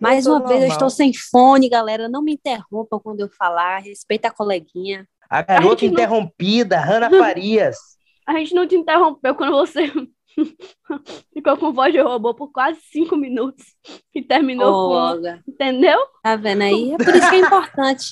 Mais uma normal. vez, eu estou sem fone, galera. Não me interrompam quando eu falar. Respeita a coleguinha. A garota a interrompida, não... Hanna Farias. A gente não te interrompeu quando você ficou com voz de robô por quase cinco minutos e terminou oh, com... Entendeu? Tá vendo aí? É por isso que é importante.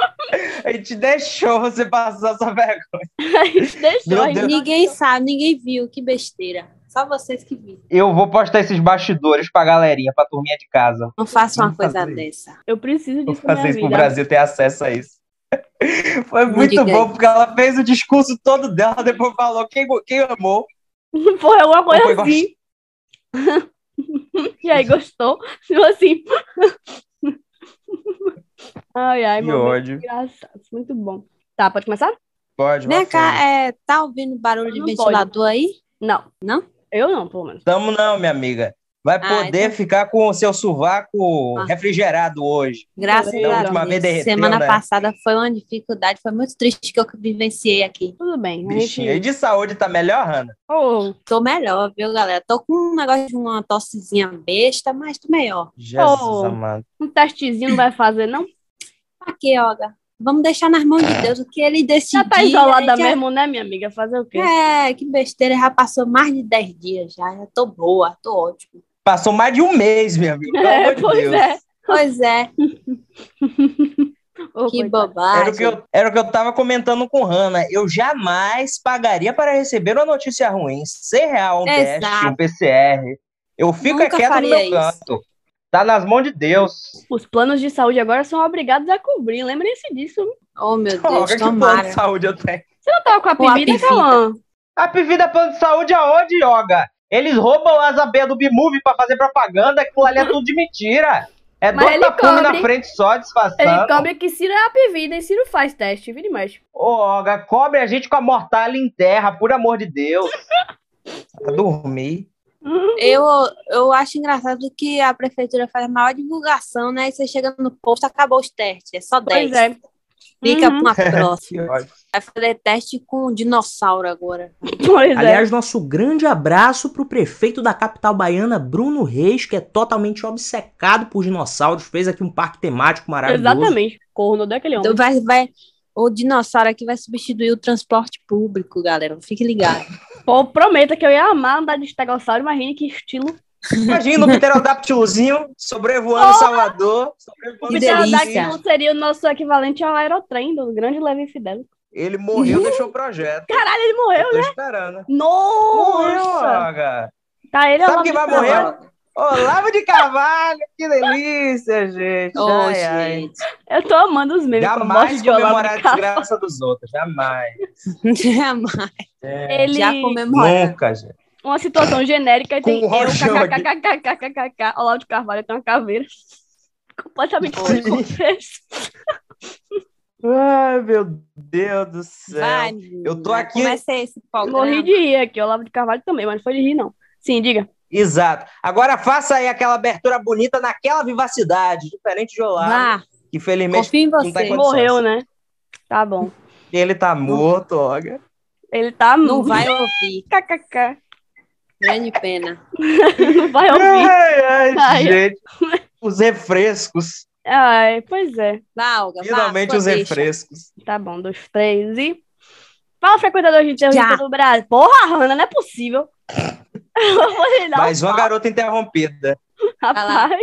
a gente deixou você passar essa vergonha. a gente deixou. A gente ninguém sabe, ninguém viu. Que besteira. Só vocês que viram. Eu vou postar esses bastidores pra galerinha, pra turminha de casa. Não faça uma coisa dessa. Isso. Eu preciso disso. Vou fazer isso pro Brasil ter acesso a isso. Foi muito bom, isso. porque ela fez o discurso todo dela, depois falou quem, quem amou. Foi uma coisa foi assim. Gost... e aí, gostou? Tipo assim. ai, ai, que ódio. Engraçado. Muito bom. Tá, pode começar? Pode, Vem cá, é, tá ouvindo barulho de ventilador pode. aí? Não. Não? Eu não, pelo menos. Tamo não, minha amiga. Vai ah, poder então... ficar com o seu sovaco ah. refrigerado hoje. Graças então, a Deus. Derreteu, Semana né? passada foi uma dificuldade, foi muito triste que eu vivenciei aqui. Tudo bem. Bichinha, gente... e de saúde tá melhor, Hanna? Oh. Tô melhor, viu, galera? Tô com um negócio de uma tossezinha besta, mas tô melhor. Jesus oh. amado. Um testezinho não vai fazer, não? Aqui, Olga. Vamos deixar nas mãos de É. Deus o que ele decidir. Já tá isolada mesmo, já... né, minha amiga? Fazer o quê? É, que besteira. Já passou mais de 10 dias já. Já tô boa, tô ótimo. Passou mais de um mês, minha amiga. Pelo é, amor de pois Deus. é. Pois é. oh, que bobagem. Era o que, eu, era o que eu tava comentando com Hanna. Eu jamais pagaria para receber uma notícia ruim. Ser real, um Exato. teste, um PCR. Eu fico Nunca quieto no meu isso. canto. Tá nas mãos de Deus. Os planos de saúde agora são obrigados a cobrir. Lembrem-se disso. Oh, meu Deus, Olha, tomara. Que plano de saúde eu tenho. Você não tava com a pivida, Calan? A pivida é plano de saúde aonde, Yoga? Eles roubam as abelhas do B-Movie pra fazer propaganda, aquilo ali é tudo de mentira. É Mas dois tapumes na frente só, disfarçando. Ele cobre que Ciro é a pivida e Ciro faz teste, vira e mexe. Ô, Olga, cobre a gente com a mortalha em terra, por amor de Deus. Dormir. Eu, eu acho engraçado que a prefeitura faz a maior divulgação, né? E você chega no posto, acabou os testes, é só 10. Pois é. Fica uhum. pra uma É. próxima. Vai fazer teste com um dinossauro agora. Pois Aliás, é. nosso grande abraço pro prefeito da capital baiana, Bruno Reis, que é totalmente obcecado por dinossauros, fez aqui um parque temático maravilhoso. Exatamente, corno daquele homem. Então, Vai, vai, o dinossauro aqui vai substituir o transporte público, galera. Fique ligado. Pô, prometa que eu ia amar andar de estegossauro, imagine que estilo Imagina um pterodactilozinho sobrevoando oh, Salvador. Sobrevoando que delícia. O seria o nosso equivalente ao aerotrem do grande Levi Fidel. Ele morreu, deixou o projeto. Caralho, ele morreu, né? esperando. Nossa! Morreu, tá, ele é Sabe quem vai morrer? Olavo de Carvalho, que delícia, gente. Oh, ai, gente. Ai. Eu tô amando os memes. Jamais com a comemorar a desgraça dos outros, jamais. jamais. É. Ele... Já comemora. Nunca, gente uma situação genérica é e tem eu, kkkkkkk, Olavo de Carvalho tem uma caveira. Completamente fora de contexto. Ai, meu Deus do céu. Vai, eu tô aqui. é Comecei esse programa. Morri de rir aqui, Olavo de Carvalho também, mas não foi de rir, não. Sim, diga. Exato. Agora faça aí aquela abertura bonita naquela vivacidade, diferente de Olavo. Ah, que felizmente confio em você. Tá morreu, né? Tá bom. Ele tá morto, Olga. Ele tá Não vai ouvir. KKK. Grande pena. não vai Ah! ouvir. Ai, ai, ai gente. Ai. Os refrescos. Ai, pois é. Tá Valga, Finalmente vá, os refrescos. Deixa. Tá bom, dois, três e. Fala, frequentador de terrorista do Brasil. Porra, Hanna, não é possível. Mais um uma garota interrompida. Rapaz.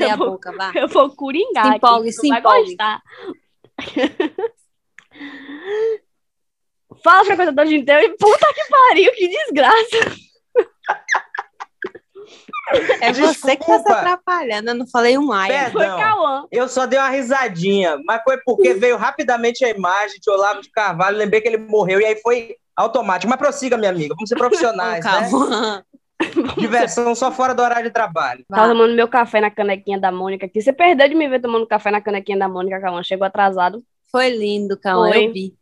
Eu a vou, boca, vá. Eu vou coringar. Se empolgue, se empolgue. Fala, frequentador de enterro, e puta que pariu, que desgraça. É Desculpa. você que tá se atrapalhando, eu não falei um ai. Foi Cauã. Eu só dei uma risadinha, mas foi porque veio rapidamente a imagem de Olavo de Carvalho, lembrei que ele morreu e aí foi automático. Mas prossiga, minha amiga, vamos ser profissionais, né? Diversão só fora do horário de trabalho. Tava tomando meu café na canequinha da Mônica aqui. Você perdeu de me ver tomando café na canequinha da Mônica, Cauã. Chegou atrasado. Foi lindo, Cauã, eu vi.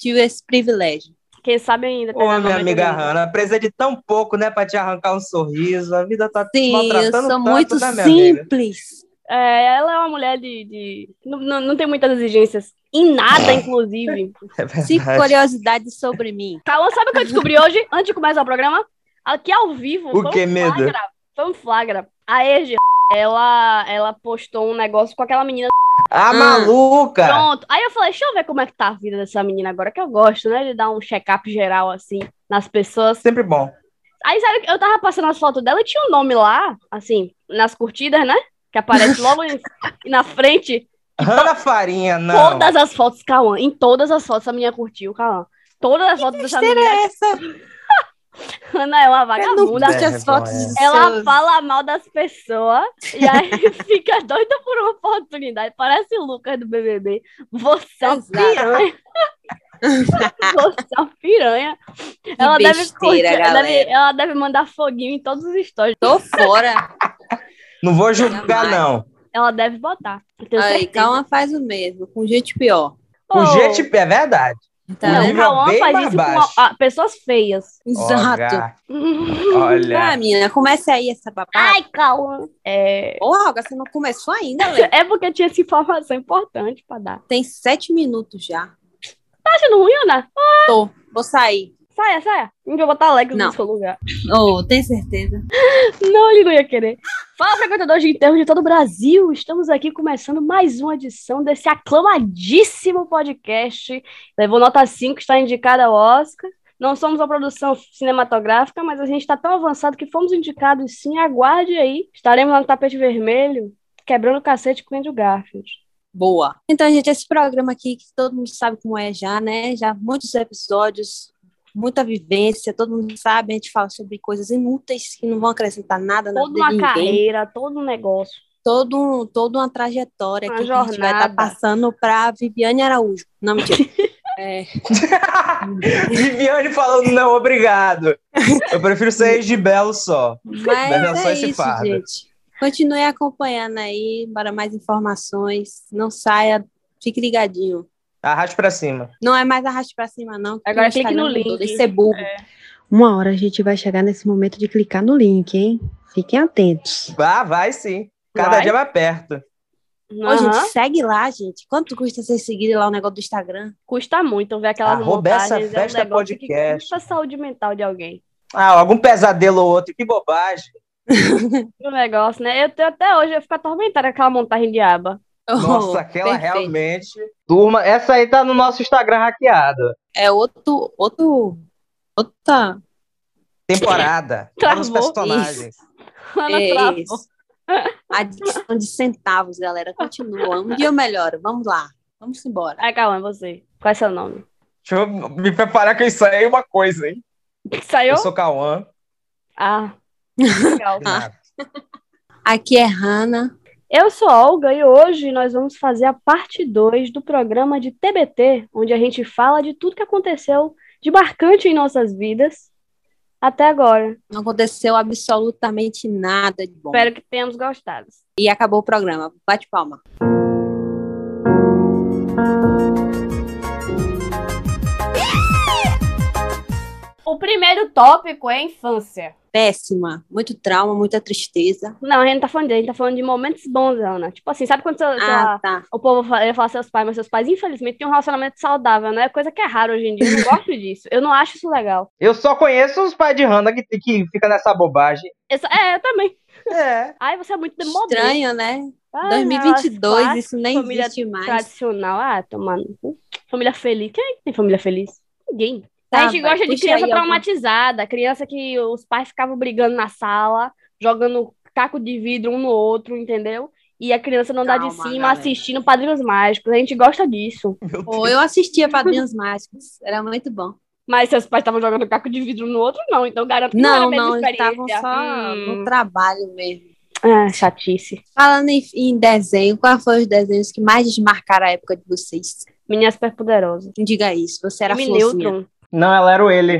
Tive esse privilégio quem sabe ainda. Ô, minha amiga Hanna, precisa de tão pouco, né, pra te arrancar um sorriso. A vida tá Sim, maltratando eu sou tanto, muito né, simples. É, ela é uma mulher de... de... Não, não, não, tem muitas exigências. Em nada, inclusive. É Cinco curiosidades sobre mim. Calma, sabe o que eu descobri hoje, antes de começar o programa? Aqui ao vivo. O que, um medo? Flagra, foi um flagra. A Ege ela, ela postou um negócio com aquela menina. A Ah, Hum. maluca! Pronto. Aí eu falei, deixa eu ver como é que tá a vida dessa menina agora, que eu gosto, né? De dar um check-up geral, assim, nas pessoas. Sempre bom. Aí, sabe, eu tava passando as fotos dela e tinha um nome lá, assim, nas curtidas, né? Que aparece logo em- na frente. Rana Farinha, não. Todas as fotos, Cauã. Em todas as fotos, a menina curtiu, Cauã. Todas as fotos dessa menina. Essa, Ana é uma eu não vagabunda. curto É, as fotos é. dos Ela seus- fala mal das pessoas e aí fica doida por uma oportunidade. Parece o Lucas do BBB. Você é um Exato. piranha. Você é um piranha. Ela deve, besteira, curtir, ela, galera. deve, ela deve mandar foguinho em todos os stories. Tô fora. Não vou julgar, Jamais. não. Ela deve botar. Eu tenho Aí, certeza. Calma faz o mesmo, com gente pior. O Pô, jeito é verdade. Tá Não, vendo? Não, nível Cauã bem faz mais isso baixo. com a- a- pessoas feias. Exato. Olha. Olha. Ah, menina, começa aí essa babada. Ai, Cauã. Ah, É, Ô, Olga, você não começou ainda, Lê. é porque tinha essa informação importante pra dar. Tem sete minutos já. Tá achando ruim, Ana? Tô, vou sair. Saia, saia. A gente vai botar Alex Não. no seu lugar. Oh, tem certeza? Não, ele não ia querer. Fala, frequentadores de enterro de todo o Brasil. Estamos aqui começando mais uma edição desse aclamadíssimo podcast. Levou nota 5, está indicada ao Oscar. Não somos uma produção cinematográfica, mas a gente está tão avançado que fomos indicados sim. Aguarde aí. Estaremos lá no tapete vermelho, quebrando o cacete com o Andrew Garfield. Boa. Então, gente, esse programa aqui, que todo mundo sabe como é já, né? Já muitos episódios, muita vivência, todo mundo sabe, a gente fala sobre coisas inúteis que não vão acrescentar nada na Toda vida de uma ninguém. carreira, todo um negócio. Todo um, toda uma trajetória Uma aqui que a gente vai estar jornada. passando para Viviane Araújo. Não, mentira. É, Viviane falando não, obrigado. Eu prefiro ser de belo só. Mas é Mas só é esse isso, fardo. gente. Continue acompanhando aí para mais informações. Não saia, fique ligadinho. Arraste pra cima. Não é mais arraste pra cima, não. que Agora o clique Instagram no mudou, link. Isso é burro. Uma hora a gente vai chegar nesse momento de clicar no link, hein? Fiquem atentos. Ah, vai sim. Cada Vai. dia mais perto. Ô, gente, Aham. segue lá, gente. Quanto custa vocês seguirem lá o negócio do Instagram? Custa muito ver aquelas Arroba essa montagens. festa é um negócio que podcast. custa a saúde mental de alguém. Ah, algum pesadelo ou outro. Que bobagem. o negócio, né? Eu tenho até hoje, eu fico atormentada com aquela montagem de aba. Nossa, Oh, aquela é perfeito. realmente. Turma, essa aí tá no nosso Instagram hackeado. É outro, outro, outra. Temporada. Novos Travou. personagens. Ana é travou. isso. Adição de centavos, galera. Continua. Um dia eu melhoro. Vamos lá. Vamos embora. Ai, calma, é você. Qual é seu nome? Deixa eu me preparar que eu ensaiei uma coisa, hein? Saiu? Eu Ah. sou Cauã. Ah. Legal. De nada. Aqui é Hanna. Eu sou a Olga e hoje nós vamos fazer a parte 2 do programa de TBT, onde a gente fala de tudo que aconteceu de marcante em nossas vidas até agora. Não aconteceu absolutamente nada de bom. Espero que tenhamos gostado. E acabou o programa. Bate palma. O primeiro tópico é a infância. Péssima. Muito trauma, muita tristeza. Não, a gente não tá falando de, a gente tá falando de momentos bons, Ana. Tipo assim, sabe quando você, Ah, tá. O povo fala, ia falar seus pais, mas seus pais, infelizmente, têm um relacionamento saudável, né? Coisa que é raro hoje em dia. Eu não gosto disso. Eu não acho isso legal. Eu só conheço os pais de Hannah que, que fica nessa bobagem. Eu só- é, eu também. É. Ai, você é muito demorado. Estranho, né? Ah, 2022, as isso nem família existe mais. Tradicional. Ah, tomando. Família feliz. Quem é tem família feliz? Ninguém. a Tá, gente vai, gosta de puxa criança aí algum- traumatizada. Criança que os pais ficavam brigando na sala, jogando caco de vidro um no outro, entendeu? E a criança não dá de Calma, cima galera. assistindo Padrinhos Mágicos. A gente gosta disso. Pô, eu assistia Padrinhos Mágicos. Era muito bom. Mas seus pais estavam jogando caco de vidro um no outro, não. Então garanto que Não, não, era não, a mesma eles experiência. estavam só Hum. no trabalho mesmo. Ah, chatice. Falando em, em desenho, qual foi os desenhos que mais desmarcaram a época de vocês? Meninas superpoderosas. Diga isso, você era Jimmy florzinha. Neutron. Não, ela era o ele.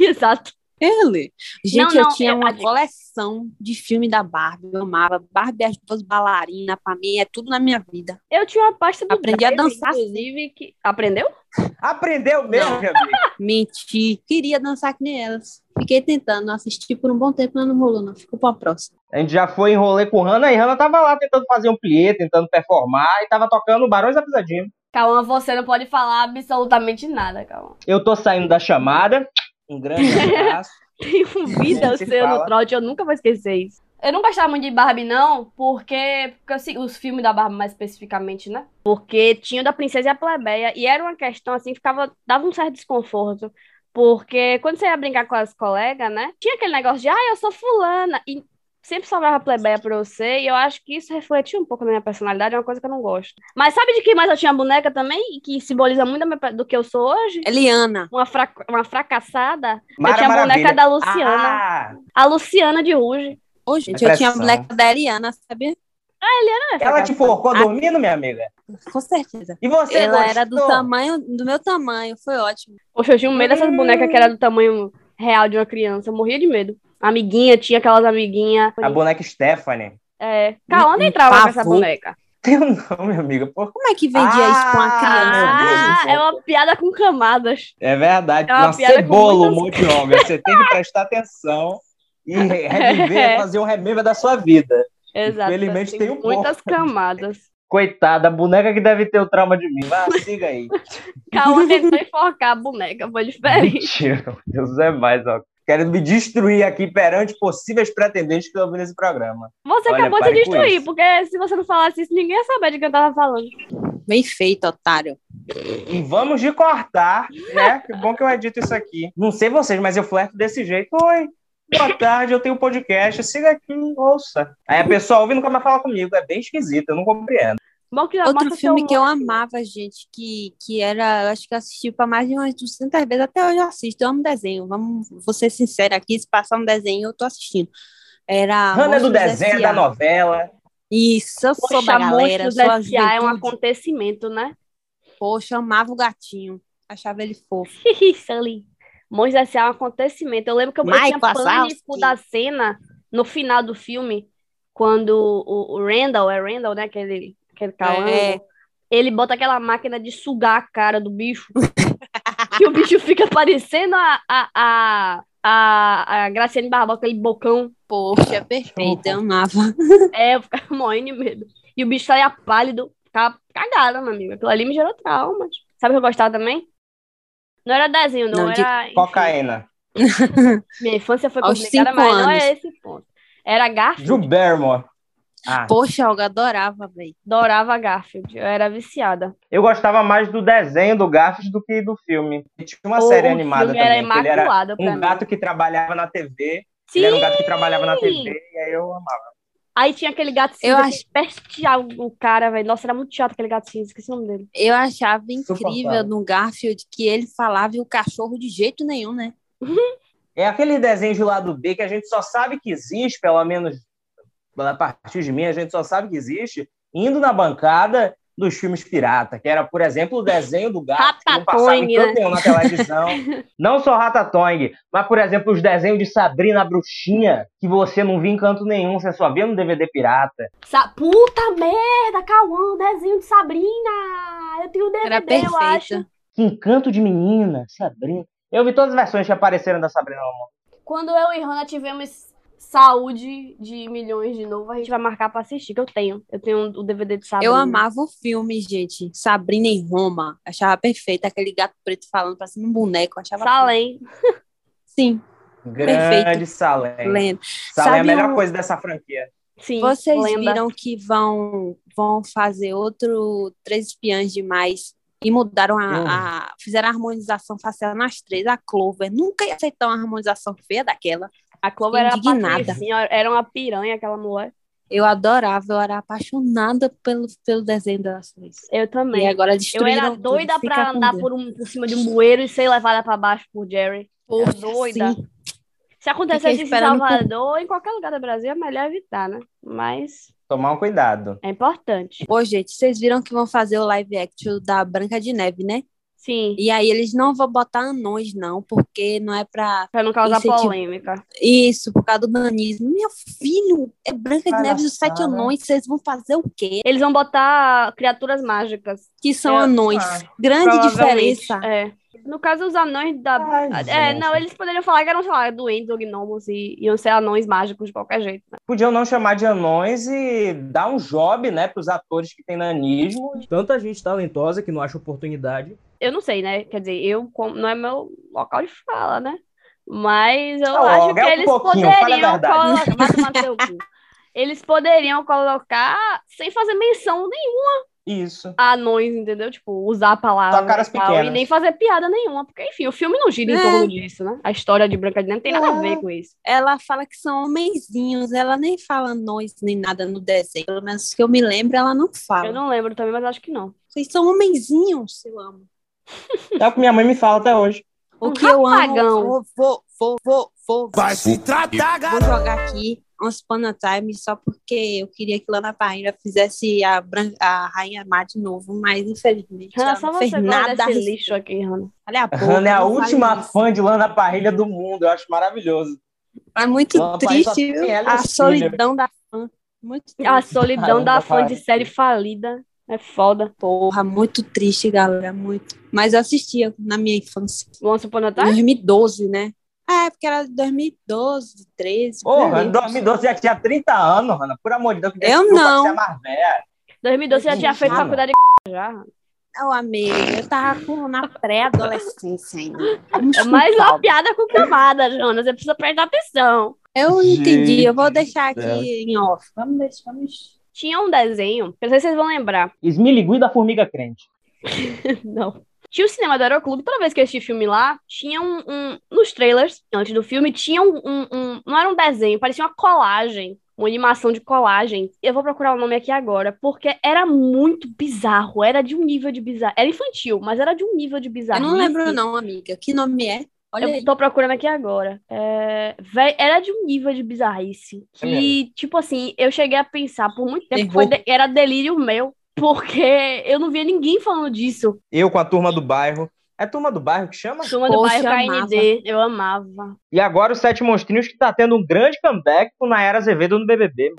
Exato. Ele? Gente, Não, eu não, tinha é- uma Alex. coleção de filme da Barbie, eu amava. Barbie e as duas bailarinas, pra mim, é tudo na minha vida. Eu tinha uma pasta do Aprendi a Drive, dançar. Inclusive, que... Aprendeu? Aprendeu mesmo, meu amigo. Menti, queria dançar que nem elas. Fiquei tentando assistir por um bom tempo, mas não rolou, não. Ficou pra próxima. A gente já foi em rolê com Hannah e Hannah tava lá tentando fazer um plié, tentando performar e tava tocando Barões da Pisadinha. Calma, você não pode falar absolutamente nada, calma. Eu tô saindo da chamada. Um grande abraço. Tem um vídeo Se seu fala. no trote, eu nunca vou esquecer isso. Eu não gostava muito de Barbie, não, porque, porque assim, os filmes da Barbie, mais especificamente, né? Porque tinha o da Princesa e a Plebeia, e era uma questão, assim, ficava, dava um certo desconforto. Porque quando você ia brincar com as colegas, né? Tinha aquele negócio de, ah, eu sou fulana, e sempre sobrava a plebeia pra você, e eu acho que isso refletia um pouco na minha personalidade, é uma coisa que eu não gosto. Mas sabe de que mais eu tinha boneca também, e que simboliza muito minha, do que eu sou hoje? Eliana. Uma, fra uma fracassada? Mara eu tinha a Maravilha. boneca da Luciana. Ah, A Luciana de Ruge. É, Ô, gente, eu tinha a Depressão. boneca da Eliana, sabia? Não é ela te fracassada. forcou dormindo, minha amiga? Com certeza. E você Ela gostou? era do tamanho, do meu tamanho, foi ótimo. Poxa, eu tinha um medo dessas bonecas que era do tamanho real de uma criança. Eu morria de medo. Amiguinha, tinha aquelas amiguinhas. A boneca Stephanie. É. Calma, um onde entrava com essa pavor. boneca? Teu nome, amiga. Pô, Como é que vendia isso pra uma Ah, criança? meu Deus do Ah, céu. é uma piada com camadas. É verdade. É uma uma piada com cebola, um muitas- monte de homem. Você tem que prestar atenção e re- reviver, É. fazer um remédio da sua vida. Exato. assim, Infelizmente, tem um muitas camadas. Coitada, a boneca que deve ter o trauma de mim. Vá, siga aí. Calma, tentou enforcar a boneca, foi diferente. Mentira, meu Deus é mais, ó. Quero me destruir aqui perante possíveis pretendentes que eu vi nesse programa. Você Olha, acabou de se pare com destruir, isso. porque se você não falasse isso, ninguém ia saber de quem eu tava falando. Bem feito, otário. E vamos de cortar, né? Que bom que eu edito isso aqui. Não sei vocês, mas eu flerto desse jeito. Oi, boa tarde, eu tenho um podcast, siga aqui, ouça. Aí a pessoa ouve e nunca mais fala comigo. É bem esquisito, eu não compreendo. Bom que já Outro mostra um seu filme que eu humor. amava, gente, que, que era. Eu acho que eu assisti pra mais de umas 200 vezes, até hoje eu assisto. Eu amo desenho. Vamos vou ser sincera aqui: se passar um desenho, eu tô assistindo. Ah, Era. Hannah é do Monstros desenho, é S.A.. da novela. Isso, eu sou Poxa, da galera, Monstros sou a S.A. é um juventude. acontecimento, né? Poxa, eu amava o gatinho. Achava ele fofo. Sully. Monstros S.A. é um acontecimento. Eu lembro que eu, eu tinha Michael Wazowski. pânico da cena no final do filme, quando o, o Randall, é Randall, né? Aquele, aquele calango. É. Ele bota aquela máquina de sugar a cara do bicho. que o bicho fica parecendo a, a, a, a, a Graciane Barbosa, aquele bocão. Poxa, perfeito, eu amava. É, eu ficava morrendo de medo. E o bicho saía pálido, ficava cagada, meu amigo. Aquilo ali me gerou traumas. Sabe o que eu gostava também? Não era desenho, não, Não, de era. enfim, Cocaína. minha infância foi Aos complicada, cinco mas não anos. é esse ponto. Era Drew Garfield, Barrymore. Ah, Poxa, eu adorava, velho. adorava Garfield. Eu era viciada. eu gostava mais do desenho do Garfield do que do filme. E tinha uma O- série o animada filme era também, que ele era imaculado pra um mim. gato que trabalhava na TV. Sim! Ele era um gato que trabalhava na TV e aí eu amava. Aí tinha aquele gato cinza Eu que acho- pesteava o cara, velho. Nossa, era muito chato aquele gato cinza, esqueci o nome dele. Eu achava incrível Insuportável. no Garfield que ele falava e o cachorro de jeito nenhum, né? É aquele desenho de lado B que a gente só sabe que existe, pelo menos a partir de mim, a gente só sabe que existe, indo na bancada dos filmes pirata, que era, por exemplo, o desenho do gato, que não passava em Ratatouille, canto né? nenhum na televisão. não só Ratatouille, mas, por exemplo, os desenhos de Sabrina a Bruxinha, que você não via em canto nenhum, você só via no DVD pirata. Sa- Puta merda, Cauã, desenho de Sabrina! Eu tenho DVD, Era eu acho. perfeito. Que encanto de menina, Sabrina. Eu vi todas as versões que apareceram da Sabrina. Quando eu e Hannah tivemos saúde de milhões de novo, a gente vai marcar pra assistir, que eu tenho. Eu tenho o DVD de Sabrina. Eu amava o filme, gente. Sabrina em Roma. Achava perfeito aquele gato preto falando pra cima de um boneco. Achava Salem. Sim, Grande Perfeito. Salem. lembro. Salem é a Sabe melhor um- coisa dessa franquia. Sim, Vocês lenda. viram que vão, vão fazer outro Três Espiãs Demais e mudaram Hum. a, a- Fizeram a harmonização facial nas três. A Clover nunca ia aceitar uma harmonização feia daquela. A Clover era Indignada. patricinha, era uma piranha aquela mulher. Eu adorava, eu era apaixonada pelo, pelo desenho delas três. Eu também. E agora Eu destruíram era tudo, doida fica pra com andar Deus. por, um, por cima de um bueiro e ser levada pra baixo por Jerry. Poxa, doida. sim. Se acontecesse Fiquei isso em esperando por- Salvador, em qualquer lugar do Brasil, é melhor evitar, né? Mas Tomar um cuidado. é importante. Ô, gente, vocês viram que vão fazer o live action da Branca de Neve, né? Sim, E aí eles não vão botar anões, não, porque não é pra. pra não causar Incentivo. polêmica. Isso, por causa do nanismo. Meu filho, é Branca de Palhaçada. Neve e os Sete Anões, vocês vão fazer o quê? Eles vão botar criaturas mágicas. Que são Eu- anões. Ah, Grande provavelmente. diferença. É. No caso, os anões da. Ai, é, gente. não, eles poderiam falar que eram, sei lá, duendes ou gnomos e iam ser anões mágicos de qualquer jeito. né? Podiam não chamar de anões e dar um job, né, pros atores que têm nanismo. Tanta gente talentosa que não acha oportunidade. Eu não sei, né? Quer dizer, eu como- não é meu local de fala, né? Mas eu Não, acho Olga, que é um eles pouquinho, fala a poderiam verdade. colocar. Vai tomar no seu cu. Eles poderiam colocar sem fazer menção nenhuma Isso. a anões, entendeu? Tipo, usar a palavra Só caras e, tal, pequenas. e nem fazer piada nenhuma. Porque, enfim, o filme não gira em É. Ah. torno disso, né? A história de Branca de Neve não tem nada a ver com isso. Ela fala que são homenzinhos, ela nem fala nós nem nada no desenho. Pelo menos que eu me lembro, ela não fala. Eu não lembro também, mas acho que não. Vocês são homenzinhos, eu amo. É o que minha mãe me fala até hoje. O Um que eu rapagão. amo, vou, vou, vou, vou, vou, Vai se tratar, vou garoto. jogar aqui Once Upon a Time só porque eu queria que Lana Parreira fizesse a, Bran- a Rainha Má de novo, mas infelizmente Hannah, ela só não você fez gosta nada a desse respeito. lixo aqui, Hannah. Olha a A boca, Hannah é a não faz última isso. fã de Lana Parrilha do mundo. Eu acho maravilhoso. É muito Lana Parreira só triste tem viu? ela e a os filhos. solidão da fã. Muito triste. A solidão Caramba, da fã de cara. série falida é foda. Porra, muito triste, galera, muito. Mas eu assistia na minha infância. Once Upon a Em Time? 2012, né? Ah, é porque era de 2012, 13. por Porra, aí. em 2012 já tinha 30 anos, Hannah. Por amor de Deus. que Eu desculpa não. que Você é mais velha. 2012 já tinha Gente, feito Hannah. faculdade de já. Hannah. Não, amigo, eu tava com, na pré-adolescência ainda. É mais uma piada com camada, Jonas. Você precisa prestar atenção. Eu entendi, eu vou Gente deixar do aqui céu. em off. Vamos deixar, vamos... Tinha um desenho, que eu não sei se vocês vão lembrar. Esmiligui da Formiga Crente. Não. Tinha o cinema do Aeroclube, toda vez que eu assisti filme lá, tinha um, um- Nos trailers, antes do filme, tinha um, um- um- Não era um desenho, parecia uma colagem. Uma animação de colagem. Eu vou procurar o nome aqui agora, porque era muito bizarro. Era de um nível de bizarro. Era infantil, mas era de um nível de Eu bizarro. não lembro não, amiga. Que nome é? Olha Eu aí. tô procurando aqui agora. É, véi, era de um nível de bizarrice É que, tipo assim, eu cheguei a pensar por muito tempo, que foi de- era delírio meu, porque eu não via ninguém falando disso. Eu com a turma do bairro. É turma do bairro que chama? Turma do Poxa, bairro amava. KND, eu amava. E agora os Sete Monstrinhos que tá tendo um grande comeback com Nayara Azevedo no BBB.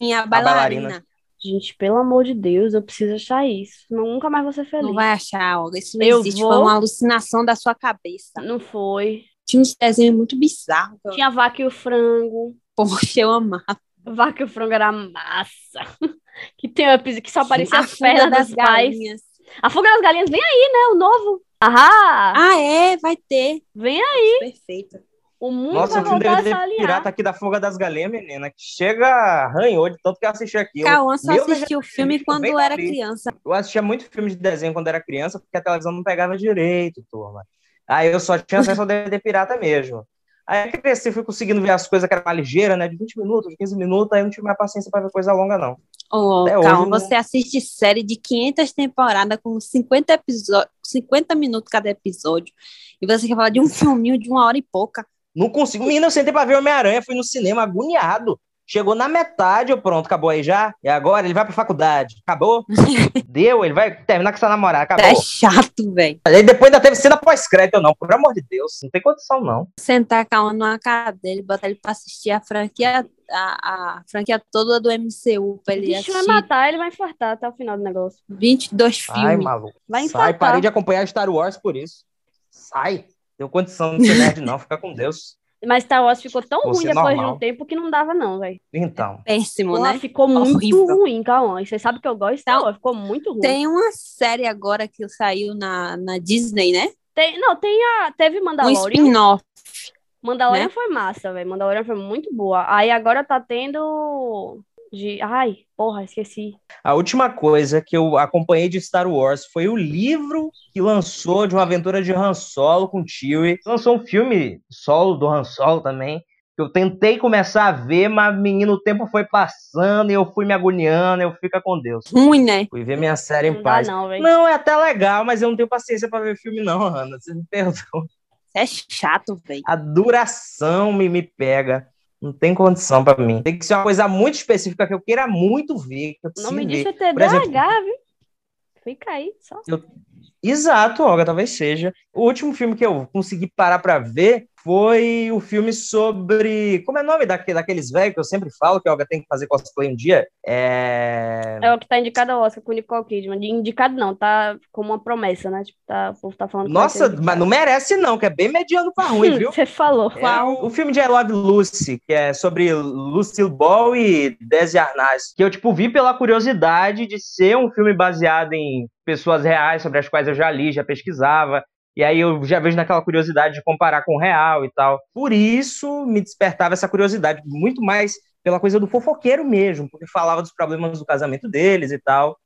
Minha bailarina. bailarina. Gente, pelo amor de Deus, eu preciso achar isso. Nunca mais vou ser feliz. Não vai achar, Olga. Isso não Eu existe. vou- Foi uma alucinação da sua cabeça. Não foi. Tinha uns desenhos muito bizarros. que eu- Tinha a vaca e o frango. Poxa, eu amava. A vaca e o frango era massa. Que tem um episódio que só aparecia é A as pernas fuga das das pais. galinhas. A fuga das galinhas vem aí, né? O novo. Ahá! Ah, é? Vai ter. Vem Perfeito. O mundo Nossa, vai eu tinha um voltar a se DVD aliar. pirata aqui da Fuga das Galinhas, menina, que chega, arranhou de tanto que eu assisti aquilo. Cauã só Meu assistiu o filme Deus, quando bem era feliz. criança. Eu assistia muito filme de desenho quando era criança, porque a televisão não pegava direito, turma. Aí eu só tinha acesso ao DVD pirata mesmo. Aí eu cresci, fui conseguindo ver as coisas que era mais ligeira, né? De 20 minutos, de 15 minutos, aí eu não tive mais paciência pra ver coisa longa, não. Ô, Até Cauã, hoje, né? você assiste série de 500 temporadas com 50 episódios, 50 minutos cada episódio. E você quer falar de um filminho de uma hora e pouca. Não consigo. Menina, eu sentei pra ver Homem-Aranha, fui no cinema agoniado. Chegou na metade, eu pronto, acabou aí já. E agora ele vai pra faculdade. Acabou? Deu, ele vai terminar com essa namorada. É Acabou. chato, velho. Aí depois ainda teve cena pós-crédito, não. Por amor de Deus, não tem condição, não. Sentar Cauã numa cadeira e botar ele pra assistir a franquia, a, a franquia toda do MCU, pra ele Bicho é vai assistir matar, ele vai infartar até o final do negócio. 22 Ai, filmes. maluco. Vai Sai, infartar. parei de acompanhar Star Wars por isso. Sai. Deu condição de ser nerd, não. Fica com Deus. Mas Star Wars ficou tão Você ruim é depois de normal. um tempo que não dava, não, velho. Então. Péssimo, né? Ficou muito Horrível. ruim, calma. E você sabe que eu gosto de Star Então, Wars, ficou muito ruim. Tem uma série agora que saiu na, na Disney, né? Tem- não, tem a. Teve Um Mandalorian. spin-off. Mandalorian né? foi massa, velho. Mandalorian foi muito boa. Aí agora tá tendo. De... Ai, porra, esqueci. A última coisa que eu acompanhei de Star Wars foi o livro que lançou de uma aventura de Han Solo com Chewie. Lançou um filme solo do Han Solo também, que eu tentei começar a ver, mas menino, o tempo foi passando e eu fui me agoniando, eu fica com Deus. Ruim, né? Fui ver minha série Não em dá, paz. não, velho. Não, é até legal, mas eu não tenho paciência pra ver filme não, Ana. Você me perdoa. É chato, velho. A duração me, me pega. Não tem condição pra mim. Tem que ser uma coisa muito específica que eu queira muito ver, que eu O preciso nome ver. disso é Por exemplo- TDAH, viu? Fica aí, só. Exato, Olga, talvez seja. O último filme que eu consegui parar pra ver foi o filme sobre. Como é o nome daque- daqueles velhos que eu sempre falo que a Olga tem que fazer cosplay um dia? É. É o que tá indicado ao Oscar com o Nicole Kidman. De indicado não, tá como uma promessa, né? Tipo, tá, o povo tá falando que vai ser Nossa, indicado. mas não merece, não, que é bem mediano pra ruim, viu? Você falou. É o- o filme de I Love Lucy, que é sobre Lucille Ball e Desi Arnaz, que eu, tipo, vi pela curiosidade de ser um filme baseado em pessoas reais sobre as quais eu já li, já pesquisava. E aí eu já vejo naquela curiosidade de comparar com o real e tal. Por isso me despertava essa curiosidade, muito mais pela coisa do fofoqueiro mesmo, porque falava dos problemas do casamento deles e tal.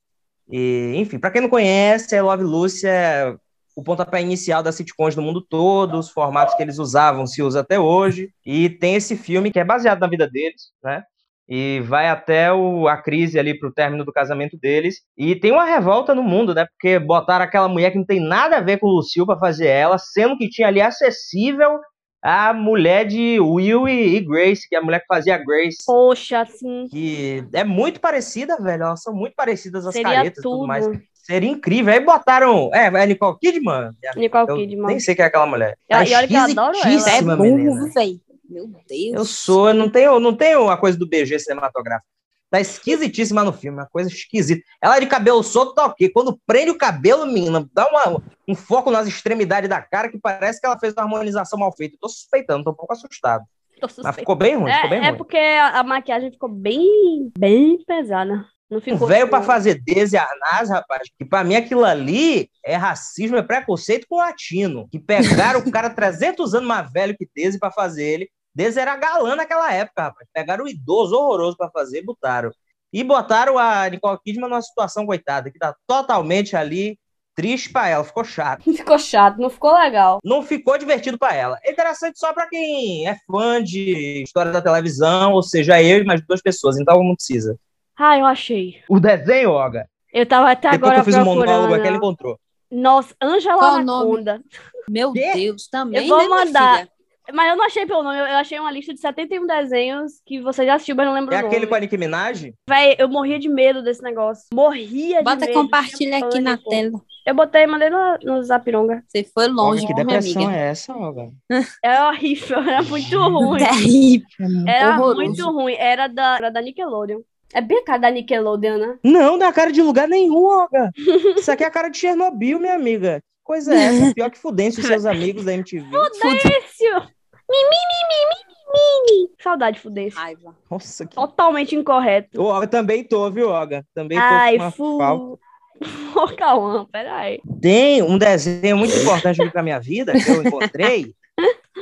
E, enfim, para quem não conhece, é Love Lucy é o pontapé inicial das sitcoms do mundo todo, os formatos que eles usavam se usa até hoje. E tem esse filme que é baseado na vida deles, né? E vai até o, a crise ali pro término do casamento deles. E tem uma revolta no mundo, né? Porque botaram aquela mulher que não tem nada a ver com o Lucio pra fazer ela, sendo que tinha ali acessível a mulher de Will e, e Grace, que é a mulher que fazia Grace. Poxa, assim, sim. Que é muito parecida, velho. Elas são muito parecidas as Seria caretas e tudo. tudo mais. Seria incrível. Aí botaram. É, é Nicole Kidman? Nicole eu Kidman. Nem sei quem é aquela mulher. Ela- Tá e olha que eu adoro ela. né? Isso é esquisitíssima, menina. burro, velho. Meu Deus. Eu sou, eu não tenho, não tenho a coisa do BG cinematográfico. Tá esquisitíssima no filme, uma coisa esquisita. Ela de cabelo solto tá ok. Quando prende o cabelo, menina, dá uma- um foco nas extremidades da cara que parece que ela fez uma harmonização mal feita. Tô suspeitando, tô um pouco assustado. Tô Mas suspeita. ficou bem ruim, ficou É, bem é ruim. porque a, a maquiagem ficou bem, bem pesada. Não Um ficou. velho pra tipo, fazer Desi Arnaz, rapaz, que pra mim aquilo ali é racismo, é preconceito com o latino. Que pegaram o cara 300 anos mais velho que Desi pra fazer ele. Desi era galã naquela época, rapaz. Pegaram o idoso horroroso pra fazer e botaram. E botaram a Nicole Kidman numa situação, coitada, que tá totalmente ali triste pra ela. Ficou chato. Ficou chato, não ficou legal. Não ficou divertido pra ela. É interessante só pra quem é fã de história da televisão, ou seja, eu e mais duas pessoas, então não precisa. Ah, eu achei. O desenho, Olga, Eu tava até depois Tá agora que É eu fiz o procurando. né? monólogo É aqui, ele encontrou. Nossa, Qual Angela o nome? Anaconda. Meu Quê? Deus, também. Eu vou né, minha mandar. filha? Mas eu não achei pelo nome, eu eu achei uma lista de 71 desenhos que você já assistiu, mas não lembro É o aquele nome. com a Nicki Minaj? Véi, eu morria de medo desse negócio. Morria de Bota medo. compartilha tinha aqui na pânico. tela. Eu botei, mandei no, no Zapironga. Você foi longe, que minha depressão amiga. é essa, Olga? Era É horrível, era é muito ruim. Terrível. Era é horroroso. muito ruim. Era da, era da Nickelodeon. É bem a cara da Nickelodeon, né? Não, dá cara de lugar nenhum, Olga. Isso aqui é a cara de Chernobyl, minha amiga. Que Coisa é essa, pior que Fudêncio e seus amigos da MTV. Fudêncio! Mimimimimimimimi! Saudade, Fudêncio. Raiva. Nossa, que... Totalmente incorreto. Ô, Olga, também tô, viu, Olga? Também tô Ai, com uma fu... falta. Ô, Cauã, peraí. Tem um desenho muito importante aqui pra minha vida, que eu encontrei,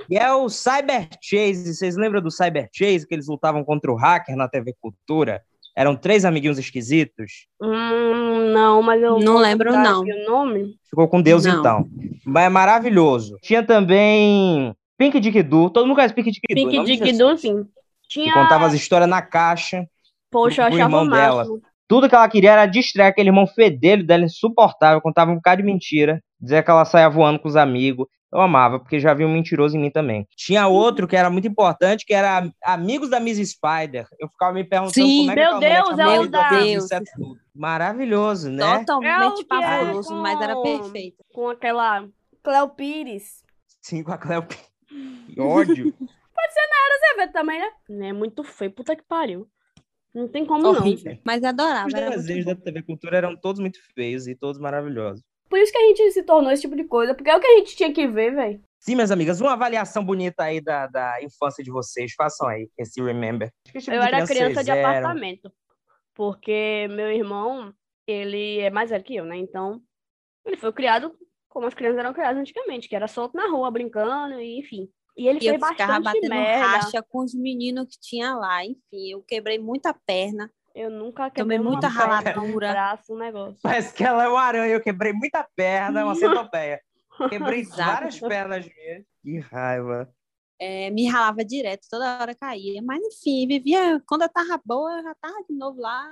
que é o Cyber Chase. Vocês lembram do Cyber Chase, que eles lutavam contra o hacker na TV Cultura? Eram três amiguinhos esquisitos. Hum, não, mas eu... Não lembro, Tá não. aqui o nome? Ficou com Deus, Não. então. Mas é maravilhoso. Tinha também Pink Dick Doo. Todo mundo conhece Pink Dick Doo. em Pink nome de Dick Jesus. Doo, sim. Que Tinha... contava as histórias na caixa. Poxa, eu do achava irmão o máximo. Tudo que ela queria era distrair aquele irmão fedelho dela, insuportável. Contava um bocado de mentira. Dizia que ela saia voando com os amigos. Eu amava, porque já vi um mentiroso em mim também. Tinha outro que era muito importante, que era Amigos da Miss Spider. Eu ficava me perguntando Sim, como é que meu aquela mulher Deus, tinha é o morrido da- daquele Deus. inseto tudo. Maravilhoso, né? Totalmente É o que era pavoroso, com- mas era perfeito. com aquela Cleo Pires. Sim, com a Cleo. Que ódio. Você vê também, né? É muito feio, puta que pariu. Não tem como não. Horrível. Mas adorava. Os Era muito desenhos bom. da TV Cultura eram todos muito feios e todos maravilhosos. Por isso que a gente se tornou esse tipo de coisa, porque é o que a gente tinha que ver, velho. Sim, minhas amigas, uma avaliação bonita aí da, da infância de vocês. Façam aí esse Remember. Que tipo Eu de era criança vocês de eram? apartamento. Porque meu irmão, ele é mais velho que eu, né? Então, ele foi criado como as crianças eram criadas antigamente, que era solto na rua, brincando, e enfim. E ele E fez eu ficava bastante batendo um merda. racha com os meninos que tinha lá. Enfim, eu quebrei muita perna, Eu nunca tomei quebrei uma muita perna, Um raladura. braço, um negócio. Parece que ela é uma aranha. Eu quebrei muita perna, uma centopeia. Quebrei Exato. várias pernas minhas. Que raiva. é, me ralava direto, toda hora caía. Mas enfim, vivia. Quando eu tava boa, eu já tava de novo lá,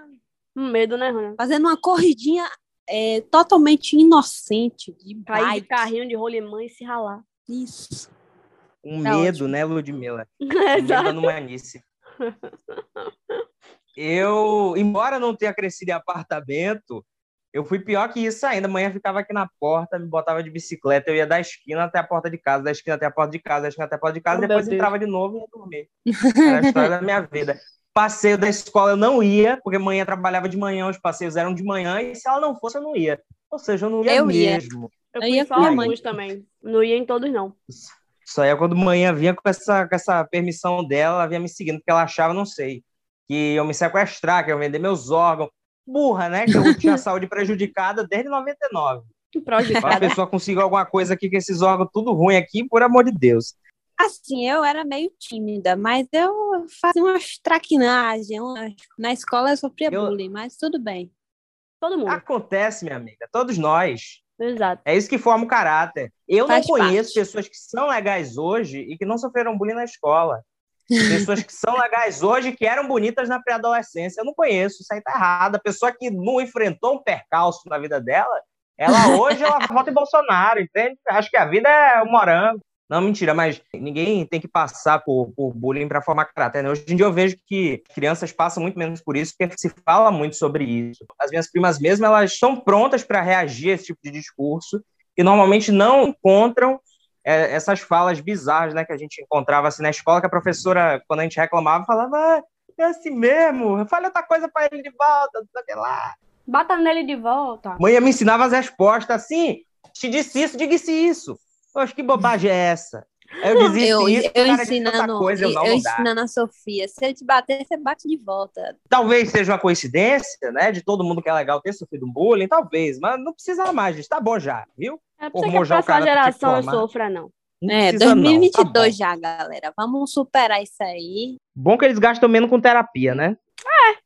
Um medo, né, Rony? fazendo uma corridinha é, totalmente inocente de Cair de bike. carrinho de rolemã e se ralar. Isso. Um Tá medo, ótimo. né, Ludmilla? Um Exato. medo manice. Eu, embora não tenha crescido em apartamento, eu fui pior que isso ainda. Amanhã ficava aqui na porta, me botava de bicicleta, eu ia da esquina até a porta de casa, da esquina até a porta de casa, da esquina até a porta de casa, Oh, meu depois Deus. entrava de novo e ia dormir. Era a história da minha vida. Passeio da escola eu não ia, porque amanhã trabalhava de manhã, os passeios eram de manhã, e se ela não fosse, eu não ia. Ou seja, eu não ia Eu ia. mesmo. Eu Eu fui ia só com minha alguns mãe. também. Não ia em todos, não. Só é quando manhã vinha com essa, com essa permissão dela, ela vinha me seguindo, porque ela achava, não sei, que eu me sequestrar, que eu ia vender meus órgãos. Burra, né? Que eu tinha a saúde prejudicada desde 99. Prós de Pra cada. pessoa conseguir alguma coisa aqui com esses órgãos tudo ruim aqui, por amor de Deus. Assim, eu era meio tímida, mas eu fazia umas traquinagens. umas- Na escola eu sofria Eu- bullying, mas tudo bem. Todo mundo. Acontece, minha amiga, todos nós. Exato. É isso que forma o caráter. Eu Faz não parte. conheço pessoas que são legais hoje e que não sofreram bullying na escola. Pessoas que são legais hoje e que eram bonitas na pré-adolescência. Eu não conheço, isso aí tá errado. A pessoa que não enfrentou um percalço na vida dela, ela hoje ela vota em Bolsonaro, entende? Acho que a vida é um morango. Não, mentira, mas ninguém tem que passar por, por bullying para formar caráter. Né? Hoje em dia eu vejo que crianças passam muito menos por isso, porque se fala muito sobre isso. As minhas primas mesmo, elas estão prontas para reagir a esse tipo de discurso e normalmente não encontram é, essas falas bizarras, né, que a gente encontrava assim na escola, que a professora, quando a gente reclamava, falava, ah, é assim mesmo, fale outra coisa para ele de volta, não sei o que lá. Bata nele de volta. Mãe me ensinava as respostas assim, te disse isso, diga-se isso. Poxa, que bobagem é essa? Aí Eu dizia Eu, isso, eu cara, disse outra ensinando, coisa, eu não eu vou dar. ensinando a Sofia. Se ele te bater, você bate de volta. Talvez seja uma coincidência, né, de todo mundo que é legal ter sofrido um bullying, talvez, mas não precisa mais, gente, tá bom já, viu? É Pô, pra que a Mojão, próxima cara, tá te geração eu formando. sofra, não. Não É, precisa não, tá 2022 bom. já, galera. Vamos superar isso aí. Bom que eles gastam menos com terapia, né?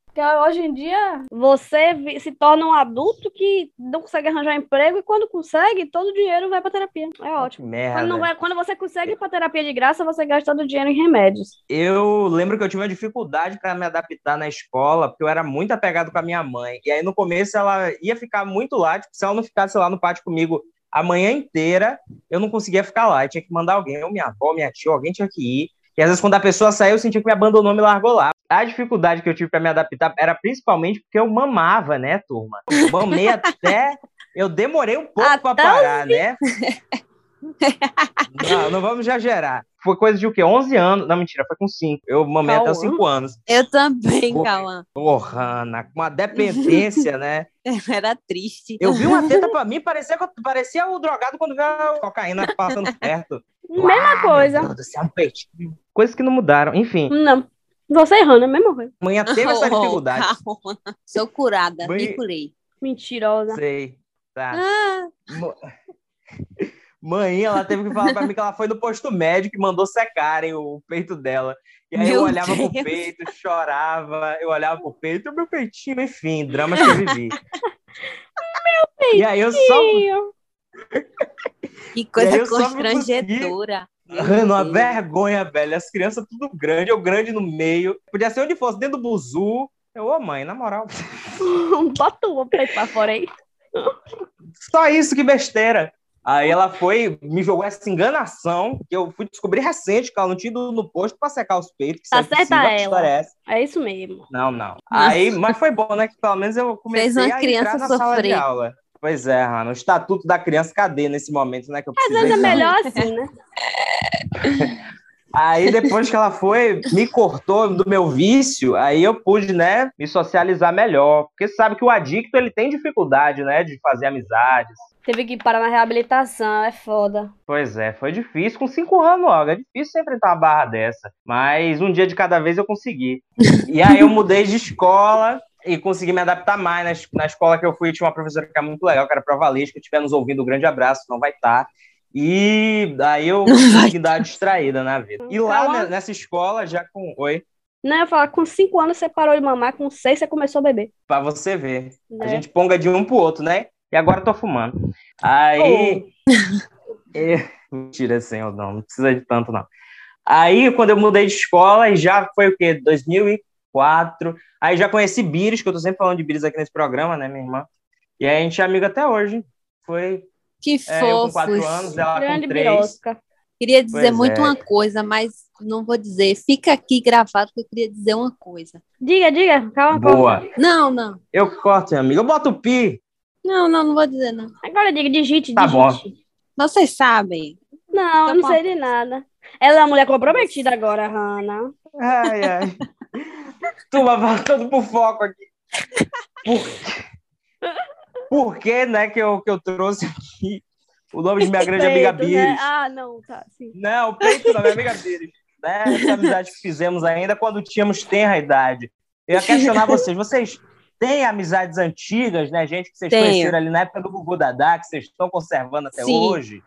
Porque hoje em dia você vi- se torna um adulto que não consegue arranjar emprego e quando consegue, todo o dinheiro vai pra terapia. É ótimo. Que merda. Quando, não vai- quando você consegue ir pra terapia de graça, você gasta todo o dinheiro em remédios. Eu lembro que eu tive uma dificuldade para me adaptar na escola, porque eu era muito apegado com a minha mãe. E aí, no começo, ela ia ficar muito lá, tipo, se ela não ficasse lá no pátio comigo a manhã inteira, eu não conseguia ficar lá. Eu tinha que mandar alguém, ou minha avó, minha tia, alguém tinha que ir. E às vezes, quando a pessoa saiu, eu sentia que me abandonou, me largou lá. A dificuldade que eu tive para me adaptar era principalmente porque eu mamava, né, turma? Eu mamei até. Eu demorei um pouco para Até parar, né? Não, não vamos exagerar. Foi coisa de o quê? 11 anos? Não, mentira, foi com 5. Eu mamei até os Calma. 5 anos. Eu também, Pô, Cauã. Porra, Ana, com uma dependência, né? Era triste. Eu vi uma teta pra mim, parecia, que eu- parecia o drogado quando vê a cocaína passando perto. Mesma coisa. Meu Deus do céu, um peitinho. Coisas que não mudaram. Enfim, Não. Você errando, é a mesma coisa. A Manhã teve essa dificuldade. Oh, Cauã. Sou curada, Bem- me curei. Mentirosa. Sei. Tá. Ah, Mo- Mãe, ela teve que falar pra mim que ela foi no posto médico e mandou secarem o peito dela. E aí eu Meu olhava pro Deus. peito, chorava, eu olhava pro peito, meu peitinho, enfim, dramas que eu vivi. meu E aí eu só. Ih, que E aí coisa eu só me constrangedora. Ah, Uma Meu Deus. vergonha, velho. As crianças tudo grande, eu grande no meio. Podia ser onde fosse, dentro do buzu. Eu, ô mãe, na moral. Bota o peito pra fora aí. Só isso, que besteira. Aí ela foi, me jogou essa enganação, que eu fui descobrir recente, que ela não tinha ido no posto pra secar os peitos. Que Tá isso é certa impossível, que ela. história é essa? É isso mesmo. Não, não. Aí, mas foi bom, né? Que pelo menos eu comecei Fez uma a entrar criança na sala de sofrer. aula. Pois é, Rana. O estatuto da criança, cadê nesse momento, né? Que eu Às vezes é precisei melhor assim, né? Aí depois que ela foi, me cortou do meu vício, aí eu pude, né, me socializar melhor. Porque você sabe que o adicto, ele tem dificuldade, né, de fazer amizades. Teve que parar na reabilitação, é foda. Pois é, foi difícil com cinco anos logo. É difícil você enfrentar uma barra dessa. Mas um dia de cada vez eu consegui. E aí eu mudei de escola e consegui me adaptar mais. Na, es- na escola que eu fui, tinha uma professora que era muito legal, que era pra Valesca. que estiver nos ouvindo, um grande abraço, não vai estar. E aí eu consegui dar uma distraída na vida. E lá Calma. né, nessa escola, já com. Oi. Não, eu ia falar, com 5 anos você parou de mamar, com 6 você começou a beber. Pra você ver. A É. gente ponga de um pro outro, né? E agora eu tô fumando. Aí. É, Mentira, assim, eu não, não precisa de tanto, não. Aí, quando eu mudei de escola, e já foi o quê? 2004. Aí já conheci Bires, que eu tô sempre falando de Bires aqui nesse programa, né, minha irmã? E aí a gente é amigo até hoje. Foi Que é, eu com fofos. quatro anos, Oh, ela grande tá com três. birosca. Queria dizer Pois muito é. uma coisa, mas não vou dizer. Fica aqui gravado que eu queria dizer uma coisa. Diga, diga, calma, calma. Boa. Não, não. Eu corto, minha amiga. Eu boto o pi. Não, não, não vou dizer, não. Agora diga, digite, Tá bom. digite. Vocês sabem. Não, eu não Tá sei de nada. Ela é uma mulher comprometida agora, Hannah. Ai, ai. Turma, voltando pro foco aqui. Por, Por que, né, que eu, que eu trouxe aqui o nome de minha grande amiga Peito, né? Bires? Ah, não, tá, sim. Não, o peito da minha amiga Bires. Né? Essa amizade que fizemos ainda quando tínhamos tenra idade. Eu ia questionar vocês. Vocês tem amizades antigas, né? Gente que vocês Tenho. conheceram ali na época do Gugu Dadá, que vocês estão conservando até Sim. hoje.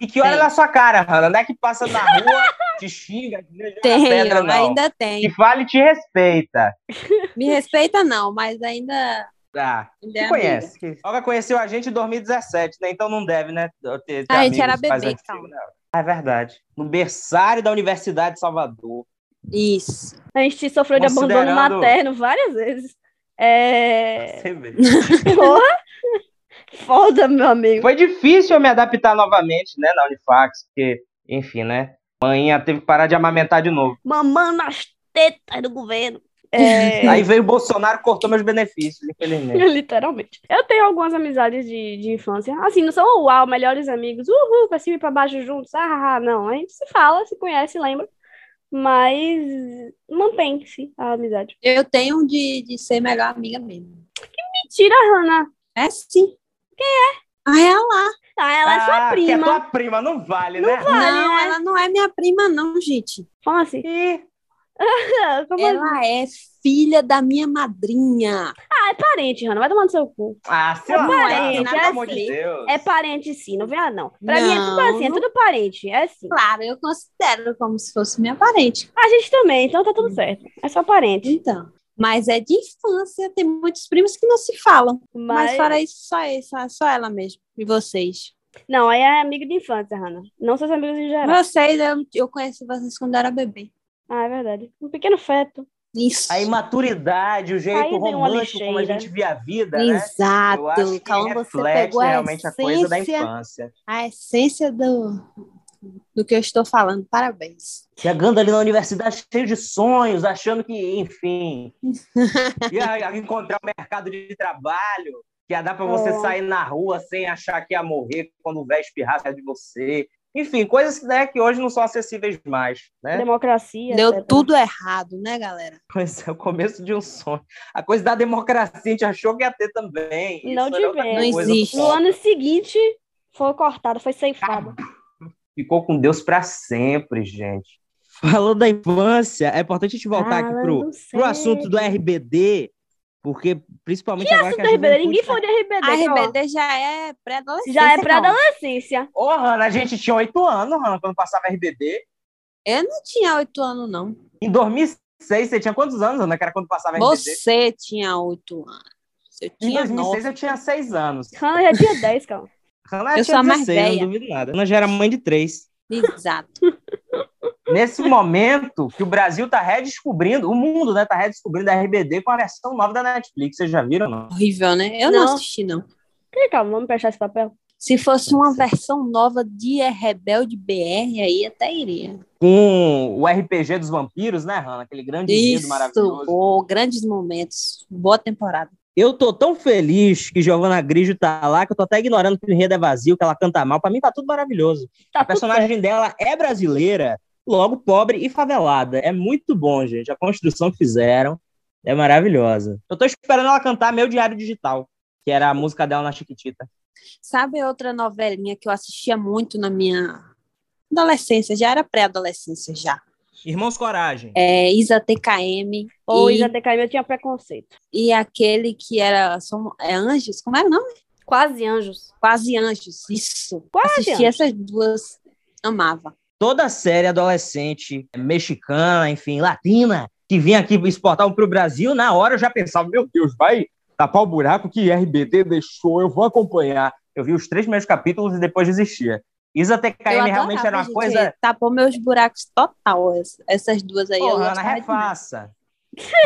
E que olha Tenho. na sua cara, Hanna, não é que passa na rua, te xinga, te joga pedra, não. ainda tem. Que fala e te respeita. Me respeita não, mas ainda... é Tá, ah, que conhece. Que... Olga conheceu a gente em 2017, né? Então não deve, né? Ter, ter a gente era bebê, então. Antigo, né? ah, é verdade. No berçário da Universidade de Salvador. Isso. A gente sofreu Considerando... de abandono materno várias vezes. É. Porra! Foda, meu amigo. Foi difícil eu me adaptar novamente, né, na Unifax, porque, enfim, né? Manhinha teve que parar de amamentar de novo. Mamando as tetas do governo. É... Aí veio o Bolsonaro cortou meus benefícios, infelizmente. Literalmente. Eu tenho algumas amizades de, de infância. Assim, não são uau, melhores amigos, uhul, pra cima e pra baixo juntos. Ah, não. A gente se fala, se conhece, lembra mas mantém-se a amizade. Eu tenho de, de ser melhor amiga mesmo. Que mentira, Hanna. É sim. Quem é? Ah, ela. Ah, ela é sua ah, prima. Que é tua prima, não vale, não né? Vale, não, né? ela não é minha prima, não, gente. Fala assim. E... ela assim? é filha da minha madrinha. Ah, é parente, Hanna. Vai tomar no seu cu. Ah, seu é parente, não, pelo amor de Deus. É parente, sim. Não vem, não. Pra não, mim é tudo assim, é tudo parente. É assim. Claro, eu considero como se fosse minha parente. A gente também, então tá tudo certo. É só parente. Então. Mas é de infância, tem muitos primos que não se falam. Mas, mas fora isso, só, isso, só ela mesmo. E vocês? Não, aí é amigo de infância, Hanna. Não seus amigos em geral. Vocês, eu, eu conheci vocês quando era bebê. Ah, é verdade. Um pequeno feto. Isso. A imaturidade, o jeito Aí romântico como a gente via a vida, Exato. né? Exato. Calma, você pegou a realmente essência, a coisa da infância. A essência do, do que eu estou falando. Parabéns. Chegando ali na universidade cheio de sonhos, achando que, enfim, ia encontrar o um mercado de trabalho, que ia dar para você é. sair na rua sem achar que ia morrer quando o velho espirrasse de você. Enfim, coisas né, que hoje não são acessíveis mais. Né? Democracia. Deu etc. tudo errado, né, galera? Pois é, o começo de um sonho. A coisa da democracia, a gente achou que ia ter também. Não tivemos. Não existe. No ano seguinte, foi cortado, foi ceifado. Ficou com Deus para sempre, gente. Falando da infância, é importante a gente voltar Ah, Falando aqui pro, sério. pro assunto do RBD, porque, principalmente que agora que a RBD? Ninguém falou de RBD. A RBD ó. já é pré-adolescência. Já é pré-adolescência. Ô, oh, Hanna, a gente tinha oito anos, Hanna, quando passava RBD. Eu não tinha oito anos, não. Em 2006, você tinha quantos anos, Hanna, que era quando passava RBD? Você tinha oito anos. Eu tinha em 2006, 9. eu tinha seis anos. Hanna já tinha dez, calma. Hanna já eu tinha sou 16, não duvido nada. Hanna já era mãe de três. Exato. Nesse momento que o Brasil está redescobrindo, o mundo né, tá redescobrindo a RBD com a versão nova da Netflix. Vocês já viram? Não? Horrível, né? Eu não, não assisti, não. Que calma, vamos fechar esse papel. Se fosse uma versão nova de É Rebelde BR, aí até iria. Com o RPG dos vampiros, né, Hanna? Aquele grande Isso, maravilhoso. Pô, grandes momentos. Boa temporada. Eu tô tão feliz que Giovanna Grigio tá lá, que eu tô até ignorando que o enredo é vazio, que ela canta mal. Pra mim tá tudo maravilhoso. Tá a personagem certo. dela é brasileira, logo pobre e favelada. É muito bom, gente. A construção que fizeram é maravilhosa. Eu tô esperando ela cantar Meu Diário Digital, que era a música dela na Chiquitita. Sabe outra novelinha que eu assistia muito na minha adolescência? Já era pré-adolescência, já. Irmãos Coragem. É, Isa TKM. Ou e... Isa TKM, eu tinha preconceito. E aquele que era. Som... É Anjos? Como era o nome? Quase Anjos. Quase Anjos, isso. Quase Assisti essas duas, amava. Toda série adolescente mexicana, enfim, latina, que vinha aqui exportar um para o Brasil, na hora eu já pensava, meu Deus, vai tapar o buraco que RBD deixou, eu vou acompanhar. Eu vi os três primeiros capítulos e depois desistia. Isa TKM realmente era uma gente, coisa. Tapou meus buracos total, essas duas aí. Porra, Ana, refaça.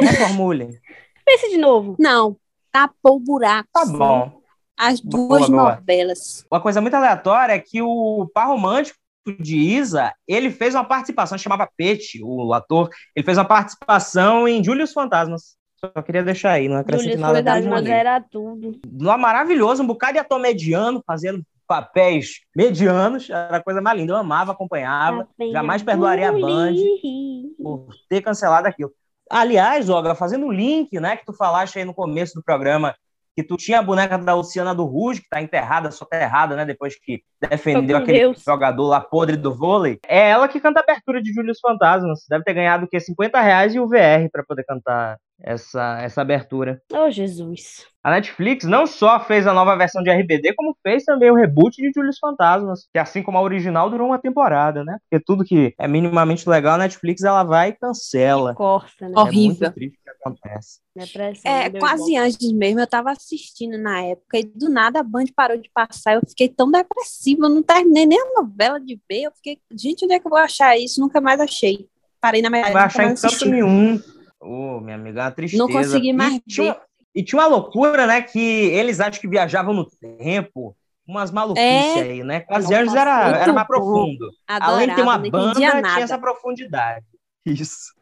Reformule. Pense de novo. Não, tapou buracos. Tá bom. As duas boa, boa. novelas. Uma coisa muito aleatória é que o par romântico de Isa, ele fez uma participação, chamava Pete, o ator, ele fez uma participação em Júlio os Fantasmas. Só queria deixar aí, não acrescento Julius nada. tá Júlio os era tudo. Lá maravilhoso, um bocado de ator mediano, fazendo papéis medianos, era a coisa mais linda. Eu amava, acompanhava, Apenas jamais perdoaria a um Band por ter cancelado aquilo. Aliás, Olga, fazendo o link, né, que tu falaste aí no começo do programa, que tu tinha a boneca da Luciana do Ruge, que está enterrada, tá soterrada, né, depois que defendeu Meu aquele Deus. jogador lá podre do vôlei. É ela que canta a abertura de Júlio e os Fantasmas. Deve ter ganhado o quê? 50 reais e o VR pra poder cantar essa, essa abertura. Oh, Jesus. A Netflix não só fez a nova versão de RBD, como fez também o reboot de Júlio e os Fantasmas, que assim como a original durou uma temporada, né? Porque tudo que é minimamente legal, a Netflix ela vai e cancela. Corta, né? Ó. Horrível. É muito triste o que acontece. Depressão, É, meu com as irmão. Anjos mesmo, eu tava assistindo na época e do nada a Band parou de passar. Eu fiquei tão depressiva, eu não terminei nem a novela de ver. Eu fiquei, gente, onde é que eu vou achar isso? Nunca mais achei. Parei na metade. Não vai nunca achar em mais canto É, assisti. nenhum. Ô, minha amiga, é uma tristeza. Não consegui E mais tinha- E tinha uma loucura, né? Que eles acham que viajavam no tempo. Umas maluquices É. aí, né? Com as Nossa, Anjos era, muito era mais bom. profundo. Adorava, Além de ter uma não banda, entendia tinha nada. essa profundidade. Isso.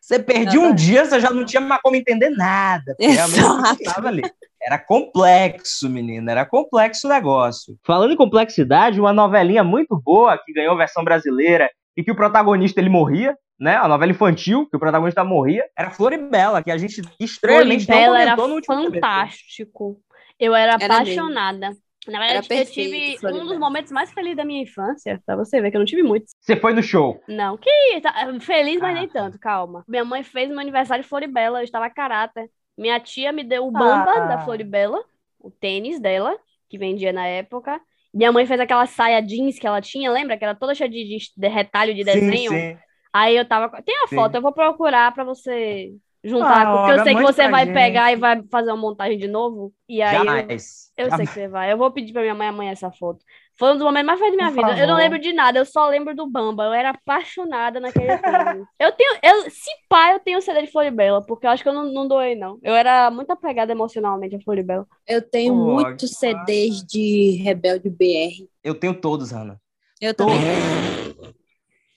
Você perdia um Adorava. dia, você já não tinha mais como entender nada. porque realmente Exato. não estava ali. Era complexo, menina. Era complexo o negócio. Falando em complexidade, uma novelinha muito boa que ganhou versão brasileira e que o protagonista ele morria, né? A novela infantil, que o protagonista morria, era Floribela, que a gente estranhamente não Floribela era comentou no último episódio. fantástico. Eu era, Era apaixonada. Na verdade, Era eu tive perfeito, Floribela. um dos momentos mais felizes da minha infância, pra você ver que eu não tive muitos. Você foi no show. Não, que tá- feliz, mas Ah. nem tanto, calma. Minha mãe fez meu aniversário de Floribela, eu estava a caráter. Minha tia me deu o bamba Ah. da Floribela, o tênis dela, que vendia na época. Minha mãe fez aquela saia jeans que ela tinha, lembra? Que era toda cheia de, de- de retalho de desenho. sim. Aí eu tava. com- Tem a Sim. foto, eu vou procurar pra você juntar, Ah, porque eu Olga, sei que mande você pra vai gente. pegar e vai fazer uma montagem de novo. E aí eu- Jamais. eu, sei que você vai. Eu vou pedir pra minha mãe amanhã essa foto. Foi um dos momentos mais felizes da Por minha vida. Eu não favor. lembro de nada, eu só lembro do Bamba. Eu era apaixonada naquele filme. Eu tenho. Eu, se pá, eu tenho CD de Floribela, porque eu acho que eu não, não doei, não. Eu era muito apegada emocionalmente a Floribela. Eu tenho Pô, muitos CDs de Rebelde BR. Eu tenho todos, Ana. Eu Todos. também.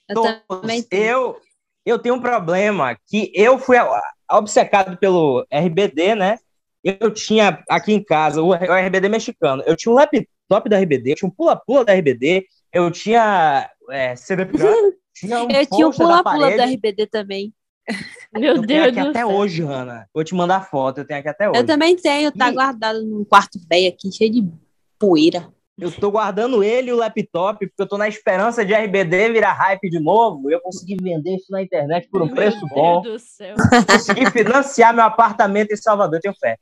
Eu Todos. também tenho. Eu, eu tenho um problema que eu fui a- a- obcecado pelo RBD, né? Eu tinha aqui em casa o, R- o RBD mexicano. Eu tinha um laptop da RBD, eu tinha um pula-pula da RBD, eu tinha é, CD pirata, tinha um Eu tinha o pôster na pula-pula do parede. RBD também. Eu Meu tenho Deus aqui do até céu. hoje, Hanna. Vou te mandar foto, eu tenho aqui até hoje. Eu também tenho, tá E- guardado num quarto velho aqui, cheio de poeira. Eu tô guardando ele e o laptop, porque eu tô na esperança de RBD virar hype de novo. Eu consegui vender isso na internet por um preço bom. Meu Deus do céu. Consegui financiar meu apartamento em Salvador, eu tenho fé.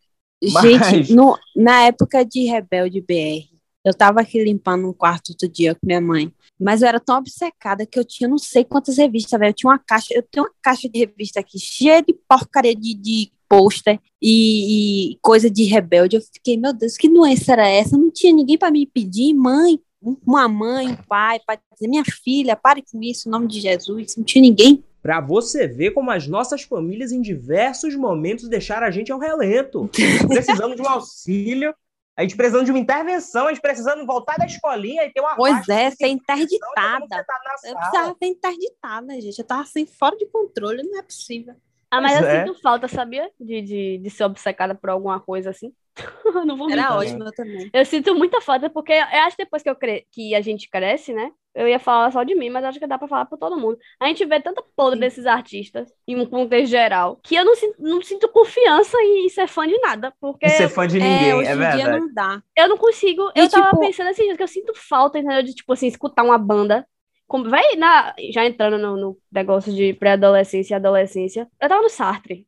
Mas- Gente, no- na época de Rebelde BR, eu tava aqui limpando um quarto outro dia com minha mãe. Mas eu era tão obcecada que eu tinha não sei quantas revistas, velho. Eu tinha uma caixa, eu tenho uma caixa de revista aqui cheia de porcaria de, de pôster e, e coisa de rebelde. Eu fiquei, meu Deus, que doença era essa? Não tinha ninguém pra me pedir, mãe, uma mãe, um pai, para dizer, minha filha, pare com isso, em nome de Jesus. Não tinha ninguém. Pra você ver como as nossas famílias, em diversos momentos, deixaram a gente ao relento. Precisando de um auxílio, a gente precisando de uma intervenção, a gente precisando voltar da escolinha e ter uma Pois faixa é, de ser intervenção de como interditada. você tá na Eu sala. precisava ser interditada, gente. Eu tava assim, fora de controle, não é possível. Ah, mas Pois eu é. sinto falta, sabia? De, de, de ser obcecada por alguma coisa assim. Não vou Era né? mentir. ótimo, eu também. Eu sinto muita falta, porque eu acho que depois que, eu cre- que a gente cresce, né? Eu ia falar só de mim, mas acho que dá pra falar pra todo mundo. A gente vê tanta podre desses artistas, em um contexto geral, que eu não sinto, não sinto confiança em ser fã de nada, porque E ser fã de ninguém, é, hoje é em dia verdade. não dá. eu não consigo. E, eu tava tipo- pensando esses dias que eu sinto falta, entendeu? De, tipo assim, escutar uma banda. Como, vai na, já entrando no, no negócio de pré-adolescência e adolescência. Eu tava no Sartre,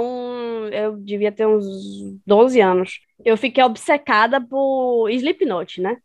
então eu devia ter uns 12 anos. Eu fiquei obcecada por Slipknot, né?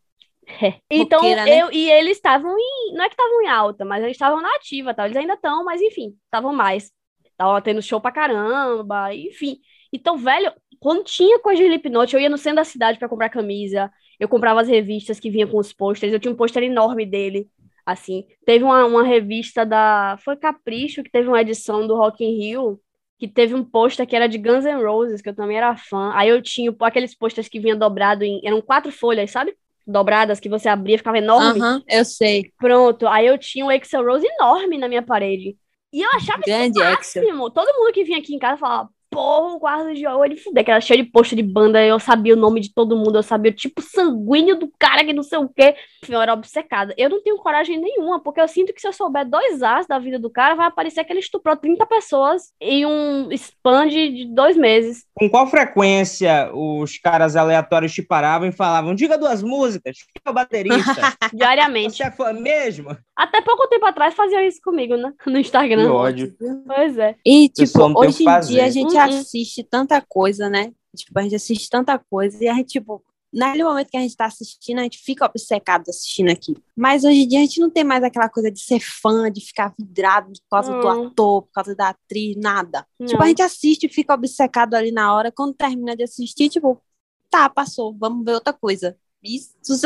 Então, Roqueira, né? eu e eles estavam em. Não é que estavam em alta, mas eles estavam na ativa, tal. Eles ainda estão, mas enfim, estavam mais. Estavam tendo show pra caramba, enfim. Então, velho, quando tinha coisa de Slipknot, eu ia no centro da cidade pra comprar camisa, eu comprava as revistas que vinha com os pôsteres, eu tinha um pôster enorme dele, assim. Teve uma, uma revista da... Foi Capricho, que teve uma edição do Rock in Rio, que teve um pôster que era de Guns N' Roses, que eu também era fã. Aí eu tinha aqueles pôsteres que vinha dobrado em... Eram quatro folhas, sabe? Dobradas, que você abria, ficava enorme. Aham, eu sei. Pronto, aí eu tinha um Excel Rose enorme na minha parede. E eu achava Grande Excel. máximo. Todo mundo que vinha aqui em casa falava, porra, o quarto de João, ele fudeu, que era cheio de posto de banda, eu sabia o nome de todo mundo, eu sabia o tipo sanguíneo do cara que não sei o quê. Enfim, eu era obcecada. Eu não tenho coragem nenhuma, porque eu sinto que se eu souber dois as da vida do cara, vai aparecer que ele estuprou 30 pessoas em um span de, de dois meses. Com qual frequência os caras aleatórios te paravam e falavam, diga duas músicas, que é o baterista? Diariamente. Você é fã mesmo? Até pouco tempo atrás faziam isso comigo, né? No Instagram. Que ódio. Pois é. E, Vocês tipo, só não têm o hoje que em fazer. dia a gente Uhum. assiste tanta coisa, né? Tipo, a gente assiste tanta coisa e a gente, tipo, naquele momento que a gente tá assistindo, a gente fica obcecado assistindo aqui. Mas hoje em dia a gente não tem mais aquela coisa de ser fã, de ficar vidrado por causa do Não. ator, por causa da atriz, nada. Tipo, Não. a gente assiste e fica obcecado ali na hora. Quando termina de assistir, tipo, tá, passou, vamos ver outra coisa. E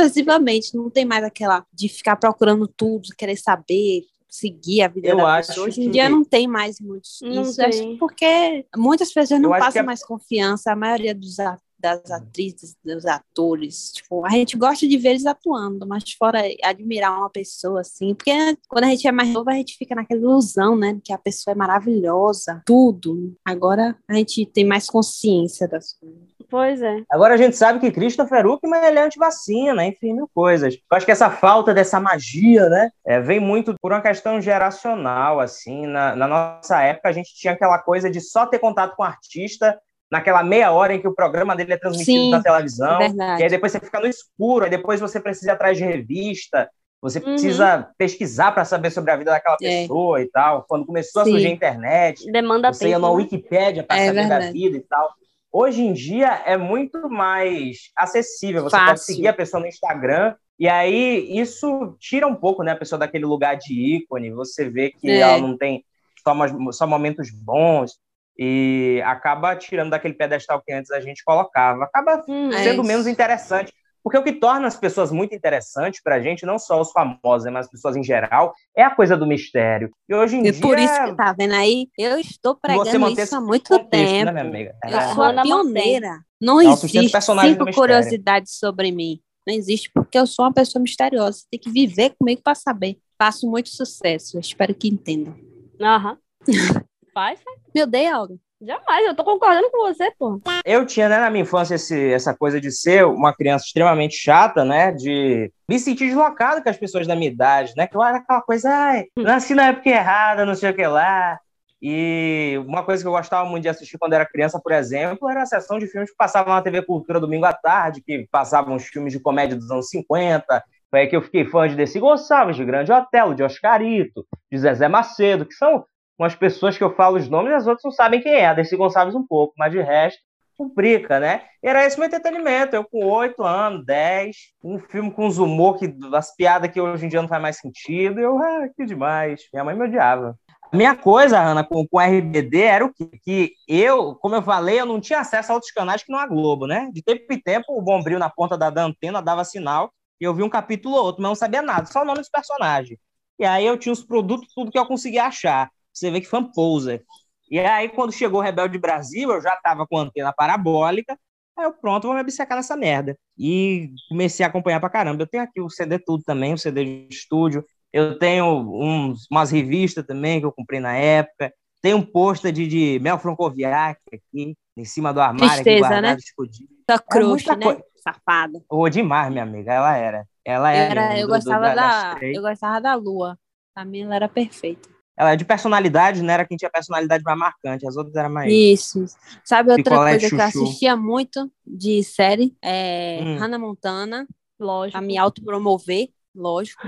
sucessivamente, não tem mais aquela de ficar procurando tudo, querer saber, seguir a vida Eu da acho pessoa. Hoje em que- dia não tem mais muito Não isso. tem. acho que porque muitas pessoas não Eu acho que é Uhum. passam a- mais confiança, a maioria dos a- das atrizes, dos atores, tipo, a gente gosta de ver eles atuando, mas fora admirar uma pessoa assim, porque quando a gente é mais novo, a gente fica naquela ilusão, né, de que a pessoa é maravilhosa, tudo. Agora a gente tem mais consciência das coisas. Pois é. Agora a gente sabe que Christopher Uckman ele é antivacina, enfim, mil coisas. Eu acho que essa falta dessa magia, né, é, vem muito por uma questão geracional, assim. Na, na nossa época, a gente tinha aquela coisa de só ter contato com o artista naquela meia hora em que o programa dele é transmitido Sim, na É televisão. E verdade. aí depois você fica no escuro, aí depois você precisa ir atrás de revista, você Uhum. precisa pesquisar para saber sobre a vida daquela É. pessoa e tal. Quando começou a Sim. surgir a internet, Demanda você ia na né? Wikipédia para É saber da verdade. vida e tal. Hoje em dia é muito mais acessível. Você pode Fácil. seguir a pessoa no Instagram. E aí isso tira um pouco né, a pessoa daquele lugar de ícone. Você vê que É. ela não tem só, umas- só momentos bons. E acaba tirando daquele pedestal que antes a gente colocava. Acaba Hum, É sendo isso. menos interessante. Porque o que torna as pessoas muito interessantes pra gente, não só os famosos, né, mas as pessoas em geral, é a coisa do mistério. E hoje em E dia é por isso que tá vendo aí, eu estou pregando manter isso há esse muito contexto, tempo. né, minha amiga? Eu É. sou a Ana pioneira. Não Ela sustenta o existe personagem do cinco mistério. curiosidades sobre mim. Não existe, porque eu sou uma pessoa misteriosa. Você tem que viver comigo para saber. Faço muito sucesso. Eu espero que entendam. Aham. Faz, faz. Meu Deus, Aura. Jamais, eu tô concordando com você, pô. Eu tinha, né, na minha infância, esse- essa coisa de ser uma criança extremamente chata, né? De me sentir deslocado com as pessoas da minha idade, né? Que eu era aquela coisa, ai, nasci na época errada, não sei o que lá. E uma coisa que eu gostava muito de assistir quando era criança, por exemplo, era a sessão de filmes que passavam na TV Cultura domingo à tarde, que passavam os filmes de comédia dos anos 50. Foi aí que eu fiquei fã de Desi Gonçalves, de Grande Otelo, de Oscarito, de Zezé Macedo, que são umas pessoas que eu falo os nomes e as outras não sabem quem é. A Desi Gonçalves um pouco, mas de resto complica, né? Era esse meu entretenimento. Eu com 8 anos, 10, um filme com os humor, que, as piadas que hoje em dia não faz mais sentido. Eu, ah, que demais. Minha mãe me odiava. A minha coisa, Ana, com, com RBD era o quê? Que eu, como eu falei, eu não tinha acesso a outros canais que não a Globo, né? De tempo em tempo, o Bombril na ponta da, da antena dava sinal e eu vi um capítulo ou outro, mas eu não sabia nada, só o nome dos personagens. E aí eu tinha os produtos, tudo que eu conseguia achar. Você vê que foi um poser. E aí, quando chegou o Rebelde Brasil, eu já estava com a antena parabólica. Aí eu, pronto, vou me obcecar nessa merda. E comecei a acompanhar pra caramba. Eu tenho aqui o CD tudo também, o CD de estúdio. Eu tenho uns- umas revistas também que eu comprei na época. Tem um pôster de, de Mel Francoviac aqui, em cima do armário, aqui, Tristeza, guardado, né? escondido. Só crush, muita né? coisa. Safada. Ô, demais, minha amiga, ela era. Ela Eu, era. era, eu mesmo, É, do- do- gostava das da, três. eu gostava da lua. Pra mim ela era perfeita. Ela é de personalidade, né? Era quem tinha personalidade mais marcante. As outras eram mais. Isso. Sabe outra Picolé coisa de que eu chuchu. assistia muito de série? É Hum. Hannah Montana, Lógico. pra me autopromover, lógico.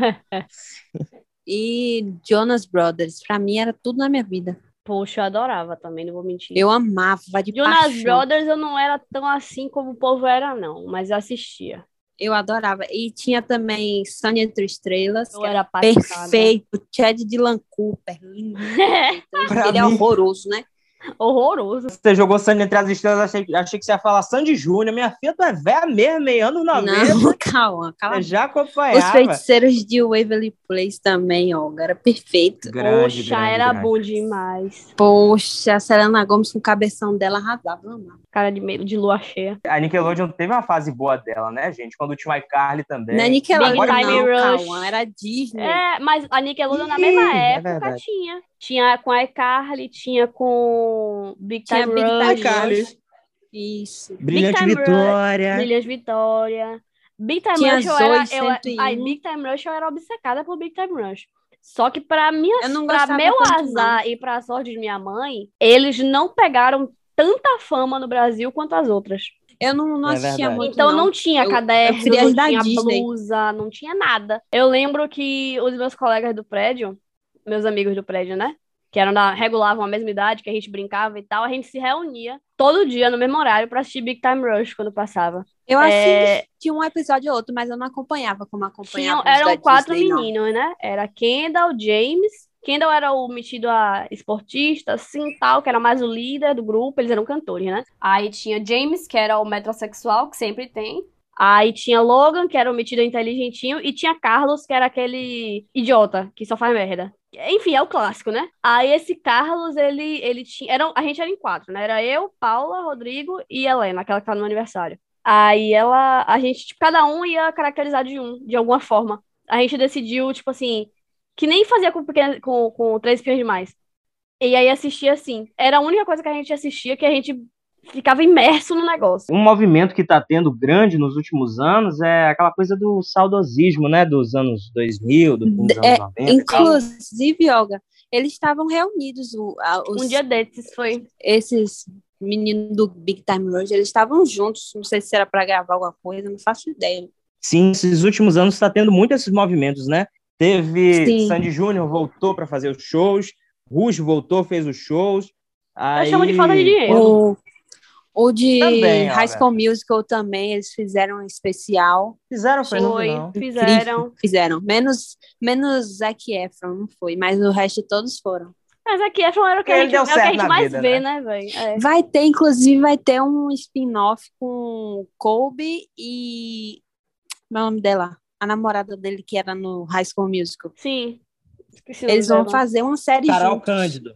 e Jonas Brothers. Pra mim era tudo na minha vida. Poxa, eu adorava também, não vou mentir. Eu amava de Jonas paixão. Brothers eu não era tão assim como o povo era, não, mas eu assistia. Eu adorava. E tinha também Sônia entre estrelas. Eu que era era apaixonada. perfeito. Chad Dylan Cooper. Lindo. Pra Ele é mim- horroroso, né? Horroroso. Você jogou Sandy entre as estrelas, achei, achei que você ia falar Sandy Júnior. Minha filha, tu é velha mesmo, hein? Anos 90. Não, calma, calma. Eu Os já acompanhava. feiticeiros de Waverly Place também, Olga. Era perfeito. Poxa, era bom demais. Poxa, a Selena Gomes com o cabeção dela arrasava. eu amava. Cara de, meio- de lua cheia. A Nickelodeon teve uma fase boa dela, né, gente? Quando tinha o iCarly também. Não é Nickelodeon, Big Time não, Rush. Calma. Era Disney. É, mas a Nickelodeon na mesma Ih, é época verdade. tinha. Tinha com a iCarly, tinha com Big Tinha Time Big Rush. Time iCarly. Rush. Isso. Brilhante Time Rush. é Vitória. Brilhante Vitória. Big Time Tinha Rush eu Zoe era, eu, 101. ai, Big Time Rush eu era obcecada por Big Time Rush. Só que pra minha, Eu não pra gostava meu tanto, azar e pra sorte de minha mãe, eles não pegaram tanta fama no Brasil quanto as outras. Eu não, não É assistia verdade. muito. Então não, não tinha Eu- caderno, eu queria não as da tinha Disney. blusa, não tinha nada. Eu lembro que os meus colegas do prédio, meus amigos do prédio, né? Que eram da, regulavam a mesma idade, que a gente brincava e tal, a gente se reunia todo dia no mesmo horário pra assistir Big Time Rush quando passava. Eu É. assistia um episódio ou outro, mas eu não acompanhava como acompanhava. Tinham, os da eram quatro Disney, não. meninos, né? Era Kendall, James. Kendall era o metido a esportista, assim, tal, que era mais o líder do grupo, eles eram cantores, né? Aí tinha James, que era o metrosexual, que sempre tem. Aí tinha Logan, que era o metido inteligentinho, e tinha Carlos, que era aquele idiota, que só faz merda. Enfim, é o clássico, né? Aí esse Carlos, ele, ele tinha. Era, a gente era em quatro, né? Era eu, Paula, Rodrigo e Helena, aquela que tá no meu aniversário. Aí ela. A gente, tipo, cada um ia caracterizar de um, de alguma forma. A gente decidiu, tipo assim, que nem fazia com, pequena- com, com Três Espiões Demais. E aí assistia assim. Era a única coisa que a gente assistia que a gente ficava imerso no negócio. Um movimento que está tendo grande nos últimos anos é aquela coisa do saudosismo, né? Dos anos 2000, do fim dos anos É, 90. e tal. Inclusive, Olga, eles estavam reunidos, o- a- os, Um dia desses foi. esses meninos do Big Time Rush, eles estavam juntos, não sei se era para gravar alguma coisa, não faço ideia. Sim, esses últimos anos está tendo muito esses movimentos, né? Teve Sim. Sandy Júnior voltou para fazer os shows, Ruge voltou, fez os shows. Aí... Eu chamo de falta de dinheiro. O, o de Também, High olha. School Musical também, eles fizeram um especial, Fizeram, foi, não Foi, vi, não. fizeram. fizeram, menos, menos Zac Efron, não foi, mas o resto todos foram. Mas aqui é era o que a Ele gente, deu é o que a certo gente na mais vida, vê, né, velho? É. Vai ter, inclusive, vai ter um spin-off com Kobe e... como é o nome dela? A namorada dele que era no High School Musical. Sim. Esqueci o Eles nome vão dela. fazer uma série Carol juntos. Cândido.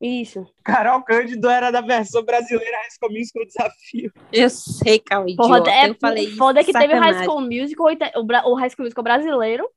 Isso. Carol Cândido era da versão brasileira High School Musical Desafio. Eu sei, Cauê, Porra, idiota, é, eu falei isso, foda que teve o High sacanagem. School Musical, e te- o, Bra- o High School Musical brasileiro.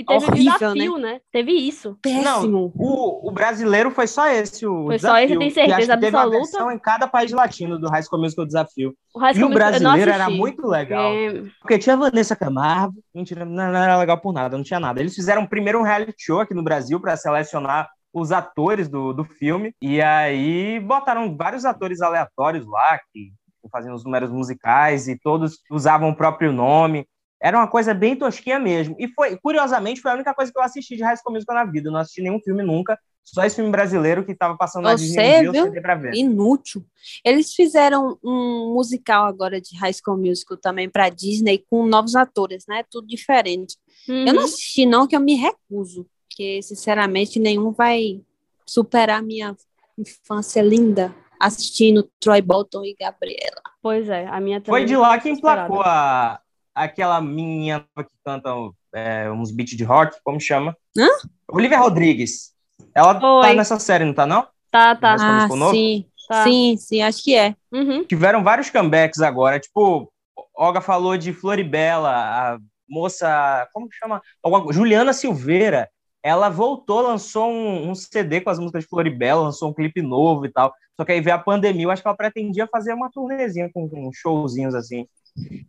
E teve Horrível, o desafio, né? Teve isso. Péssimo. O, o brasileiro foi só esse, o Foi só desafio. esse, tem que acho certeza que teve uma absoluta? versão em cada país latino do High School Musical Desafio. O High E School o Musical, eu não brasileiro era assisti. muito legal. É, Porque tinha Vanessa Camargo, mentira, não era legal por nada, não tinha nada. Eles fizeram primeiro um reality show aqui no Brasil para selecionar os atores do, do filme, e aí botaram vários atores aleatórios lá, que faziam os números musicais, e todos usavam o próprio nome. Era uma coisa bem tosquinha mesmo. E foi, curiosamente, foi a única coisa que eu assisti de High School Musical na vida. Eu não assisti nenhum filme nunca, só esse filme brasileiro que tava passando na Você Disney, um dia, eu viu? sentei pra ver. Inútil. Eles fizeram um musical agora de High School Musical também pra Disney com novos atores, né? Tudo diferente. Eu não uhum. assisti não, que eu me recuso. Porque, sinceramente, nenhum vai superar minha infância linda assistindo Troy Bolton e Gabriela. Pois é, a minha também. Foi de lá que emplacou a, aquela menina que canta é, uns beats de rock, como chama? Hã? Olivia Rodrigues. Ela tá Foi. nessa série, não tá não? Tá, tá. Mas- High Ah, School Musical sim. Tá. Sim, sim, acho que é. Uhum. Tiveram vários comebacks agora, tipo, Olga falou de Floribela, a moça, como chama? Alguma- Juliana Silveira. Ela voltou, lançou um, um CD com as músicas de Floribela, lançou um clipe novo e tal. Só que aí veio a pandemia, eu acho que ela pretendia fazer uma turnezinha com, com showzinhos assim.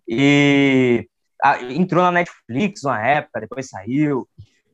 E a- entrou na Netflix uma época, depois saiu.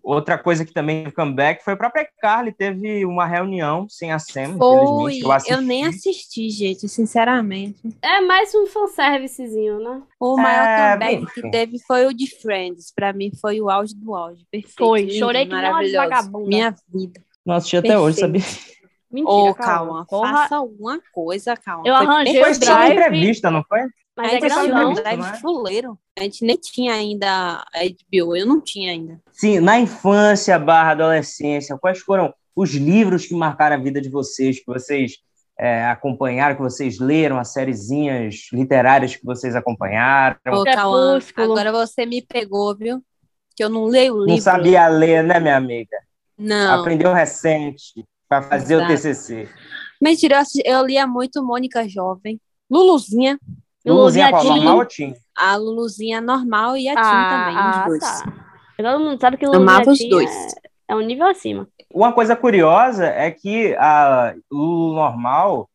Outra coisa que também teve comeback foi a própria Carly, teve uma reunião sem a Sam, Foi. infelizmente. Eu nem assisti. assisti, gente, sinceramente. É mais um fanservicezinho, né? O maior É, comeback enfim. que teve foi o de Friends. Pra mim foi o auge do auge. Perfeito. Foi. lindo, Chorei que nem uma maravilhoso. desvagabunda. Minha vida. Não assisti até Perfeito. hoje, sabia? Mentira, Ô, Cauã. Cauã, Porra, faça alguma coisa, Cauã. Eu Foi um arranjei perfeito. Foi o só uma drive, entrevista, não foi? mas a é gente só grandão. tinha um grandão. drive Não é? fuleiro. A gente nem tinha ainda a HBO. Eu não tinha ainda. Sim, na infância barra adolescência, quais foram os livros que marcaram a vida de vocês, que vocês é, acompanharam, que vocês leram, as sériezinhas literárias que vocês acompanharam? Ô, Cauã, Crepúsculo. agora você me pegou, viu? Que eu não leio o livro. Não sabia ler, né, minha amiga? Não. Aprendeu recente para fazer Exato. o TCC. Mentira, eu assi- eu lia muito Mônica Jovem. Luluzinha. Luluzinha Luluzinha Paula Tim. Maltin. A Luluzinha normal e a Tim também. Ah, os dois. ah, tá. Todo mundo sabe que Amava os Luluzinha Tim dois. é, é um nível acima. Uma coisa curiosa é que a Lulu normal,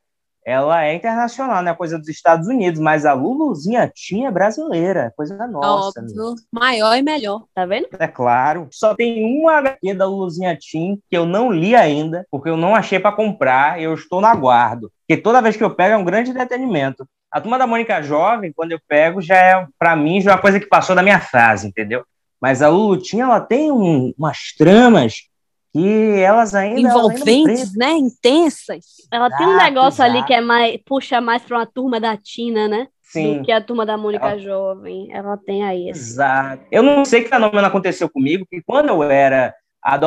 ela é internacional, né? Coisa dos Estados Unidos, mas a Luluzinha tinha é brasileira, coisa nossa. Óbvio, maior e melhor. Tá vendo? É claro. Só tem uma HQ da Luluzinha Tim que eu não li ainda, porque eu não achei para comprar, eu estou na guardo. Porque toda vez que eu pego é um grande entretenimento. A turma da Mônica Jovem, quando eu pego, já é, para mim, já é uma coisa que passou da minha fase, entendeu? Mas a Lulutinha, ela tem um, umas tramas que elas ainda. Envolventes, ela ainda né? Intensas. Ela exato, tem um negócio exato. ali que é mais, puxa mais para uma turma da Tina, né? Sim. Do que a turma da Mônica ela... Jovem. Ela tem aí. Esse. Exato. Eu não sei que fenômeno aconteceu comigo, que quando eu era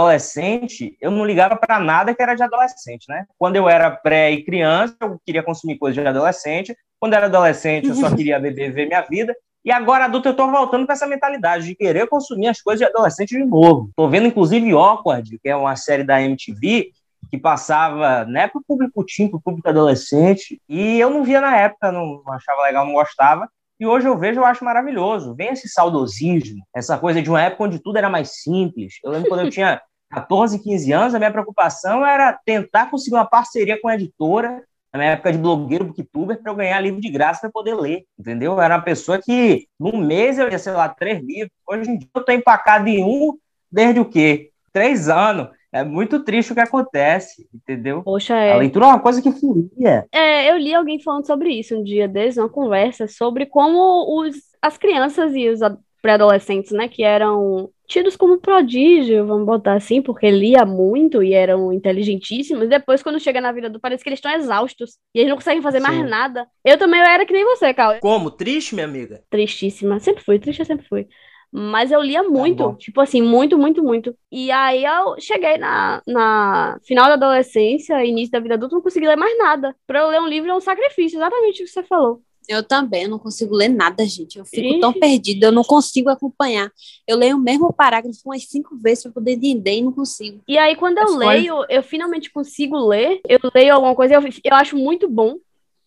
adolescente, eu não ligava para nada que era de adolescente, né? Quando eu era pré e criança, eu queria consumir coisas de adolescente. Quando eu era adolescente, eu só queria beber, ver minha vida. E agora, adulto, eu tô voltando com essa mentalidade de querer consumir as coisas de adolescente de novo. Tô vendo, inclusive, Awkward, que é uma série da MTV, que passava, né, pro público teen, pro público adolescente. E eu não via na época, não achava legal, não gostava. E hoje eu vejo, eu acho maravilhoso. Vem esse saudosismo, essa coisa de uma época onde tudo era mais simples. Eu lembro quando eu tinha 14, 15 anos, a minha preocupação era tentar conseguir uma parceria com a editora na minha época de blogueiro, booktuber, para eu ganhar livro de graça para poder ler, entendeu? Eu era uma pessoa que, num mês, eu ia, sei lá, três livros. Hoje em dia, eu estou empacado em um desde o quê? Três anos. É muito triste o que acontece, entendeu? Poxa, é. A leitura é uma coisa que fluía. É, eu li alguém falando sobre isso um dia desde uma conversa sobre como os, as crianças e os pré-adolescentes, né, que eram tidos como prodígio, vamos botar assim, porque lia muito e eram inteligentíssimos. Depois, quando chega na vida do parece que eles estão exaustos e eles não conseguem fazer Sim. mais nada. Eu também eu era que nem você, Cal. Como? Triste, minha amiga? Tristíssima. Sempre fui, triste eu sempre fui. Mas eu lia muito, tá tipo assim, muito, muito, muito. E aí eu cheguei na, na final da adolescência, início da vida adulta, não consegui ler mais nada. Pra eu ler um livro é um sacrifício, exatamente o que você falou. Eu também, eu não consigo ler nada, gente. Eu fico Ixi. tão perdida, eu não consigo acompanhar. Eu leio o mesmo parágrafo umas cinco vezes para poder entender e não consigo. E aí, quando eu As leio, coisas... eu finalmente consigo ler, eu leio alguma coisa, eu, eu acho muito bom.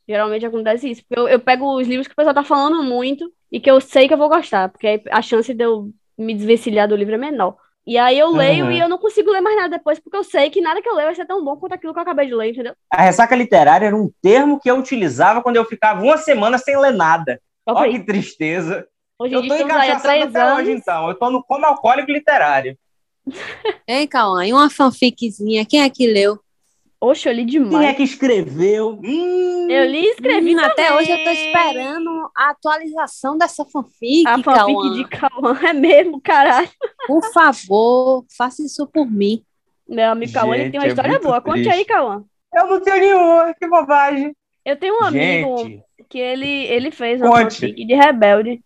Geralmente acontece isso. Eu, eu pego os livros que o pessoal tá falando muito e que eu sei que eu vou gostar, porque a chance de eu me desvencilhar do livro é menor. E aí eu leio uhum. e eu não consigo ler mais nada depois, porque eu sei que nada que eu leio vai ser tão bom quanto aquilo que eu acabei de ler, entendeu? A ressaca literária era um termo que eu utilizava quando eu ficava uma semana sem ler nada. Okay. Olha que tristeza. Hoje eu tô encaixado até anos. hoje, então. Eu tô no como alcoólico literário. Ei, Cauã, e uma fanficzinha? Quem é que leu? Oxe, eu li demais. Quem é que escreveu? Hum, eu li e escrevi hum, Até hoje eu tô esperando a atualização dessa fanfic, A fanfic Cauã. de Cauã, é mesmo, caralho. Por favor, faça isso por mim. Meu amigo Cauã, ele tem uma história é boa. Triste. Conte aí, Cauã. Eu não tenho nenhuma, que bobagem. Eu tenho um amigo Gente. que ele, ele fez uma Conte. fanfic de Rebelde.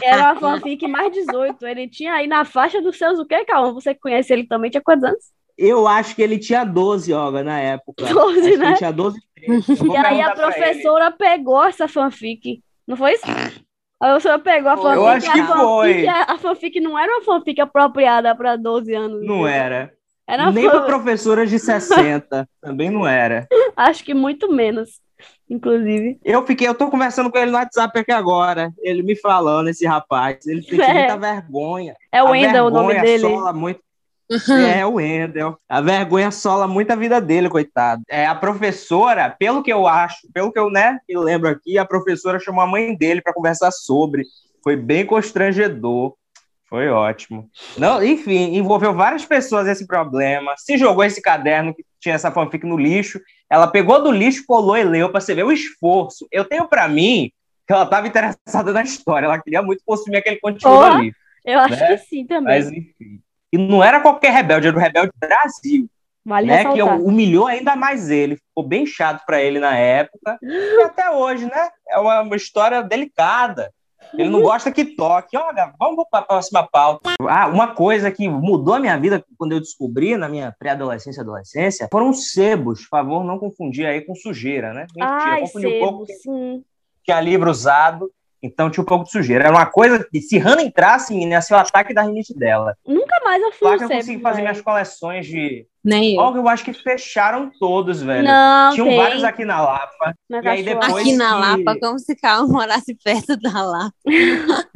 Era uma fanfic mais 18. Ele tinha aí na faixa dos seus o quê, Cauã? Você conhece ele também, tinha quantos anos? Eu acho que ele tinha 12, Olga, na época. 12, né? ele tinha 12 E aí a professora pegou essa fanfic. Não foi isso? A professora pegou a fanfic. Eu acho que fanfic, foi. A, a fanfic não era uma fanfic apropriada para 12 anos. Não né? era. era Nem para professoras de 60. também não era. Acho que muito menos, inclusive. Eu fiquei, eu tô conversando com ele no WhatsApp aqui agora. Ele me falando, esse rapaz. Ele tem é. muita vergonha. É o Wendel o nome dele. muito. É o Wendel. A vergonha sola muito a vida dele, coitado. É a professora, pelo que eu acho, pelo que eu né, me lembro aqui, a professora chamou a mãe dele para conversar sobre. Foi bem constrangedor. Foi ótimo. Não, enfim, envolveu várias pessoas esse problema. Se jogou esse caderno que tinha essa fanfic no lixo, ela pegou do lixo, colou e leu para você ver o esforço. Eu tenho para mim que ela estava interessada na história, ela queria muito consumir aquele conteúdo oh, ali. Eu acho né? que sim também. Mas enfim. E não era qualquer rebelde, era o rebelde Brasil. Vale né, ressaltar. que humilhou ainda mais ele. Ficou bem chato para ele na época. E até hoje, né? É uma, uma história delicada. Ele não gosta que toque. Olha, vamos para a próxima pauta. Ah, uma coisa que mudou a minha vida quando eu descobri na minha pré-adolescência e adolescência foram sebos. Por favor, não confundir aí com sujeira, né? Mentira, Ai, confundi sebo, um pouco. Sim. Tinha é livro usado, então tinha um pouco de sujeira. Era uma coisa que, se Hannah entrasse, menina, ia ser o ataque da rinite dela. Nunca mais eu fui né? Lá que eu consegui fazer minhas coleções de. Nem né? eu. Olga, eu acho que fecharam todos, velho. Não, Tinham tem. vários aqui na Lapa. Na e aí depois aqui na que... Lapa, como se Carl morasse perto da Lapa.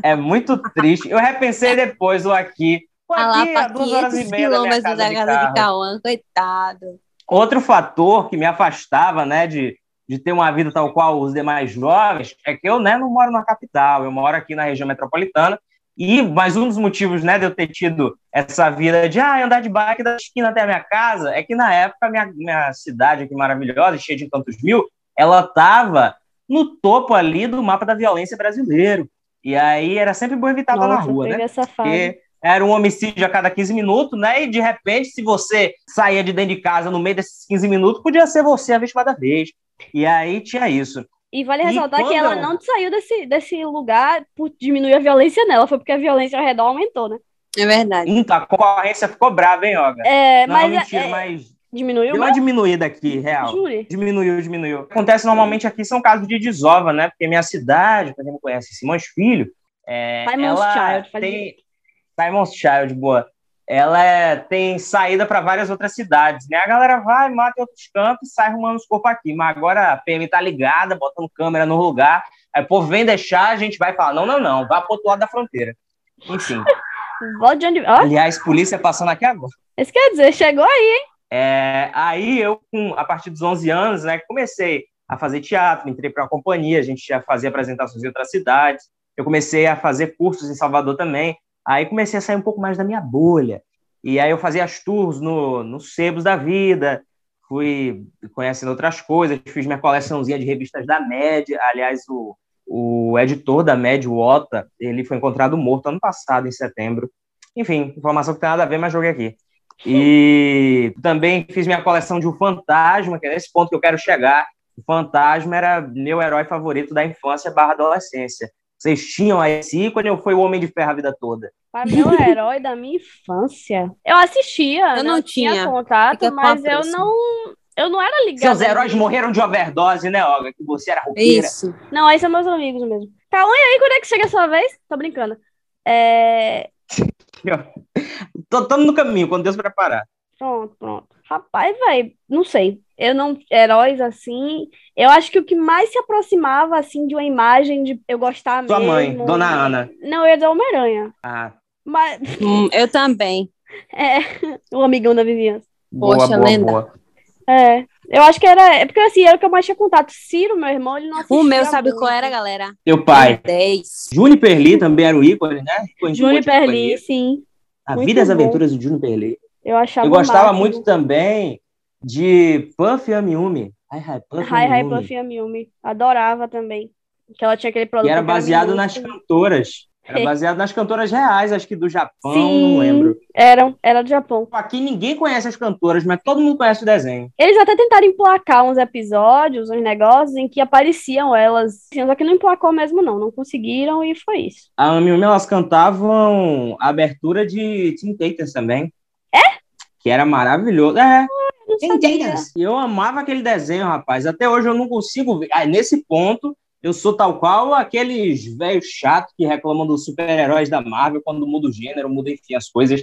é muito triste. Eu repensei depois o aqui. Pô, Lá aqui, a pra duas horas e 500 meia da minha quilômetros casa da de casa carro. de Cauã, coitado. Outro fator que me afastava, né, de, de ter uma vida tal qual os demais jovens, é que eu, né, não moro na capital, eu moro aqui na região metropolitana. E mais um dos motivos, né, de eu ter tido essa vida de ah, andar de bike da esquina até a minha casa, é que na época minha, minha cidade aqui maravilhosa, cheia de encantos mil, ela tava no topo ali do mapa da violência brasileiro. E aí era sempre bom evitar estar na Nossa, rua, né? peguei essa fase. porque era um homicídio a cada 15 minutos, né? E de repente, se você saía de dentro de casa no meio desses 15 minutos, podia ser você a vítima da vez. E aí tinha isso. E vale E ressaltar que quando ela eu- não saiu desse, desse lugar por diminuir a violência nela, foi porque a violência ao redor aumentou, né? É verdade. Então, a concorrência ficou brava, hein, Olga? É, não, mas mentira, é, mas diminuiu deu uma diminuída aqui, mas real. jure. Diminuiu, diminuiu. O que Acontece normalmente aqui são casos de desova, né? Porque minha cidade, pra quem não conhece, Simões Filho, é, Simon's ela Child, faz tem... Simon's Child, boa. Ela é- tem saída para várias outras cidades, né? A galera vai, mata em outros campos e sai arrumando os corpos aqui. Mas agora a PM tá ligada, botando câmera no lugar. Aí o povo vem deixar, a gente vai falar, não, não, não, vá pro outro lado da fronteira. Enfim. Volta de onde. Ó, Aliás, polícia passando aqui agora. isso quer dizer, chegou aí. É, aí eu, com- a partir dos 11 anos, né, comecei a fazer teatro, entrei para uma companhia, a gente já fazia apresentações em outras cidades. Eu comecei a fazer cursos em Salvador também. Aí comecei a sair um pouco mais da minha bolha. E aí eu fazia as tours no, nos sebos da vida, fui conhecendo outras coisas, fiz minha coleçãozinha de revistas da Média. Aliás, o, o editor da Média, o Ota, ele foi encontrado morto ano passado, em setembro. Enfim, informação que tem nada a ver, mas joguei aqui. E também fiz minha coleção de O Fantasma, que é nesse ponto que eu quero chegar. O Fantasma era meu herói favorito da infância barra adolescência. Vocês tinham aí esse ícone ou foi o Homem de Ferro a vida toda? Pai, meu é herói da minha infância. Eu assistia, Eu né? não Eu tinha, tinha. contato, Fica com a mas eu próxima. não. Eu não era ligada. Seus heróis morreram de overdose, né, Olga? Que você era é roqueira. Isso. Não, aí são meus amigos mesmo. Calma, e aí, quando é que chega a sua vez? Tô brincando. É... Estamos no caminho, quando Deus preparar. Pronto, pronto. Rapaz, velho, não sei. Eu não. Heróis assim. Eu acho que o que mais se aproximava, assim, de uma imagem de eu gostar Sua mãe, mesmo. Dona Ana. Não, eu ia dizer Homem-Aranha. Ah, Mas. Hum, eu também. É. O amigão da vizinhança. boa, Poxa, boa, lenda. boa. É. Eu acho que era. É porque assim, era o que eu mais tinha contato. Ciro, meu irmão, ele não assistia O meu, sabe muito. qual era, galera? Teu pai. 10. Juniper Lee também era o ícone, né? Ícone de um monte de Juniper companhia. Lee, sim. A muito vida e as bom. aventuras de Juniper Lee. Eu achava Eu o gostava máximo. muito também de Puff Yamiumi. Hi, hi, Puff Hi Hi Yamiumi. Puffy Yumi. Adorava também. Que ela tinha aquele E produto. era que baseado nas minúsculo. cantoras. Era baseado nas cantoras reais, acho que do Japão, Sim. não lembro. Eram, era do Japão. Aqui ninguém conhece as cantoras, mas todo mundo conhece o desenho. Eles até tentaram emplacar uns episódios, uns negócios em que apareciam elas. Assim, só que não emplacou mesmo, não. Não conseguiram e foi isso. A Yamiumi, elas cantavam a abertura de Teen Titans também. É? Que era maravilhoso. É. Eu não Teen sabia. Titans. E Eu amava aquele desenho, rapaz. Até hoje eu não consigo ver. Ah, nesse ponto, eu sou tal qual aqueles velhos chatos que reclamam dos super-heróis da Marvel quando muda o gênero, muda, enfim, as coisas.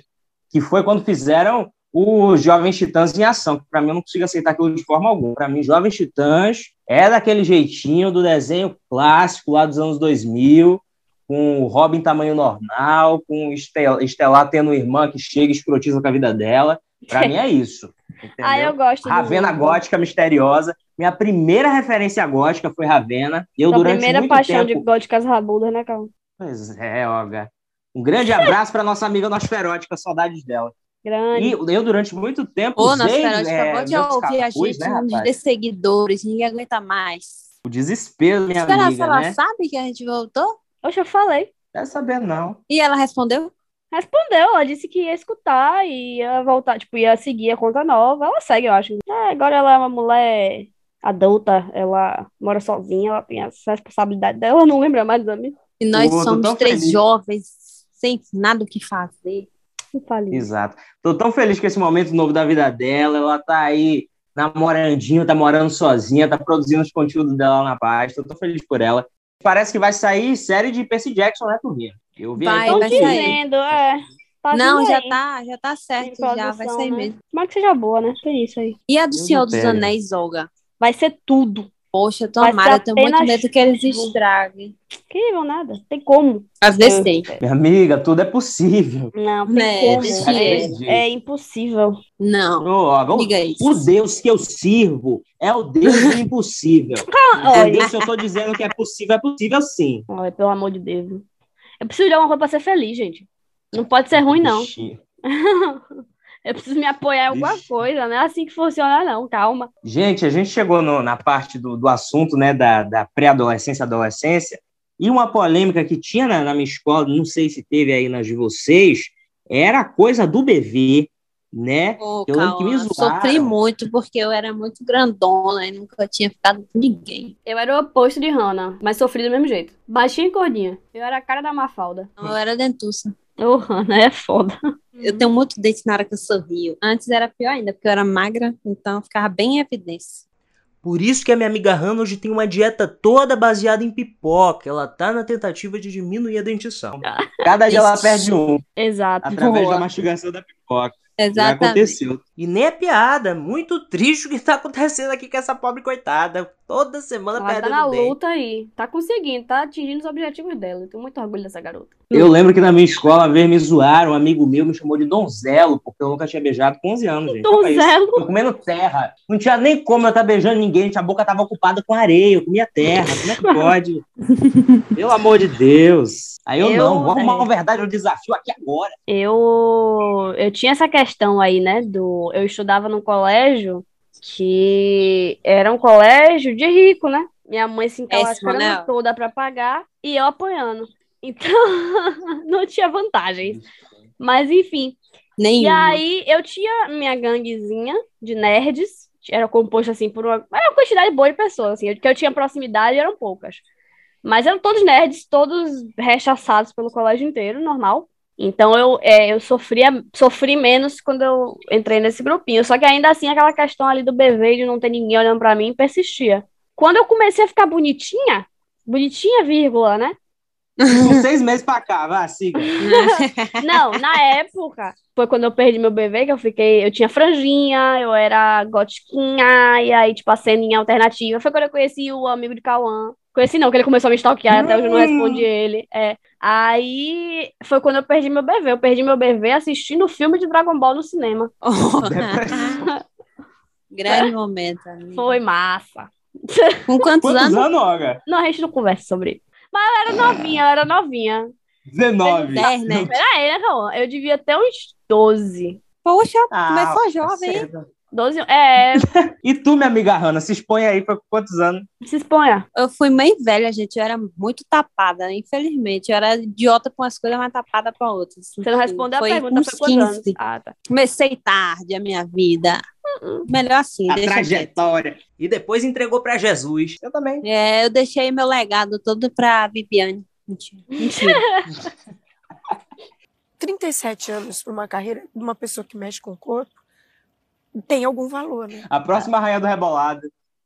Que foi quando fizeram os Jovens Titãs em ação, que pra mim eu não consigo aceitar aquilo de forma alguma. Pra mim, Jovens Titãs é daquele jeitinho do desenho clássico lá dos anos 2000, com o Robin tamanho normal, com o Estel- Estelar tendo irmã que chega e escrotiza com a vida dela. Pra mim é isso. Entendeu? Ah, eu gosto. do Ravena mundo. gótica misteriosa. Minha primeira referência gótica foi Ravena. E eu Tua durante primeira muito paixão tempo. de góticas rabudas, né, Carl? Pois é, Olga. Um grande abraço para nossa amiga Nosferótica, saudades dela. Grande. E eu durante muito tempo Ô, usei, Nosferatu, é, acabou de meus ouvir a capuz, gente um né, nos rapaz? desseguidores. Ninguém aguenta mais. O desespero, minha Será que amiga, ela né? sabe que a gente voltou? Oxe, eu falei. Quer saber não. E ela respondeu? Respondeu, ela disse que ia escutar e ia voltar, tipo, ia seguir a conta nova. Ela segue, eu acho. Ah, agora ela é uma mulher adulta, ela mora sozinha, ela tem essa responsabilidade dela, não lembra mais dos amigos. E nós Pô, tô somos tão três feliz. jovens, sem nada o que fazer. Não fale. Exato. Tô tão feliz com esse momento novo da vida dela. Ela tá aí namorandinho, tá morando sozinha, tá produzindo os conteúdos dela na paz. Tô tão feliz por ela. Parece que vai sair série de Percy Jackson, né, turminha? Eu vi Vai, aí, Estão vai sair. dizendo, é. Tá Não, vindo já aí, tá, já tá certo, em já vai produção, sair né? mesmo. Tomara que seja boa, né? Tem isso aí. E a do Deus Senhor me dos pega. Anéis, Olga? Vai ser tudo. Poxa, tomara, eu tenho muito medo que eles um. estraguem. Que não, nada, tem como. Às vezes tem. Minha amiga, tudo é possível. Não, tem Né, como. desse jeito. É, é impossível. Não, Ô, ó, vamos- diga isso. o Deus que eu sirvo é o Deus do impossível. Olha, Entendeu? Se eu tô dizendo que é possível, é possível sim. olha, pelo amor de Deus. Eu preciso de alguma coisa pra ser feliz, gente. Não pode ser é ruim, não. Vixe. Eu preciso me apoiar em alguma Vixe. coisa, não é assim que funciona, não, calma. Gente, a gente chegou no- na parte do, do assunto, né, da, da pré-adolescência, adolescência, e uma polêmica que tinha na, na minha escola, não sei se teve aí nas de vocês, era a coisa do bebê, né? Ô, Eu lembro que me Cauã, zoaram. sofri muito porque eu era muito grandona e nunca tinha ficado com ninguém. Eu era o oposto de Hannah, mas sofri do mesmo jeito. Baixinha e gordinha. Eu era a cara da Mafalda. Então, Eu era dentuça. Ô, Hannah, é foda. Eu tenho muito dente na hora que eu sorrio. Antes era pior ainda, porque eu era magra, então eu ficava bem em evidência. Por isso que a minha amiga Hannah hoje tem uma dieta toda baseada em pipoca. Ela tá na tentativa de diminuir a dentição. Cada dia ela Isso. perde um, Exato. através Boa. da mastigação da pipoca. Já Exatamente. aconteceu. E nem é piada, muito triste o que tá acontecendo aqui com essa pobre coitada. Toda semana Ela tá perdendo na dente. luta aí. Tá conseguindo, tá atingindo os objetivos dela. Eu tenho muito orgulho dessa garota. Eu lembro que na minha escola, uma vez me zoaram, um amigo meu me chamou de donzelo, porque eu nunca tinha beijado com 11 anos, gente. Olha isso. Donzelo. Tô comendo terra. Não tinha nem como eu estar beijando ninguém, a boca tava ocupada com areia, eu comia terra. Como é que pode? Pelo amor de Deus. Aí eu, Eu- não, vou arrumar uma verdade, um desafio aqui agora. Eu, eu tinha essa questão aí, né? Do, eu estudava num colégio que era um colégio de rico, né? Minha mãe se Péssimo, encalascando né? toda pra pagar e eu apoiando. Então, não tinha vantagens. Mas enfim. E Nenhuma. aí eu tinha minha ganguezinha de nerds, era composto assim por uma, era uma quantidade boa de pessoas, assim, que eu tinha proximidade eram poucas. Mas eram todos nerds, todos rechaçados pelo colégio inteiro, normal. Então eu, é, eu sofria, sofri menos quando eu entrei nesse grupinho. Só que ainda assim aquela questão ali do bebê de não ter ninguém olhando pra mim persistia. Quando eu comecei a ficar bonitinha, bonitinha, vírgula, né? Uns seis meses pra cá, vá, siga. Não, na época, foi quando eu perdi meu bebê que eu fiquei. Eu tinha franjinha, eu era gotiquinha, e aí, tipo, a ceninha alternativa. Foi quando eu conheci o amigo de Cauã. Conheci não, que ele começou a me stalkear, até Hum. hoje eu não respondi ele. É. Aí foi quando eu perdi meu bebê. Eu perdi meu bebê assistindo o filme de Dragon Ball no cinema. Grande momento, amiga. Foi massa. Com quantos, Quantos anos? anos, Olga? Não, a gente não conversa sobre isso. Mas eu era novinha, eu era novinha. 19. 10, né? Era ele, né, Cauã? Eu devia ter uns 12. Poxa, Ah, tá começou jovem, hein? 12, é, E tu, minha amiga Hanna, se expõe aí pra quantos anos? se exponha. Eu fui meio velha, gente. Eu era muito tapada, infelizmente. Eu era idiota pra umas coisas, mas tapada pra outras. Você não respondeu a Foi pergunta, com foi uns quantos anos? Hum, 15. Ah, tá. Comecei tarde a minha vida. Melhor assim, A deixa quieto. trajetória. E depois entregou pra Jesus. Eu também. É, eu deixei meu legado todo pra Viviane. Mentira. Mentira. 37 anos para uma carreira de uma pessoa que mexe com o corpo tem algum valor, né? A próxima rainha do rebolado.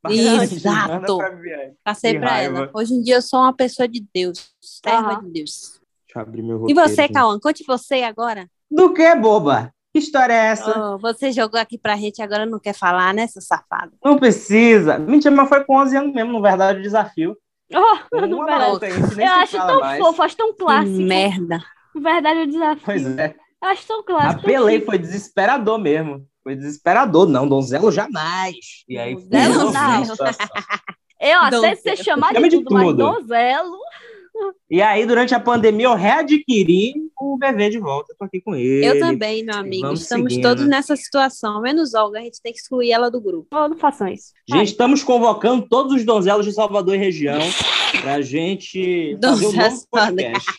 Exato. Manda pra Viviane. Passei Que pra raiva. ela. Hoje em dia eu sou uma pessoa de Deus. Serva Aham. de Deus. Deixa eu abrir meu E roteiro. você, gente. Cauã? Conte você agora. Do que, boba? Que história é Ah. essa? Oh, você jogou aqui pra gente, agora não quer falar, né, seu safado? Não precisa. Mentira, mas foi com 11 anos mesmo, na verdade, o desafio. Oh, eu não Uma parece. maluca aí, isso nem Eu se acho fala tão mais. fofo, acho tão clássico. Que merda. Na verdade, o desafio. Pois é. Eu acho tão clássico. tão Apelei, chique. foi desesperador mesmo. Foi desesperador, não, donzelo jamais. E aí, assim, Donzelo resolvi a não. situação. Eu aceito Donzelo. ser chamado Chama de de tudo, mas tudo. donzelo. E aí, durante a pandemia, eu readquiri o bebê de volta. Eu tô aqui com ele. Eu também, meu amigo. Vamos Estamos seguindo. né? todos nessa situação. Menos Olga, a gente tem que excluir ela do grupo. Oh, não façam isso. Gente, estamos convocando todos os donzelos de Salvador e região pra gente fazer um Donzelos. novo podcast.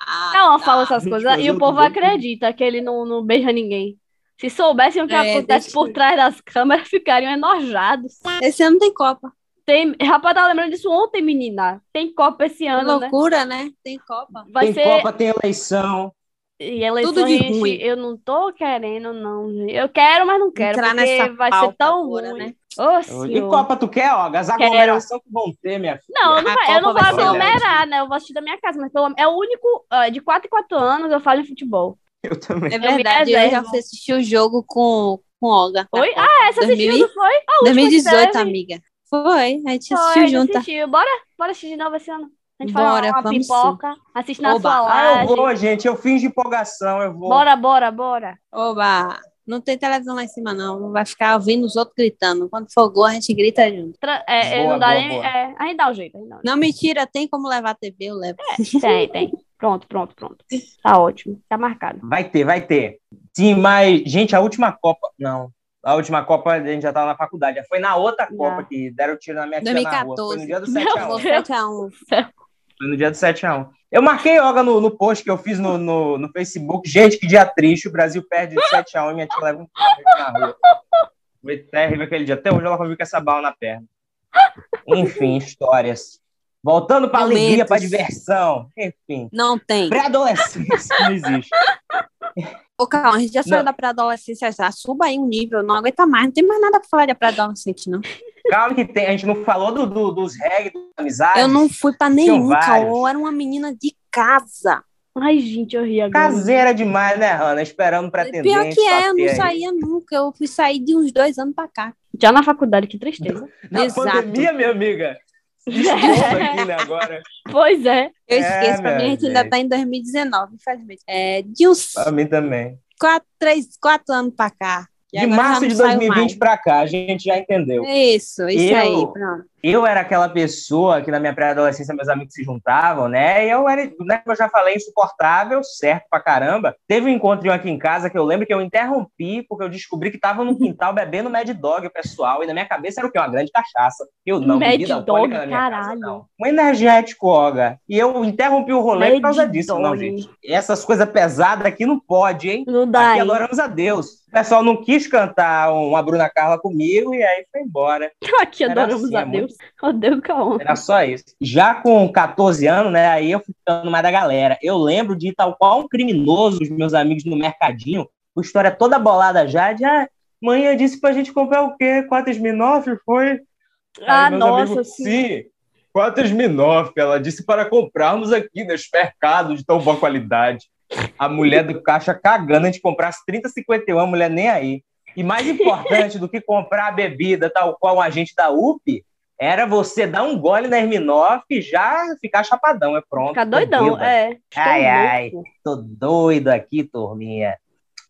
Ah, Calma, fala essas gente, coisas. mas E eu o povo também- acredita que ele não, não beija ninguém. Se soubessem o que É, acontece deixa por eu- trás das câmeras, ficariam enojados. esse ano tem Copa. Tem... Rapaz, tava lembrando disso ontem, menina. Tem Copa esse Que ano, né? loucura, né? Tem Copa. Vai tem ser. Copa, tem eleição. E eleição, Tudo de gente, ruim. eu não tô querendo, não. gente. Eu quero, mas não quero, Entrar porque nessa vai ser pauta tão agora, ruim. né? Ô, E senhor. Copa tu quer, ó? As aglomerações que vão ter, minha filha. Não, eu não, A vai- eu não vou Copa vai ser aglomerar, né? Eu vou assistir da minha casa, mas pelo, é o único. ah, de 4 em 4 anos eu falo em futebol. Eu também. É me verdade, eu já reservo. fui assistir o jogo com, com Olga. Oi? Ah, essa assistiu, 2000? não foi? A última que 2018, teve. amiga. Foi, a gente Foi, assistiu junto. assistiu. Bora, bora assistir de novo esse ano. A gente Bora, faz uma, uma vamos pipoca, assiste na Oba. sua Ah, eu laje. vou, gente. Eu finjo empolgação, eu vou. Bora, bora, bora. Oba! Não tem televisão lá em cima, não. Vai ficar ouvindo os outros gritando. Quando for gol, a gente grita junto. Tra- é, é, Boa, não dá boa, nem- boa. é, aí dá um jeito. Aí dá um jeito. Não, mentira, tem como levar a TV, eu levo. É. Tem, tem. Pronto, pronto, pronto. Tá ótimo. Tá marcado. Vai ter, vai ter. Sim, mas, gente, a última Copa. Não. A última Copa a gente já tava na faculdade. Já Foi na outra Já. Copa que deram tiro na minha tia na é rua. Foi 2014. no dia do Eu vou 7x1. 7 a 1. Foi no dia do 7x1. Eu marquei Olga no, no post que eu fiz no, no, no Facebook. Gente, que dia triste. O Brasil perde de 7x1 e minha tia leva um tiro na rua. Foi terrível aquele dia. Até hoje ela convive com essa bala na perna. Enfim, histórias. Voltando pra Momentos. alegria, pra diversão. Enfim. Não tem. Pré-adolescência não existe. Ô, Calma, a gente já saiu Não. da pré-adolescência já. Suba aí um nível, não aguenta mais. Não tem mais nada pra falar de pré-adolescente, não. Calma que tem, a gente não falou do, do- dos reggae, das amizades. Eu não fui pra tinham nenhum, Calma. vários. Eu era uma menina de casa. Ai, gente, eu ri agora. Caseira demais, né, Hanna? Esperando pretendente. Pior que é, eu bater não aí. saía nunca. Eu fui sair de uns dois anos pra cá. Já na faculdade, que tristeza. Na Exato. pandemia, minha amiga. Desculpa aqui, né, agora. Pois é. Eu É, esqueço, pra mim a minha gente ainda gente. Tá tá em 2019, infelizmente. É, de uns Pra mim também. quatro, três, quatro anos pra cá. E de agora já março não de saio 2020 pra cá, a gente já entendeu. mais. Isso, isso Eu- aí, pronto. Eu era aquela pessoa que na minha pré-adolescência meus amigos se juntavam, né? E eu era, né, como eu já falei, insuportável, certo pra caramba. Teve um encontrinho aqui em casa que eu lembro que eu interrompi porque eu descobri que tava no quintal bebendo Mad Dog, o pessoal. E na minha cabeça era o quê? Uma grande cachaça. Eu não, Mad bebida Dog, alcoólica na minha casa, caralho. não. Um energético, Olga. E eu interrompi o rolê por causa Mad disso. Não, Dog. gente, essas coisas pesadas aqui não pode, hein? Não dá. Aqui hein? adoramos a Deus. O pessoal não quis cantar uma Bruna Carla comigo e aí foi embora. Aqui Era adoramos assim, a é Deus. Ó Deus, calma. Era só isso. Já com 14 anos, né? Aí eu fui ficando mais da galera. Eu lembro de ir tal qual um criminoso, os meus amigos no mercadinho, com história toda bolada já, de ah, mãe eu disse pra gente comprar o quê? 4.009 foi? Ah, Aí meus nossa, sim. sim. 4.009, ela disse para comprarmos aqui neste mercado de tão boa qualidade. A mulher do caixa cagando, a gente comprasse 30,51, a mulher nem aí. E mais importante do que comprar a bebida, tal qual um agente da UP, era você dar um gole na Herminoff e já ficar chapadão, é pronto. Ficar tô doidão, bêbado. é. Estou Ai, ai. louco. Tô doido aqui, turminha.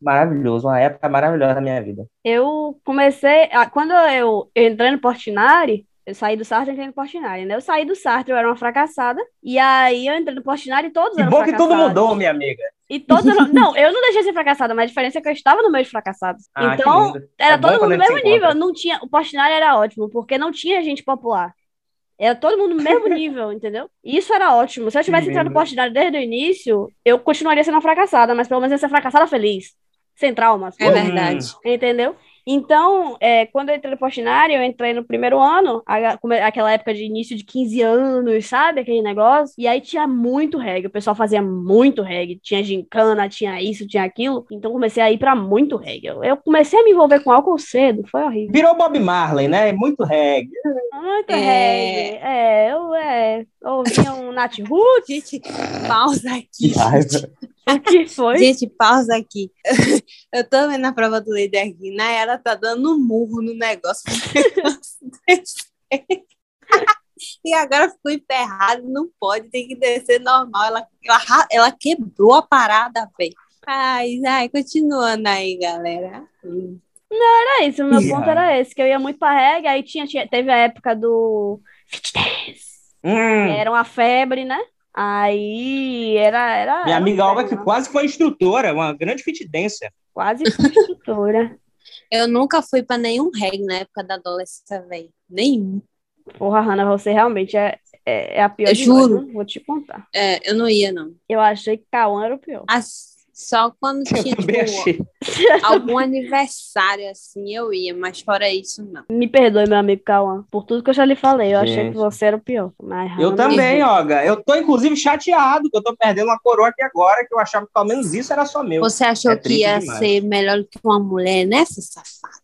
Maravilhoso, uma época maravilhosa da minha vida. Eu comecei. ah, Quando eu entrei no Portinari, eu saí do Sartre e entrei no Portinari, né? Eu saí do Sartre, eu era uma fracassada. E aí eu entrei no Portinari e todos Que eram bom que tudo fracassados. mudou, minha amiga. E todos eram- Não, eu não deixei de ser fracassada, mas a diferença é que eu estava no meio de fracassados. Ah, que Então, lindo. era É bom todo mundo quando no a gente mesmo se nível. encontra. Não tinha... O Portinari era ótimo, porque não tinha gente popular. Era todo mundo no mesmo nível, entendeu? E isso era ótimo. Se eu tivesse entrado no lindo. Portinari desde o início, eu continuaria sendo uma fracassada, mas pelo menos eu ia ser fracassada feliz. Sem traumas. Hum. É verdade. Entendeu? Então, é, quando eu entrei no Portinari, eu entrei no primeiro ano, a- como é- aquela época de início de 15 anos, sabe? Aquele negócio. E aí tinha muito reggae, o pessoal fazia muito reggae. Tinha gincana, tinha isso, tinha aquilo. Então comecei a ir pra muito reggae. Eu, eu comecei a me envolver com álcool cedo, foi horrível. Virou Bob Marley, né? Muito reggae. Muito É. reggae. É, eu é, ouvia um Nat Roots, Gente, pausa aqui. raiva. o que foi? Gente, pausa aqui. Eu tô vendo a prova do líder aqui. Nayara tá dando um murro no negócio. e agora ficou emperrado, não pode, tem que descer normal. Ela, ela, ra- ela quebrou a parada, velho. Ai, ai, continuando aí, galera. Era isso, o meu Ih, ponto era esse, que eu ia muito pra reggae, aí tinha, tinha, teve a época do fit dance. Hum, Era uma febre, né? Aí era. era minha era um amiga uma Alba, que febre, quase foi instrutora, uma grande fit dancer. Quase fui instrutora. Eu nunca fui pra nenhum reggae na época da adolescência, velho. Nenhum. Porra, Hannah, você realmente é, é, é a pior Eu de nós, juro. né? Vou te contar. É, eu não ia, não. Eu achei que Cauã era o pior. As- só quando tinha, Também tipo, achei. algum aniversário, assim, eu ia. Mas fora isso, não. Me perdoe, meu amigo Cauã, por tudo que eu já lhe falei. Eu achei Gente. que você era o pior. Mas Eu Hannah, também, Olga. Eu tô, inclusive, chateado que eu tô perdendo uma coroa aqui agora, que eu achava que pelo menos isso era só meu. Você achou É que triste ia demais. ser melhor do que uma mulher, né, seu safado?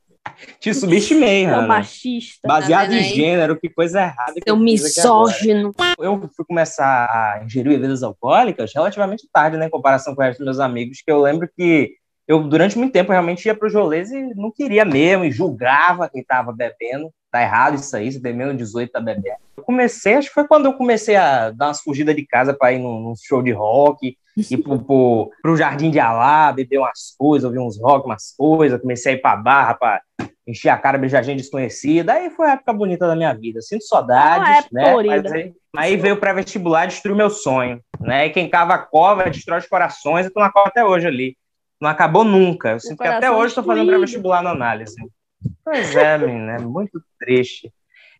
Te subestimei, é um Hannah. machista. Baseado Tá vendo em aí? gênero, que coisa errada. que é Seu eu fiz aqui agora. misógino. Eu fui começar a ingerir bebidas alcoólicas relativamente tarde, né, em comparação com o resto dos meus amigos, que eu lembro que eu durante muito tempo realmente ia pro Jolês e não queria mesmo, e julgava quem tava bebendo. Tá errado isso aí, se beber menos 18 tá bebendo. Eu comecei, acho que foi quando eu comecei a dar umas fugidas de casa para ir num, num show de rock, ir pro, pro, pro Jardim de Alá, beber umas coisas, ouvir uns rock, umas coisas, comecei a ir pra barra pra encher a cara, beijar gente desconhecida. Aí foi a época bonita da minha vida. Sinto saudades, Ah, é né? colorida. Mas aí, aí veio o pré-vestibular, destruiu meu sonho, né? E quem cava a cova, destrói os corações, eu tô na cova até hoje ali. Não acabou nunca. Eu sinto que até coração hoje estou fazendo destruído. pré-vestibular na análise. Pois é, menina, é muito triste.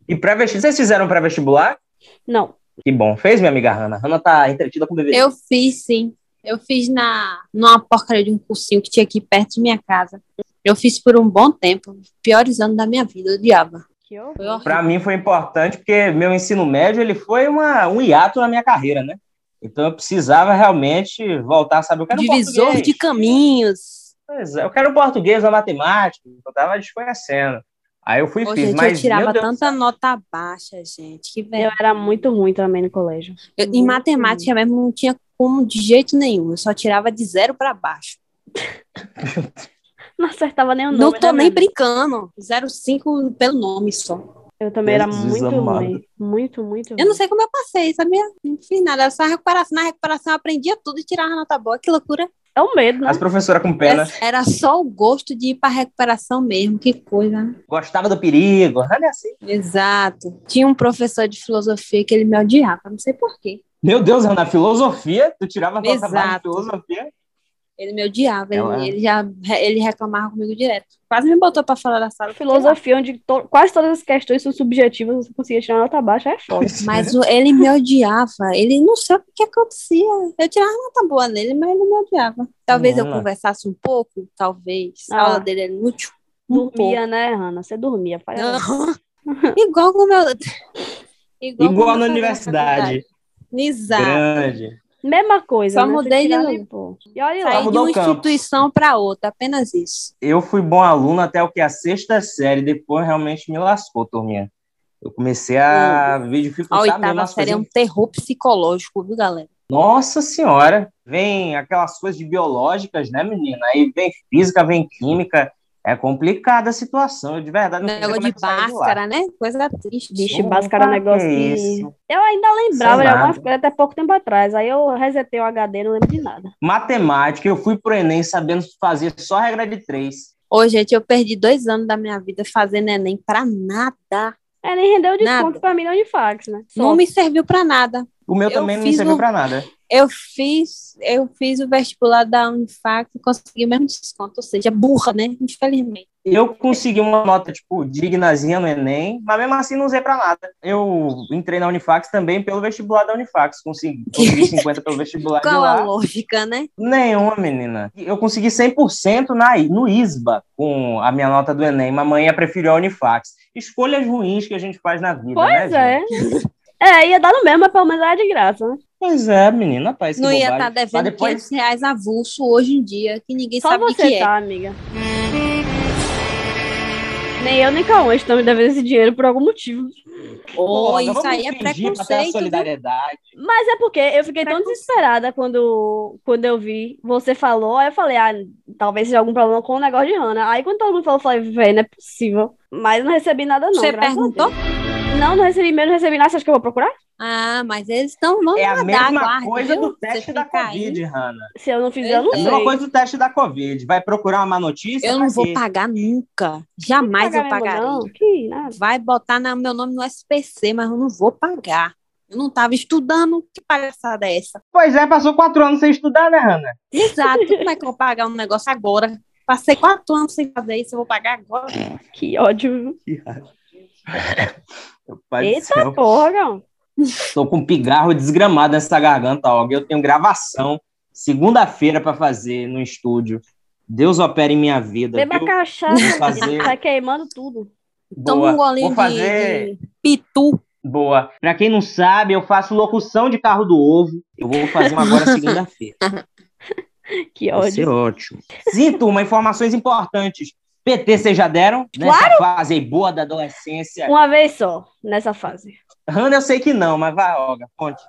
E pré-vestibular, vocês fizeram pré-vestibular? Não. Que bom. Fez, minha amiga Hanna? Hanna tá entretida com o bebê. Eu fiz, sim. Eu fiz na, numa porcaria de um cursinho que tinha aqui perto de minha casa. Eu fiz por um bom tempo, piores anos da minha vida, eu odiava. Que horror. Foi horrível. Para mim foi importante porque meu ensino médio ele foi uma, um hiato na minha carreira, né? Então eu precisava realmente voltar a saber. Eu quero um Divisor português. de caminhos. Pois é, eu quero um português ou matemática. Eu tava desconhecendo. Aí eu fui e Ô, fiz. gente, mas, eu tirava meu Deus, tanta nota baixa, gente. Que Eu velho. era muito ruim também no colégio. em matemática mesmo não tinha como de jeito nenhum. Eu só tirava de zero pra baixo. Não acertava nem o nome. Não é tô né, nem minha brincando. 05 pelo nome só. Eu também era Jesus muito amado. ruim. Muito, muito Eu não ruim. sei como eu passei, sabia? Não fiz nada. Era só recuperação. Na recuperação eu aprendia tudo e tirava nota boa. Que loucura. É o medo, né? As professoras com pena. Era só o gosto de ir pra recuperação mesmo. Que coisa, né? Gostava do perigo. Olha assim. Exato. Tinha um professor de filosofia que ele me odiava. Não sei porquê. Meu Deus, Ana, filosofia? Tu tirava nota baixa de Exato. filosofia? Ele me odiava. Ele, Ela- é? ele já ele reclamava comigo direto. Quase me botou pra fora da sala. Filosofia, onde to- quase todas as questões são subjetivas, você conseguia tirar nota baixa, é foda. Mas o- ele me odiava. Ele não sabe o que acontecia. Eu tirava nota boa nele, mas ele me odiava. Talvez eu Não. conversasse um pouco, talvez. Ah. A aula dele era inútil. Um pouco. Dormia, né, Hanna? Você dormia. Faz... Não. Igual com o meu. Igual, com o Igual meu na pai universidade. faculdade. Exato. Grande. Mesma coisa, Só né? Você mudei de tirava lugar. e pô. E olha lá. Saí de um mudou uma o campo. instituição para outra, apenas isso. eu fui bom aluno até o que a sexta série, depois realmente me lascou, turminha. Eu comecei a ver A dificultar mesmo oitava as série é um coisas. terror psicológico, viu, galera? Nossa senhora, vem aquelas coisas de biológicas, né, menina? Aí vem física, vem química. É complicada a situação, eu de verdade não sei Negócio como é de que eu saí de lá. máscara, né? Coisa triste. Bicho, báscara é um Opa, negócio que que- isso. Eu ainda lembrava Sei lá. de algumas coisas até pouco tempo atrás. Aí eu resetei o HD, não lembro de nada. Matemática, eu fui pro Enem sabendo fazer só regra de três. Ô, gente, eu perdi dois anos da minha vida fazendo Enem pra nada. É, nem rendeu o desconto Nada. pra mim, não de fax, né? Só. Não me serviu pra nada. O meu Eu também não me fiz serviu o- pra nada. Eu fiz, eu fiz o vestibular da Unifac e consegui o mesmo desconto, ou seja, burra, né? Infelizmente. Eu consegui uma nota, tipo, dignazinha no Enem, mas mesmo assim não usei pra nada. Eu entrei na Unifax também pelo vestibular da Unifax. Consegui, consegui 50 pelo vestibular de Qual a lá. lógica, né? Nenhuma, menina. Eu consegui 100% na, no ISBA com a minha nota do Enem. Mamãe é preferiu a Unifax. Escolhas ruins que a gente faz na vida, Pois né, é. gente? É, ia dar no mesmo, mas pelo menos era de graça, né? Pois é, menina. Rapaz, que Não ia tá bobagem. estar devendo Mas depois... 500 reais avulso hoje em dia, que ninguém Só sabe o que você é. tá, amiga. Nem eu, nem Cauã estão me devendo esse dinheiro por algum motivo. Ô, Pô, isso vamos aí é fingir pra ter a preconceito. viu? solidariedade. Mas é porque eu fiquei tão desesperada quando, quando eu vi, você falou, aí eu falei, ah, talvez seja algum problema com o negócio de Hannah. Aí quando todo mundo falou, eu falei, velho, não é possível. Mas não recebi nada não, Você graças a Deus. perguntou? Não, não recebi mesmo, não recebi nada. Você acha que eu vou procurar? Ah, mas eles estão. Vamos É a guardar, mesma guarda, coisa viu? do Você teste da fica aí. Covid, Hanna. Se eu não fizer, eu não É a sei. mesma coisa do teste da Covid. Vai procurar uma má notícia? Eu Vai não vou ver. pagar nunca. Jamais Não eu pagar mesmo, pagarei. não. Que nada. Vai botar na- meu nome no SPC, mas eu não vou pagar. Eu não estava estudando. Que palhaçada é essa? Pois é, passou quatro anos sem estudar, né, Hanna? Exato. Como é que eu vou pagar um negócio agora? Passei quatro anos sem fazer isso, eu vou pagar agora. Que ódio. Meu pai do Eita céu. porra, Gão. Tô com um pigarro desgramado nessa garganta, ó. Eu tenho gravação segunda-feira pra fazer no estúdio. Deus opera em minha vida. Beba viu? cachaça, Fazer- menina. Tá queimando tudo. Toma Boa. um golinho Vou de, fazer. de pitu. Boa. Pra quem não sabe, eu faço locução de carro do ovo. Eu vou fazer uma agora segunda-feira. É Que Vai ser ódio. ótimo. Sim, turma, informações importantes. PT, vocês já deram? Nessa fase aí boa da adolescência. Uma vez só, nessa fase. Hanna, eu sei que não, mas vai, Olga, conte.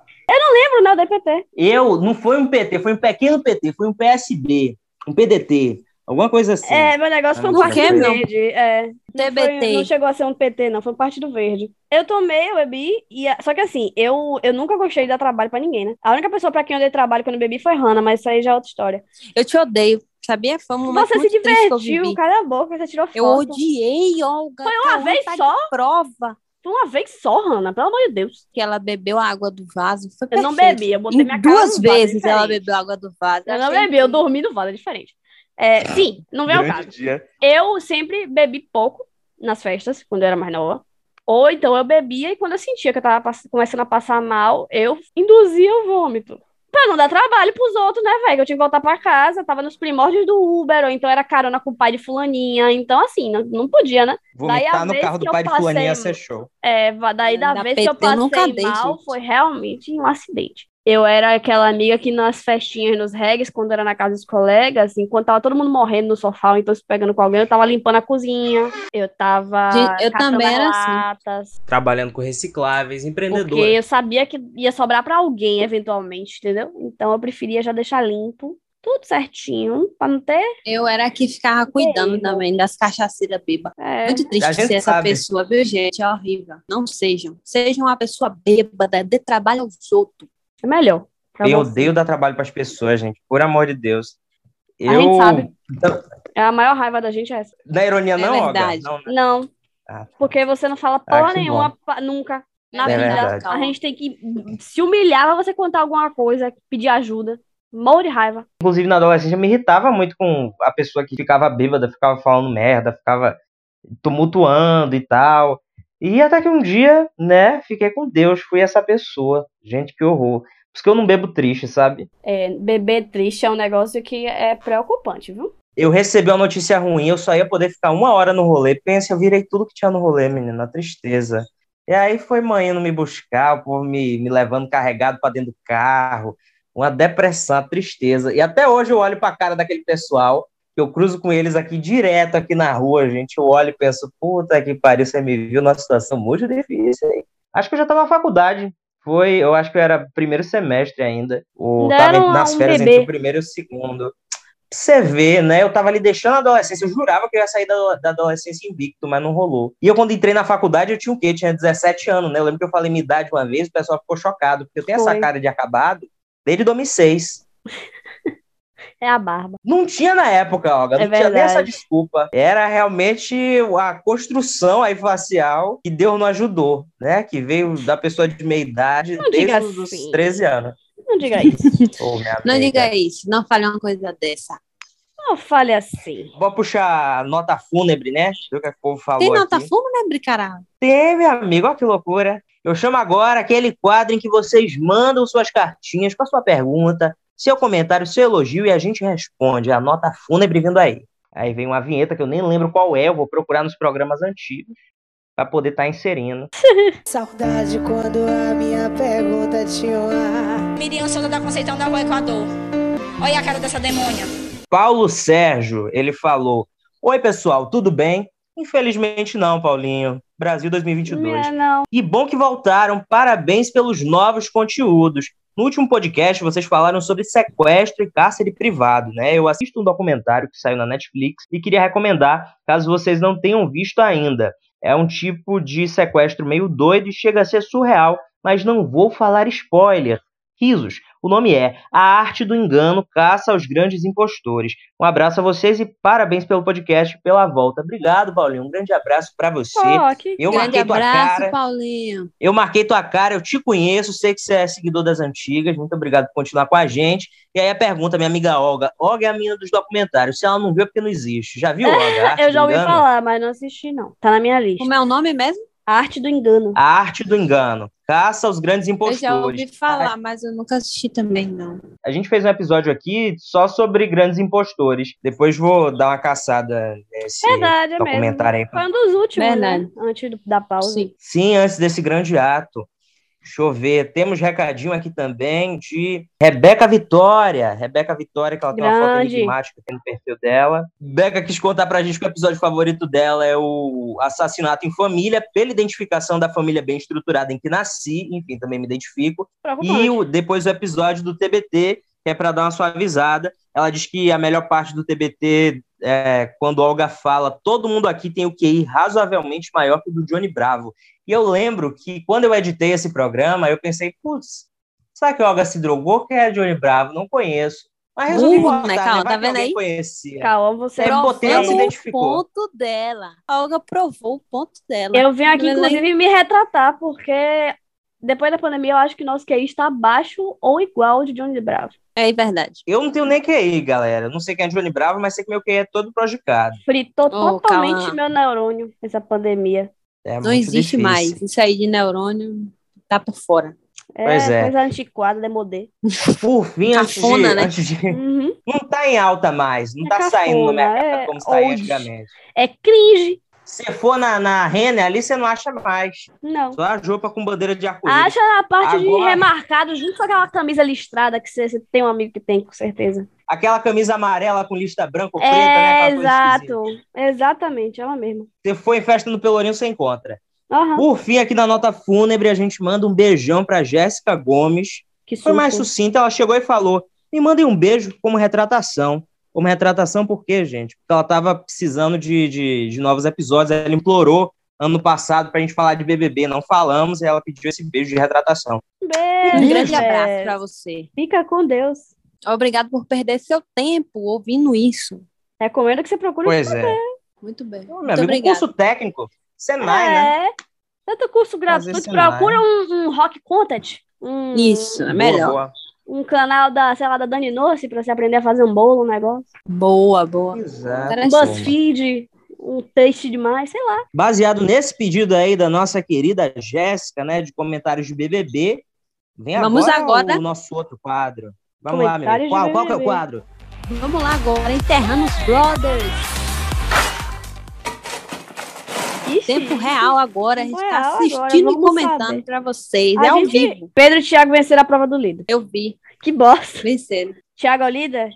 Lembro, né, o DPT. Eu, não foi um PT, foi um pequeno PT, foi um PSB, um PDT. Alguma coisa assim. É, meu negócio foi um Não sei o partido que é. verde. É, não, foi- TBT. não chegou a ser um PT, não, foi um partido verde. Eu tomei, eu bebi, e a- só que assim, eu, eu nunca gostei de dar trabalho pra ninguém, né? A única pessoa pra quem eu dei trabalho quando eu bebi foi Hannah, mas isso aí já é outra história. Eu te odeio, sabia? Foi um momento você se muito triste que eu divertiu, vivi. cala a boca, você tirou Eu foto. odiei Olga. Foi uma vez só? prova Foi uma vez só, Hannah, pelo amor de Deus. que ela bebeu a água do vaso. Foi Eu não perfeito. bebi, eu botei Em minha cara duas no vaso, vezes ela diferente. bebeu água do vaso. Eu não achei bebi, eu incrível. dormi no vaso, é diferente. É, sim, não vem ao Grande caso. dia. Eu sempre bebi pouco nas festas, quando eu era mais nova. Ou então eu bebia e quando eu sentia que eu tava pass- começando a passar mal, eu induzia o vômito. Pra não dar trabalho pros outros, né, velho? Que eu tinha que voltar pra casa, tava nos primórdios do Uber, ou então era carona com o pai de fulaninha. Então, assim, não, não podia, né? Daí a Vomitar no vez carro do que eu pai de passei- um fulaninha, ser show. É, va- daí da Da vez que eu PT eu nunca passei dei, mal gente. foi realmente um acidente. Eu era aquela amiga que nas festinhas, nos regs, quando era na casa dos colegas, enquanto tava todo mundo morrendo no sofá, ou então se pegando com alguém, eu tava limpando a cozinha, eu tava Gente, eu catando também as era assim. latas, Trabalhando com recicláveis, porque empreendedor. eu sabia que ia sobrar pra alguém eventualmente, entendeu? Então eu preferia já deixar limpo, tudo certinho, pra não ter. Eu era a que ficava cuidando também das cachaçeiras bêbadas. é, Muito A triste gente ser essa sabe. pessoa, viu, gente? É horrível. Não sejam. Sejam uma pessoa bêbada, dê trabalho aos outros. é melhor. pra Eu você. odeio dar trabalho para as pessoas, gente. Por amor de Deus. Eu... assim. A gente sabe. É a maior raiva da gente é essa. Da ironia, É não, Olga? verdade. Não, né? Não, Ah, tá. porque você não fala porra que bom. nenhuma pa- nunca na É vida. verdade. A gente tem que se humilhar pra você contar alguma coisa, pedir ajuda. Morro de raiva. Inclusive, na adolescência, eu me irritava muito com a pessoa que ficava bêbada, ficava falando merda, ficava tumultuando e tal. E até que um dia, né, fiquei com Deus, fui essa pessoa. Gente, que horror. Por isso que eu não bebo triste, sabe? É, beber triste é um negócio que é preocupante, viu? Eu recebi uma notícia ruim, eu só ia poder ficar uma hora no rolê. Pensa, eu virei tudo que tinha no rolê, menina, tristeza. E aí foi mãe indo me buscar, o povo me, me levando carregado pra dentro do carro. Uma depressão, uma tristeza. E até hoje eu olho pra cara daquele pessoal, que eu cruzo com eles aqui direto, aqui na rua, gente. Eu olho e penso, puta que pariu, você me viu numa situação muito difícil, hein? Acho que eu já tava na faculdade. Foi, eu acho que eu era primeiro semestre ainda. Ou Ainda tava era um- nas um férias bebê. entre o primeiro e o segundo pra você ver, né? Eu tava ali deixando a adolescência, eu jurava que eu ia sair da, da adolescência invicto, mas não rolou. E eu, quando entrei na faculdade, eu tinha o quê? Tinha 17 anos, né? Eu lembro que eu falei minha idade uma vez, o pessoal ficou chocado, porque eu tenho Foi. essa cara de acabado desde 2006. É a barba. Não tinha na época, Olga, não É tinha nem essa verdade. desculpa. Era realmente a construção aí facial que Deus não ajudou, né? Que veio da pessoa de meia idade Não desde diga os os assim. 13 anos. Não diga isso. Ô, minha Não amiga. diga isso. Não fale uma coisa dessa. Não fale assim. Vou puxar nota fúnebre, né? Ver o que o povo falou Tem nota aqui. fumo, né, Bricará? Tem, meu amigo, olha que loucura. Eu chamo agora aquele quadro em que vocês mandam suas cartinhas com a sua pergunta, seu comentário, seu elogio e a gente responde. É A nota fúnebre vindo aí. Aí vem uma vinheta que eu nem lembro qual é, eu vou procurar nos programas antigos pra poder estar inserindo. Saudade quando a minha pergunta tinha um ar. Miriam Souza da Conceição da Rua Equador. Olha a cara dessa demônia. Paulo Sérgio, ele falou: Oi, pessoal, tudo bem? Infelizmente não, Paulinho. Brasil 2022. É, não. E bom que voltaram. Parabéns pelos novos conteúdos. No último podcast, vocês falaram sobre sequestro e cárcere privado, né? Eu assisto um documentário que saiu na Netflix e queria recomendar, caso vocês não tenham visto ainda. É um tipo de sequestro meio doido e chega a ser surreal, mas não vou falar spoiler. Risos. O nome é A Arte do Engano Caça aos Grandes Impostores. Um abraço a vocês e parabéns pelo podcast e pela volta. Obrigado, Paulinho. Um grande abraço pra você. Ó, que Eu Grande marquei tua abraço, cara. Paulinho. Eu marquei tua cara, eu te conheço, sei que você é seguidor das antigas, muito obrigado por continuar com a gente. E aí a pergunta, minha amiga Olga. Olga é a mina dos documentários, se ela não viu é porque não existe. Já viu, Olga? A Arte Eu já do ouvi Engano? falar, mas não assisti, não. Tá na minha lista. Como é o nome mesmo? A Arte do Engano. A Arte do Engano, caça aos grandes Eu impostores. já ouvi falar, mas eu nunca assisti também, não. A gente fez um episódio aqui só sobre grandes impostores. Depois vou dar uma caçada nesse Verdade, é mesmo. documentário aí. pra- Foi um dos últimos, Verdade. né? Antes do- da pausa. Sim. Sim, antes desse grande ato. Deixa eu ver, temos recadinho aqui também de Rebeca Vitória. Rebeca Vitória, que ela tem uma foto Grande. enigmática aqui no perfil dela. Rebeca quis contar pra gente que o episódio favorito dela é o assassinato em família, pela identificação da família bem estruturada em que nasci, enfim, também me identifico. Preocupante. E o- depois o episódio do TBT, que é pra dar uma suavizada. Ela diz que a melhor parte do TBT é quando Olga fala: todo mundo aqui tem o QI razoavelmente maior que o do Johnny Bravo. E eu lembro que quando eu editei esse programa, eu pensei: putz, será que a Olga se drogou? Quem é Johnny Bravo? Não conheço. Mas resolvi Burro, botar, né, Cal? Vai Tá que vendo alguém aí? Conhecia. Calma, você é um Eu botei, ela se Provou o identificou. ponto dela. A Olga provou o ponto dela. Eu venho aqui, Ela- inclusive, me retratar, porque depois da pandemia eu acho que nosso QI está abaixo ou igual ao de Johnny Bravo. É verdade. Eu não tenho nem QI, galera. Não sei quem é Johnny Bravo, mas sei que meu QI é todo prejudicado. Fritou Ô, totalmente Cauã. meu neurônio essa pandemia. É Não muito existe difícil. mais. Isso aí de neurônio tá por fora. É, Pois é. coisa antiquada, demodê. Por fim, antes de- Cafona, né? antes de- Uhum. Não tá em alta mais. Não É tá saindo no cafona, mercado é como saía old. antigamente. É cringe. Se for na, na Renner, ali você não acha mais. Não. Só a Jopa com bandeira de arco-íris. Acha a parte de Agora- remarcado junto com aquela camisa listrada que você, você tem um amigo que tem, com certeza. Aquela camisa amarela com lista branca ou preta, né? É, Aquela coisa esquisita. exato. Exatamente, ela mesma. Você foi em festa no Pelourinho, você encontra. Aham. Por fim, aqui na nota fúnebre, a gente manda um beijão pra Jéssica Gomes. Que Foi susto. mais sucinta, ela chegou e falou: me mandem um beijo como retratação. Como retratação, por quê, gente? Porque ela tava precisando de, de, de novos episódios. Ela implorou ano passado pra gente falar de BBB, não falamos, e ela pediu esse beijo de retratação. Um beijo. Um grande abraço Jéssica. pra você. é, Fica com Deus. Obrigado por perder seu tempo ouvindo isso. Recomendo que você procure um Pois é. Muito bem. Então, meu Muito amigo, obrigada. curso técnico, Senai, né? É. Tanto curso gratuito, Fazer cenário. procura um, um rock content. Um, Isso, é Boa, melhor. boa. Um canal da, sei lá, da Dani Noce pra você aprender a fazer um bolo, um negócio. Boa, boa. Exato. Interessante. Um BuzzFeed, um taste demais, sei lá. Baseado nesse pedido aí da nossa querida Jéssica, né, de comentários de BBB, vem Vamos agora, agora. o nosso outro quadro. Vamos lá, meu Comentários amigo. de Qual, qual que é o BBB? quadro? Vamos lá agora, enterrando os brothers. Ixi. Tempo real agora. A gente Tempo tá real agora, assistindo e vamos comentando saber. pra vocês. A é ao gente- vivo. Pedro e Thiago venceram a prova do líder. Eu vi, Que bosta. venceram. Thiago é o líder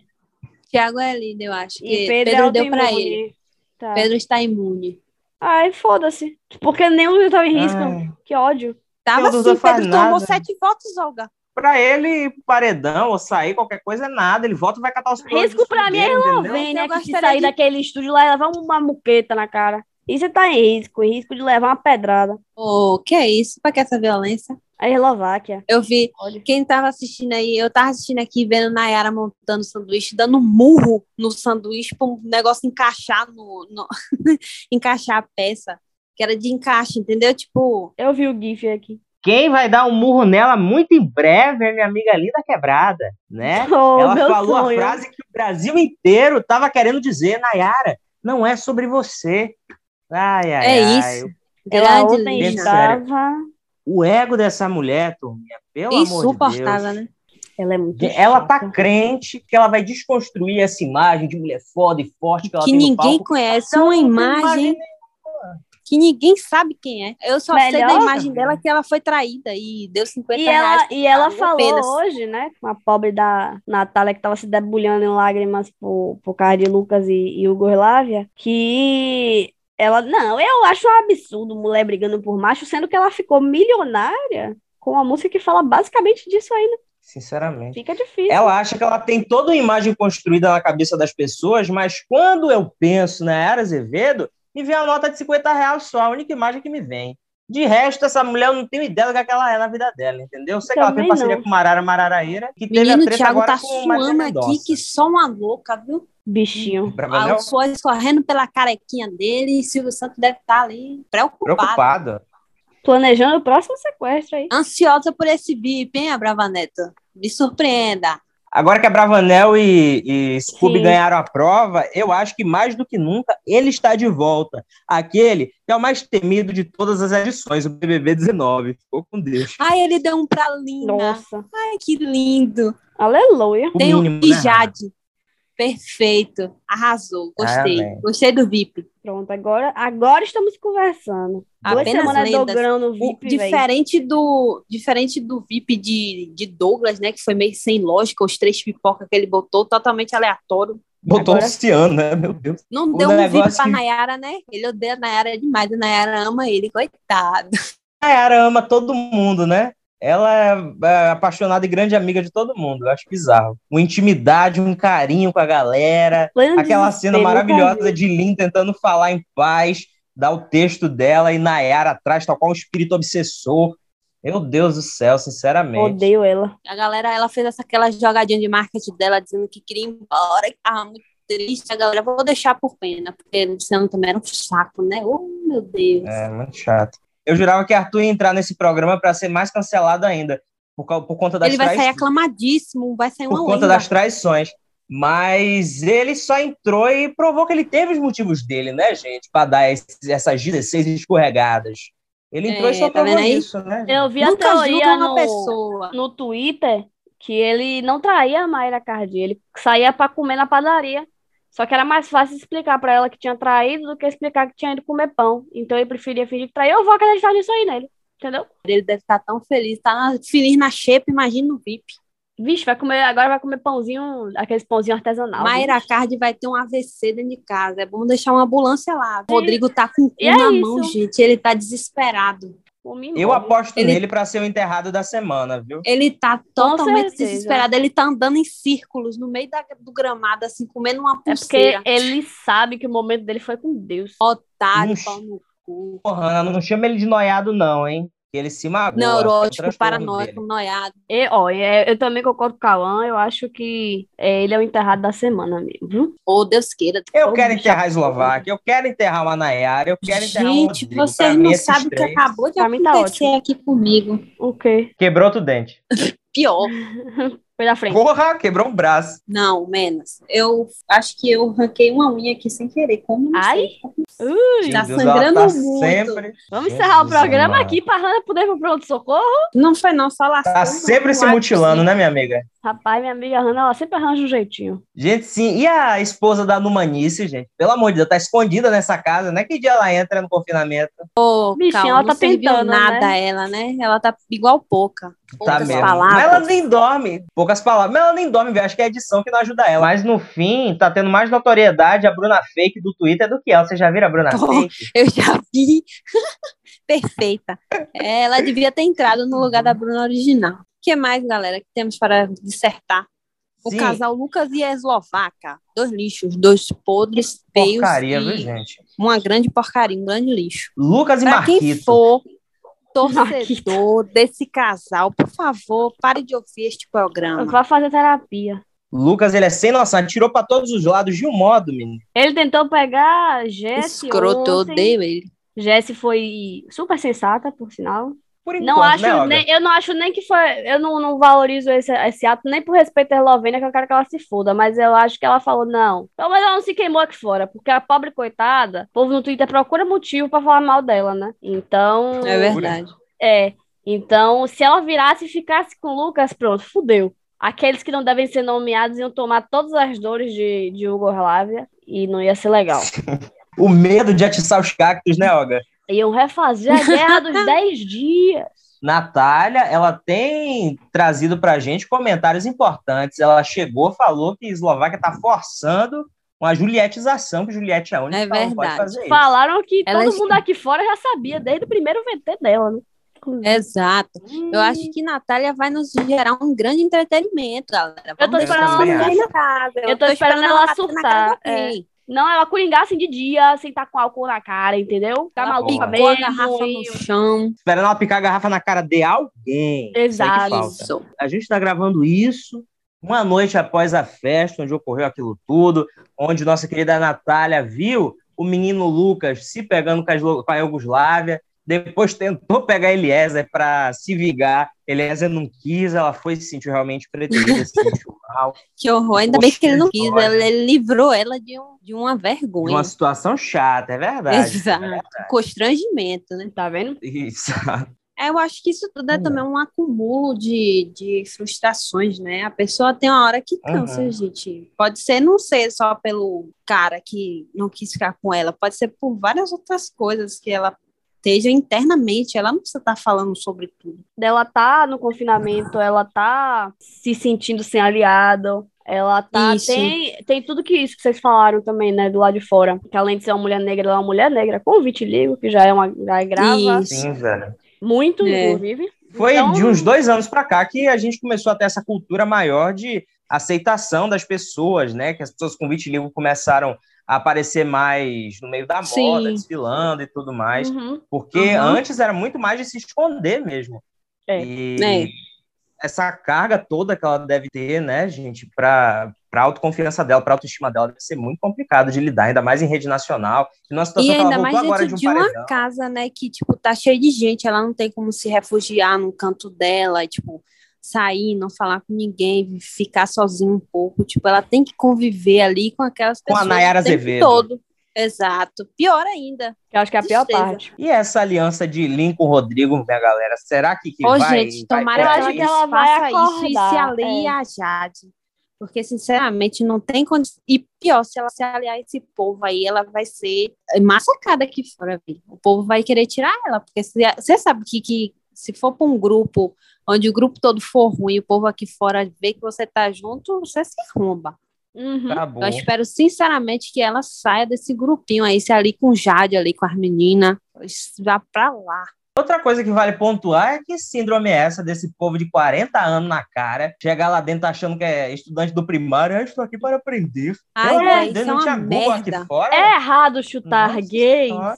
Tiago é lindo, eu acho. e que Pedro, Pedro, é o deu pra ele. Tá. Pedro está imune. Ai, foda-se. Porque nenhum tava em risco. Ai. Que ódio. Tava Pedro sim, não faz Pedro tomou nada. sete votos, Olga. Pra ele, paredão ou sair, qualquer coisa é nada. Ele volta e vai catar os planos Risco do pra filho mim é dele, entendeu? Vem, né? Eu Que se gostaria sair de- daquele estúdio lá e levar uma muqueta na cara. E você tá em risco, em risco de levar uma pedrada. Ô, que é isso? Pra que essa violência? A Eslováquia. Eu vi Olha. quem tava assistindo aí, eu tava assistindo aqui, vendo Nayara montando sanduíche, dando murro no sanduíche pra um negócio encaixar no. no- encaixar a peça. Que era de encaixe, entendeu? Tipo, Eu vi o GIF aqui. Quem vai dar um murro nela muito em breve é minha amiga Linda Quebrada, né? Oh, Ela meu falou sonho. a frase que o Brasil inteiro tava querendo dizer, Nayara, não é sobre você. Ai, ai, É ai. isso. Ela grande ontem Linda. linda. estava. O ego dessa mulher, turminha, pelo amor de Insuportável, Deus. né? Ela é muito. Ela tá chata. crente que ela vai desconstruir essa imagem de mulher foda e forte que ela Que tem no ninguém palco. conhece. Ela Uma não tem imagem que ninguém sabe quem é. Eu só sei da Melhor, imagem dela que ela foi traída e deu 50 E reais. ela, e ela Carol, falou apenas. hoje, né? com A pobre da Natália que tava se debulhando em lágrimas por, por causa de Lucas e, e Hugo Lávia, que ela. Não, eu acho um absurdo mulher brigando por macho, sendo que ela ficou milionária com uma música que fala basicamente disso aí, né? Sinceramente. Fica difícil. Ela acha que ela tem toda uma imagem construída na cabeça das pessoas, mas quando eu penso na Era Azevedo, me vem a nota de 50 reais só, a única imagem que me vem. De resto, essa mulher eu não tenho ideia do que ela é na vida dela, entendeu? Eu sei que ela tem Também parceria não. com Marara Mararaíra, que teve a Menino, o treta Thiago agora tá com Marília suando aqui Mendonça. que só uma louca, viu? Bichinho. Pra Ah, fazer um o suor escorrendo pela carequinha dele e Silvio Santos deve estar ali preocupado. preocupado. Planejando o próximo sequestro aí. Ansiosa por esse VIP, hein, a Brava Neto? Me surpreenda. Agora que a Bravanel e, e Scooby Sim. ganharam a prova, eu acho que mais do que nunca ele está de volta. Aquele que é o mais temido de todas as edições, o BBB 19. Ficou com Deus. Ai, ele deu um pra Lina. Nossa. Ai, que lindo. Aleluia. O Tem um mínimo, e né, Rafa? Jade. Perfeito. Arrasou. Gostei. Ah, velho. Gostei do VIP. Pronto, agora, agora estamos conversando. Duas Apenas semanas lendas. dogrão no O- VIP, velho. diferente do diferente do VIP de, de Douglas, né? Que foi meio sem lógica, os três pipoca que ele botou, totalmente aleatório. Botou Agora- o Luciano, né? Meu Deus. Não O deu um VIP negócio pra que- Nayara, né? Ele odeia a Nayara demais, a Nayara ama ele, coitado. A Yara ama todo mundo, né? Ela é apaixonada e grande amiga de todo mundo. Eu acho bizarro. Uma intimidade, um carinho com a galera. Plano de Uhum. Aquela cena desespero, maravilhosa cara. de Lin tentando falar em paz, dar o texto dela e Nayara atrás, tal qual um espírito obsessor. Meu Deus do céu, sinceramente. Odeio ela. A galera, ela fez essa, aquela jogadinha de marketing dela, dizendo que queria ir embora, que tava muito triste. A galera, vou deixar por pena, porque Luciano também era um saco, né? Oh, meu Deus. É, muito chato. Eu jurava que Arthur ia entrar nesse programa para ser mais cancelado ainda, por, cau- por conta das Ele vai trai- sair aclamadíssimo, vai sair uma por conta lenda. das traições. Mas ele só entrou e provou que ele teve os motivos dele, né, gente? Para dar esses- essas 16 escorregadas. Ele entrou É, e só tá provou vendo aí? isso, né? gente? Eu vi a Nunca julga teoria uma no, pessoa. no Twitter que ele não traía a Mayra Cardi. Ele saía pra comer na padaria. Só que era mais fácil explicar pra ela que tinha traído do que explicar que tinha ido comer pão. Então ele preferia fingir que traiu. Eu vou acreditar nisso aí nele. Entendeu? Ele deve estar tão feliz, tá na- feliz na shape, imagina no VIP. Vixe, vai comer, agora vai comer pãozinho, aqueles pãozinho artesanal. Mayra vixe. Card vai ter um AVC dentro de casa. É bom deixar uma ambulância lá. O Rodrigo tá com o cu E é na mão, isso. gente. Ele tá desesperado. Comi Eu mesmo. aposto um Ele- nele para ser o enterrado da semana, viu? Ele tá totalmente certeza. desesperado. Ele tá andando em círculos no meio da- do gramado, assim, comendo uma É porque pulseira. ele sabe que o momento dele foi com Deus. Otário, Ux. pau no cu. Porra, Ana, não chama ele de noiado, não, hein? Que ele se magoa. é um Neurótico, transtorno paranoico, dele. noiado. E, ó, é- eu também concordo com o Cauã. Eu acho que é, ele é o enterrado da semana mesmo. viu? Ô, Deus queira. Eu Todo quero bicho enterrar a Eslováquia, eu quero enterrar uma Nayara, eu quero enterrar o Gente, Rodrigo. Pra vocês mim, é não esses sabem o que três- acabou de Pra mim tá acontecer aqui comigo. O quê? Quebrou outro dente. Pior. Foi da frente. Porra, quebrou um braço. Não, menos. Eu acho que eu ranquei uma unha aqui sem querer. Como não Ai. sei. Ui, Tá Meu Deus, ela sangrando tá muito. Sempre, vamos encerrar o Jesus programa amado. aqui pra Hannah poder ir pro pronto-socorro. Não foi não, só lação. tá sempre se mutilando, né, minha amiga? Rapaz, minha amiga Hannah, ela sempre arranja um jeitinho. Gente, sim. E a esposa da Numanice, gente? Pelo amor de Deus, tá escondida nessa casa, né? Que dia ela entra no confinamento? Pô, Bichinha, calma, ela não tá serviu tentando, nada ela, né? Ela tá igual pouca. Tá Poucas mesmo. palavras. Mas ela nem dorme. Poucas palavras. Mas ela nem dorme, velho. Acho que é a edição que não ajuda ela. Mas no fim, tá tendo mais notoriedade a Bruna Fake do Twitter do que ela. Você já viram a Bruna Pô. Fake? Eu já vi. Perfeita. Ela devia ter entrado no lugar da Bruna original. O que mais, galera, que temos para dissertar? O Sim. casal Lucas e a Eslovaca. Dois lixos, dois podres, feios. Porcaria, viu, e gente? Uma grande porcaria, um grande lixo. Lucas e Pra quem Marquito. for torcedor desse casal, por favor, pare de ouvir este programa. Vai fazer terapia. Lucas, ele é sem noção. Atirou pra todos os lados de um modo, menino. Ele tentou pegar a Jesse É Escroto, eu ontem. odeio ele. Jesse foi super sensata, por sinal. Por enquanto, Não acho né, Olga? nem, eu não acho nem que foi. Eu não, não valorizo esse, esse ato nem por respeito à Eslovênia, que eu quero que ela se foda, mas eu acho que ela falou não. Então, mas ela não se queimou aqui fora, porque a pobre coitada, o povo no Twitter procura motivo pra falar mal dela, né? Então, É verdade. é. Então, se ela virasse e ficasse com o Lucas, pronto, fudeu. Aqueles que não devem ser nomeados iam tomar todas as dores de, de Hugo Orlávia e não ia ser legal. O medo de atiçar os cactos, né, Olga? Iam refazer a guerra dos 10 dias. Natália, ela tem trazido para a gente comentários importantes. Ela chegou, falou que a Eslováquia está forçando uma julietização, que Juliette é a única É que ela não pode verdade. fazer isso. Falaram que Ela todo é- mundo aqui fora já sabia, desde o primeiro VT dela, né? Hum. Inclusive. Exato. É, Eu acho que Natália vai nos gerar um grande entretenimento, galera. Eu tô Vamos esperando deixar ela vocês surtar. na casa. Eu tô esperando ela bater na surtar, cara é. de alguém. Não, ela coringar assim de dia, sem estar com álcool na cara, entendeu? Tá Ela maluca porra. picou mesmo. a garrafa e- no chão. Esperando ela picar a garrafa na cara de alguém. Isso aí que Exato. falta. Isso. A gente está gravando isso uma noite após a festa, onde ocorreu aquilo tudo, onde nossa querida Natália viu o menino Lucas se pegando com a Eslo- com a Iugoslávia, depois tentou pegar Eliezer para se vingar. Eliezer não quis, ela foi se sentir realmente pretendida, se sentiu mal. Que horror. Ainda bem que ele não quis. Gostosa. Ele, ele livrou ela de, um- de uma De vergonha. uma situação chata, é verdade. Exato. Constrangimento, né? Tá vendo? Isso. É, Eu acho que isso tudo é Hum. também um acúmulo de, de frustrações, né? A pessoa tem uma hora que cansa, Uhum. gente. Pode ser, não ser só pelo cara que não quis ficar com ela, pode ser por várias outras coisas que ela esteja internamente. Ela não precisa estar falando sobre tudo. Ela tá no confinamento, ela tá se sentindo sem aliado. Ela tá. Isso. Tem, tem tudo que isso que vocês falaram também, né? Do lado de fora. Que além de ser uma mulher negra, ela é uma mulher negra com vitiligo, que já é uma já grava Isso. Sim, velho. muito, É. inclusive. Então, Foi de uns dois anos para cá que a gente começou a ter essa cultura maior de aceitação das pessoas, né? Que as pessoas com vitiligo começaram a aparecer mais no meio da moda, Sim. desfilando e tudo mais. Uhum. Porque Uhum. antes era muito mais de se esconder mesmo. É. E É. essa carga toda que ela deve ter, né, gente, para a autoconfiança dela, para autoestima dela, deve ser muito complicado de lidar, ainda mais em rede nacional. E numa situação E que ela ainda voltou mais agora dentro de um de uma paredão. casa, né, que, tipo, tá cheia de gente, ela não tem como se refugiar no canto dela, e, tipo, sair, não falar com ninguém, ficar sozinha um pouco, tipo, ela tem que conviver ali com aquelas Com a pessoas Nayara o tempo Azevedo. todo. Exato. Pior ainda. Que eu acho que é a pior Tristeza. parte. E essa aliança de Lincoln Rodrigo, minha galera, será que, que Ô, vai... gente, vai tomara Eu pegar acho que que ela ela vai faça isso e se acordar, alie é. a Jade. Porque, sinceramente, não tem condição. E pior, se ela se aliar a esse povo aí, ela vai ser massacrada aqui fora, velho. O povo vai querer tirar ela. Porque você sabe que, que se for para um grupo onde o grupo todo for ruim, o povo aqui fora vê que você tá junto, você se arromba. Então, Uhum. Acabou. Eu espero, sinceramente, que ela saia desse grupinho aí, se ali com Jade, ali com as meninas. Vá pra lá. Outra coisa que vale pontuar é que síndrome é essa desse povo de 40 anos na cara, chegar lá dentro achando que é estudante do primário, eu estou aqui para aprender. Ai, eu, velho, aprender, isso é não tinha uma Google aqui merda. fora. É errado chutar Nossa gays. Senhora.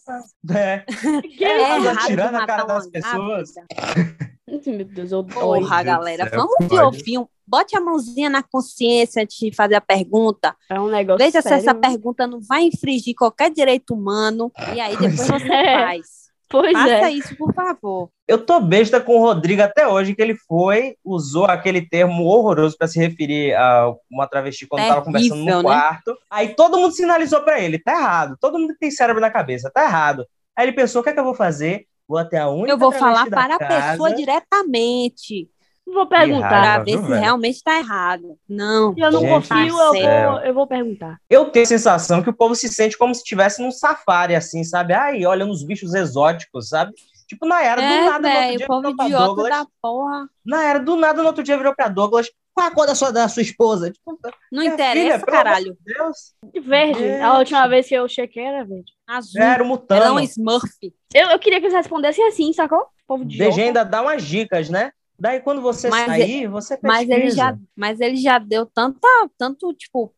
É. É Gays. Ela errado atirando na matar cara das uma pessoas. grávida. Meu Deus, eu odeio. Porra, né? Deus galera, do céu, vamos de pode. ovinho. Bote a mãozinha na consciência antes de fazer a pergunta. É um negócio Veja se sério. essa pergunta não vai infringir qualquer direito humano. E aí depois você é. faz. Pois Faça é. isso, por favor. Eu tô besta com o Rodrigo até hoje, que ele foi, usou aquele termo horroroso para se referir a uma travesti quando tava Terrível, conversando né? no quarto. Aí todo mundo sinalizou para ele, tá errado. Todo mundo que tem cérebro na cabeça, tá errado. Aí ele pensou, o que é que eu vou fazer? Vou até a única Eu vou falar travesti da para a casa. pessoa diretamente Vou Errado. perguntar. para Ah, ver viu, se velho? realmente está errado. Não. É, Se eu não Gente confio, do eu céu. vou, eu vou perguntar. Eu tenho a sensação que o povo se sente como se estivesse num safari, assim, sabe? Ai, olha uns bichos exóticos, sabe? Tipo, na era do É, nada, no outro velho, dia o povo virou pra idiota Douglas. da porra. Na era do nada, no outro dia virou pra Douglas. Qual a cor da sua, da sua esposa? Tipo, Não Minha interessa, filha, pelo amor de caralho. Deus. E Verde. A Gente. última vez que eu chequei era verde. Azul. Era o Ela é mutano. um Smurf. Eu, eu queria que eles respondessem assim, sacou? Povo de DG ainda dá umas dicas, né? Daí quando você Mas é- sair, você pesquisa. Mas ele, já, mas ele já deu tanta, tanto, tipo,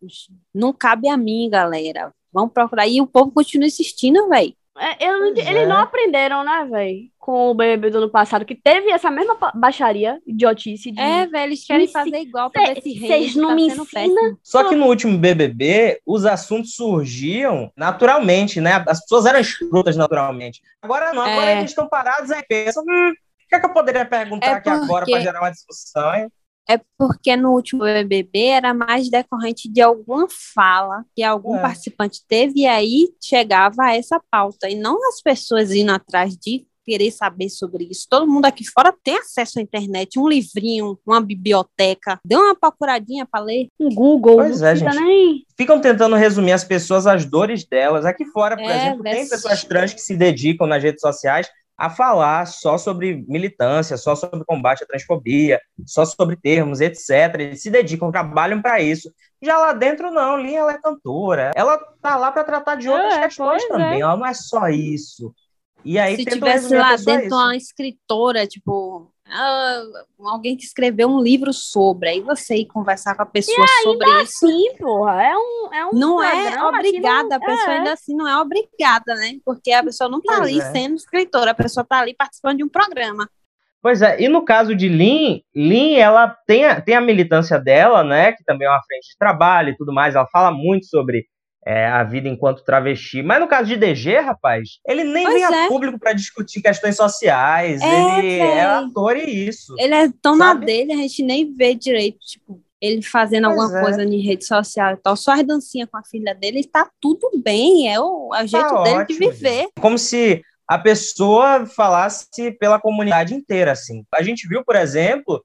não cabe a mim, galera. Vamos procurar. E o povo continua insistindo, velho. É, eu não Pois ent- Eles é. não aprenderam, né, velho? Com o BBB do ano passado, que teve essa mesma pa- baixaria, idiotice. De... É, velho, eles querem Me fazer igual Cê- pra ver se tá Vocês não me ensinam. Só que no último BBB, os assuntos surgiam naturalmente, né? As pessoas eram escrutas naturalmente. Agora não, agora É. eles estão parados aí pensam, hum, o que, é que eu poderia perguntar É aqui agora porque- para gerar uma discussão? hein? É porque no último BBB era mais decorrente de alguma fala que algum É. participante teve, e aí chegava a essa pauta. E não as pessoas indo atrás de querer saber sobre isso. Todo mundo aqui fora tem acesso à internet, um livrinho, uma biblioteca. Dê uma procuradinha pra ler. Um Google, Pois não é, precisa gente. nem. Ficam tentando resumir as pessoas, as dores delas. Aqui fora, por É, exemplo, tem mas- pessoas trans que se dedicam nas redes sociais a falar só sobre militância, só sobre combate à transfobia, só sobre termos, etc. Eles se dedicam, trabalham para isso. Já lá dentro, não, Linha ela é cantora. Ela tá lá para tratar de outras É, questões pois também. Ela não é só isso. E aí se tentam tivesse resumir a lá pessoa a dentro isso. uma escritora, tipo, ah, alguém que escreveu um livro sobre, aí você ir conversar com a pessoa sobre isso. Sim, porra. É um. É um Não é programa que obrigada, a pessoa é. ainda assim não é obrigada, né? Porque a pessoa não tá Pois ali é. sendo escritora, a pessoa tá ali participando de um programa. Pois é, e no caso de Lin, Lin, ela tem a, tem a militância dela, né, que também é uma frente de trabalho e tudo mais, ela fala muito sobre é, a vida enquanto travesti, mas no caso de DG, rapaz, ele nem Pois vem é. a público pra discutir questões sociais, É, ele é véi. ator e isso. Ele é tão na Sabe? dele, a gente nem vê direito, tipo, ele fazendo Pois alguma é. coisa em rede social e tal. Só as dancinhas com a filha dele, tá tudo bem, é o, é o jeito dele de Tá ótimo, viver. Como se a pessoa falasse pela comunidade inteira, assim. A gente viu, por exemplo,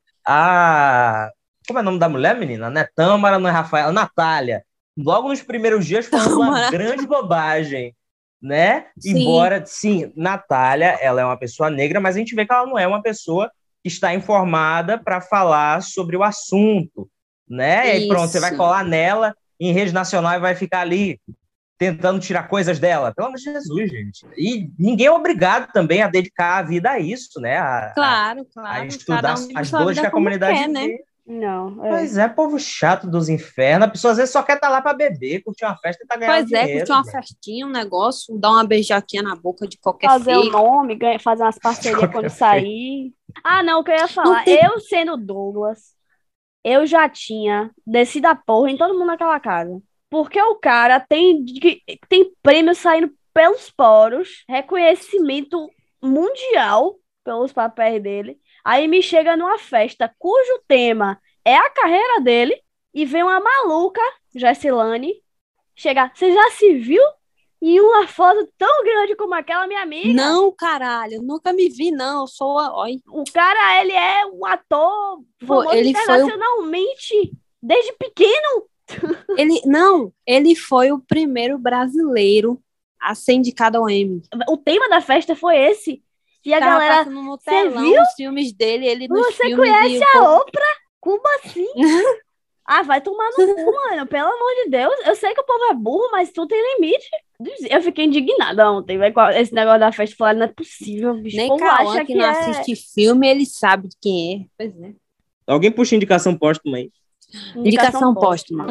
a... Como é o nome da mulher, menina? Não é Tâmara, não é Rafaela, Natália. Logo nos primeiros dias falando uma Tâmara. grande bobagem, né? Sim. Embora, sim, Natália, ela é uma pessoa negra, mas a gente vê que ela não é uma pessoa que está informada para falar sobre o assunto, né? E aí, pronto, você vai Isso. colar nela em rede nacional e vai ficar ali tentando tirar coisas dela. Pelo amor de Jesus, gente. E ninguém é obrigado também a dedicar a vida a isso, né? A, Claro, a, a claro. estudar cada um vive as sua dores vida que a como comunidade quer, né? tem. Não. É. Pois é, povo chato dos infernos. A pessoa às vezes só quer estar lá pra beber, curtir uma festa e tá ganhando Pois é, dinheiro. curtir uma festinha, um negócio, dar uma beijoquinha na boca de qualquer fazer o filho. nome, ganha- fazer umas parcerias Qualquer quando feio. sair. Ah, não, o que eu ia falar. Eu sendo Douglas, eu já tinha descido a porra em todo mundo naquela casa. Porque o cara tem, de- tem prêmio saindo pelos poros, reconhecimento mundial pelos papéis dele. Aí me chega numa festa cujo tema é a carreira dele e vem uma maluca, Jessilane, chegar. Você já se viu em uma foto tão grande como aquela, minha amiga? Não, caralho, eu nunca me vi, não. Eu sou. a- Oi. O cara, ele é um ator famoso ele foi o- internacionalmente desde pequeno. Ele, não, ele foi o primeiro brasileiro a ser indicado ao Emmy. O tema da festa foi esse. E a Tava galera, passando no "Cê telão viu? os filmes dele, ele nos você filmes e conhece o a povo- Oprah? Como assim? ah, vai tomar no cu, mano. Pelo amor de Deus. Eu sei que o povo é burro, mas tudo tem limite. Eu fiquei indignada ontem, velho, com esse negócio da festa. Falaram, não é possível, bicho. o Nem povo Cauã, acha que, que, não é... assiste filme, ele sabe de quem é. Pois é. Alguém puxa indicação póstuma aí. Indicação boa. póstuma.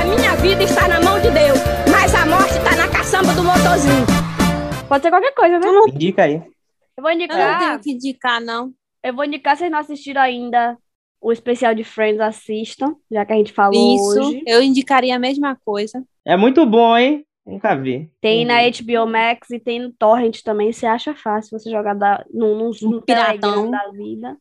A minha vida está na mão de Deus, mas a morte está na caçamba do motorzinho. Pode ser qualquer coisa, né? Indica aí. Eu vou Eu não indicar. tenho que indicar, não. Eu vou indicar, vocês não assistiram ainda o especial de Friends, assistam, já que a gente falou Isso, hoje. eu indicaria a mesma coisa. É muito bom, hein? Nunca vi. Tem Uhum. na HBO Max e tem no Torrent também, você acha fácil você jogar da, num, num, Um num piratão. Telegram da vida.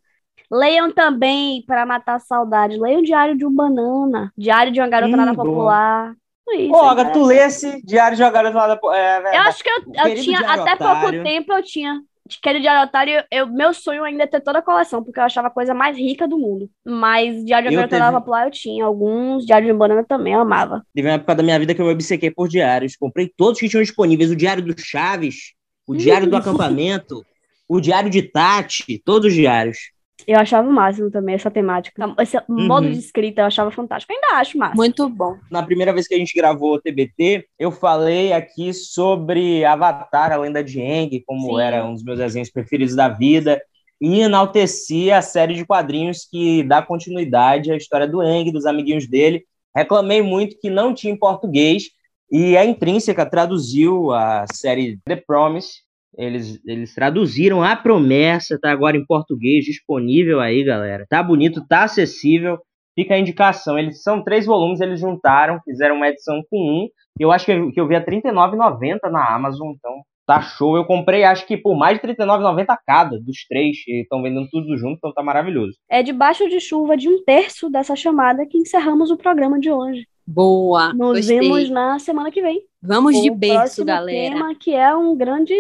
Leiam também, para matar a saudade, leiam Diário de um Banana, Diário de uma Garota Hum, Nada boa. Popular. Tudo Isso, Ô, aí, Olga, galera. tu lê esse diário jogado lá da. É, Eu verdade. acho que eu, eu Querido tinha, Diário até Otário. pouco tempo eu tinha. Querido Diário Otário, eu, meu sonho ainda é ter toda a coleção, porque eu achava a coisa mais rica do mundo. Mas Diário de Eu uma Garota Nada teve- Popular eu tinha alguns, Diário de um Banana também eu amava. Teve uma época da minha vida que eu me obcequei por diários. Comprei todos que tinham disponíveis: o Diário do Chaves, o Diário do Acampamento, o Diário de Tati, todos os diários. Eu achava o máximo também essa temática. Esse modo de escrita eu achava fantástico. Ainda acho massa. Então, Muito bom. Na primeira vez que a gente gravou o TBT, eu falei aqui sobre Avatar, a lenda de Aang, como Sim. era um dos meus desenhos preferidos da vida, e enalteci a série de quadrinhos que dá continuidade à história do Aang, dos amiguinhos dele. Reclamei muito que não tinha em português, e a Intrínseca traduziu a série The Promise. Eles, eles traduziram a promessa, tá agora em português, disponível aí, galera. Tá bonito, tá acessível. Fica a indicação. Eles são três volumes, eles juntaram, fizeram uma edição com um. Eu acho que eu, que eu vi a R$39,90 na Amazon, então tá show. Eu comprei, acho que por mais de R$39,90 cada dos três. Estão vendendo tudo junto, então tá maravilhoso. É debaixo de chuva de um terço dessa chamada que encerramos o programa de hoje. Boa. Nos gostei. vemos na semana que vem. Vamos de o berço, próximo galera. tema que é um grande,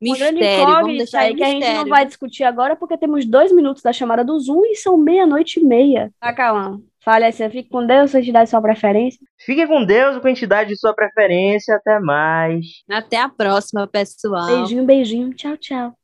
uma grande Mistério. Vamos incógnita deixar aí de que a gente não mistério. vai discutir agora porque temos dois minutos da chamada do Zoom e são meia-noite e meia. Tá, Cauã? Fale assim, fique com Deus, sua entidade, sua preferência. Fique com Deus, com a entidade de sua preferência. Até mais. Até a próxima, pessoal. Ah. Beijinho, beijinho. Tchau, tchau.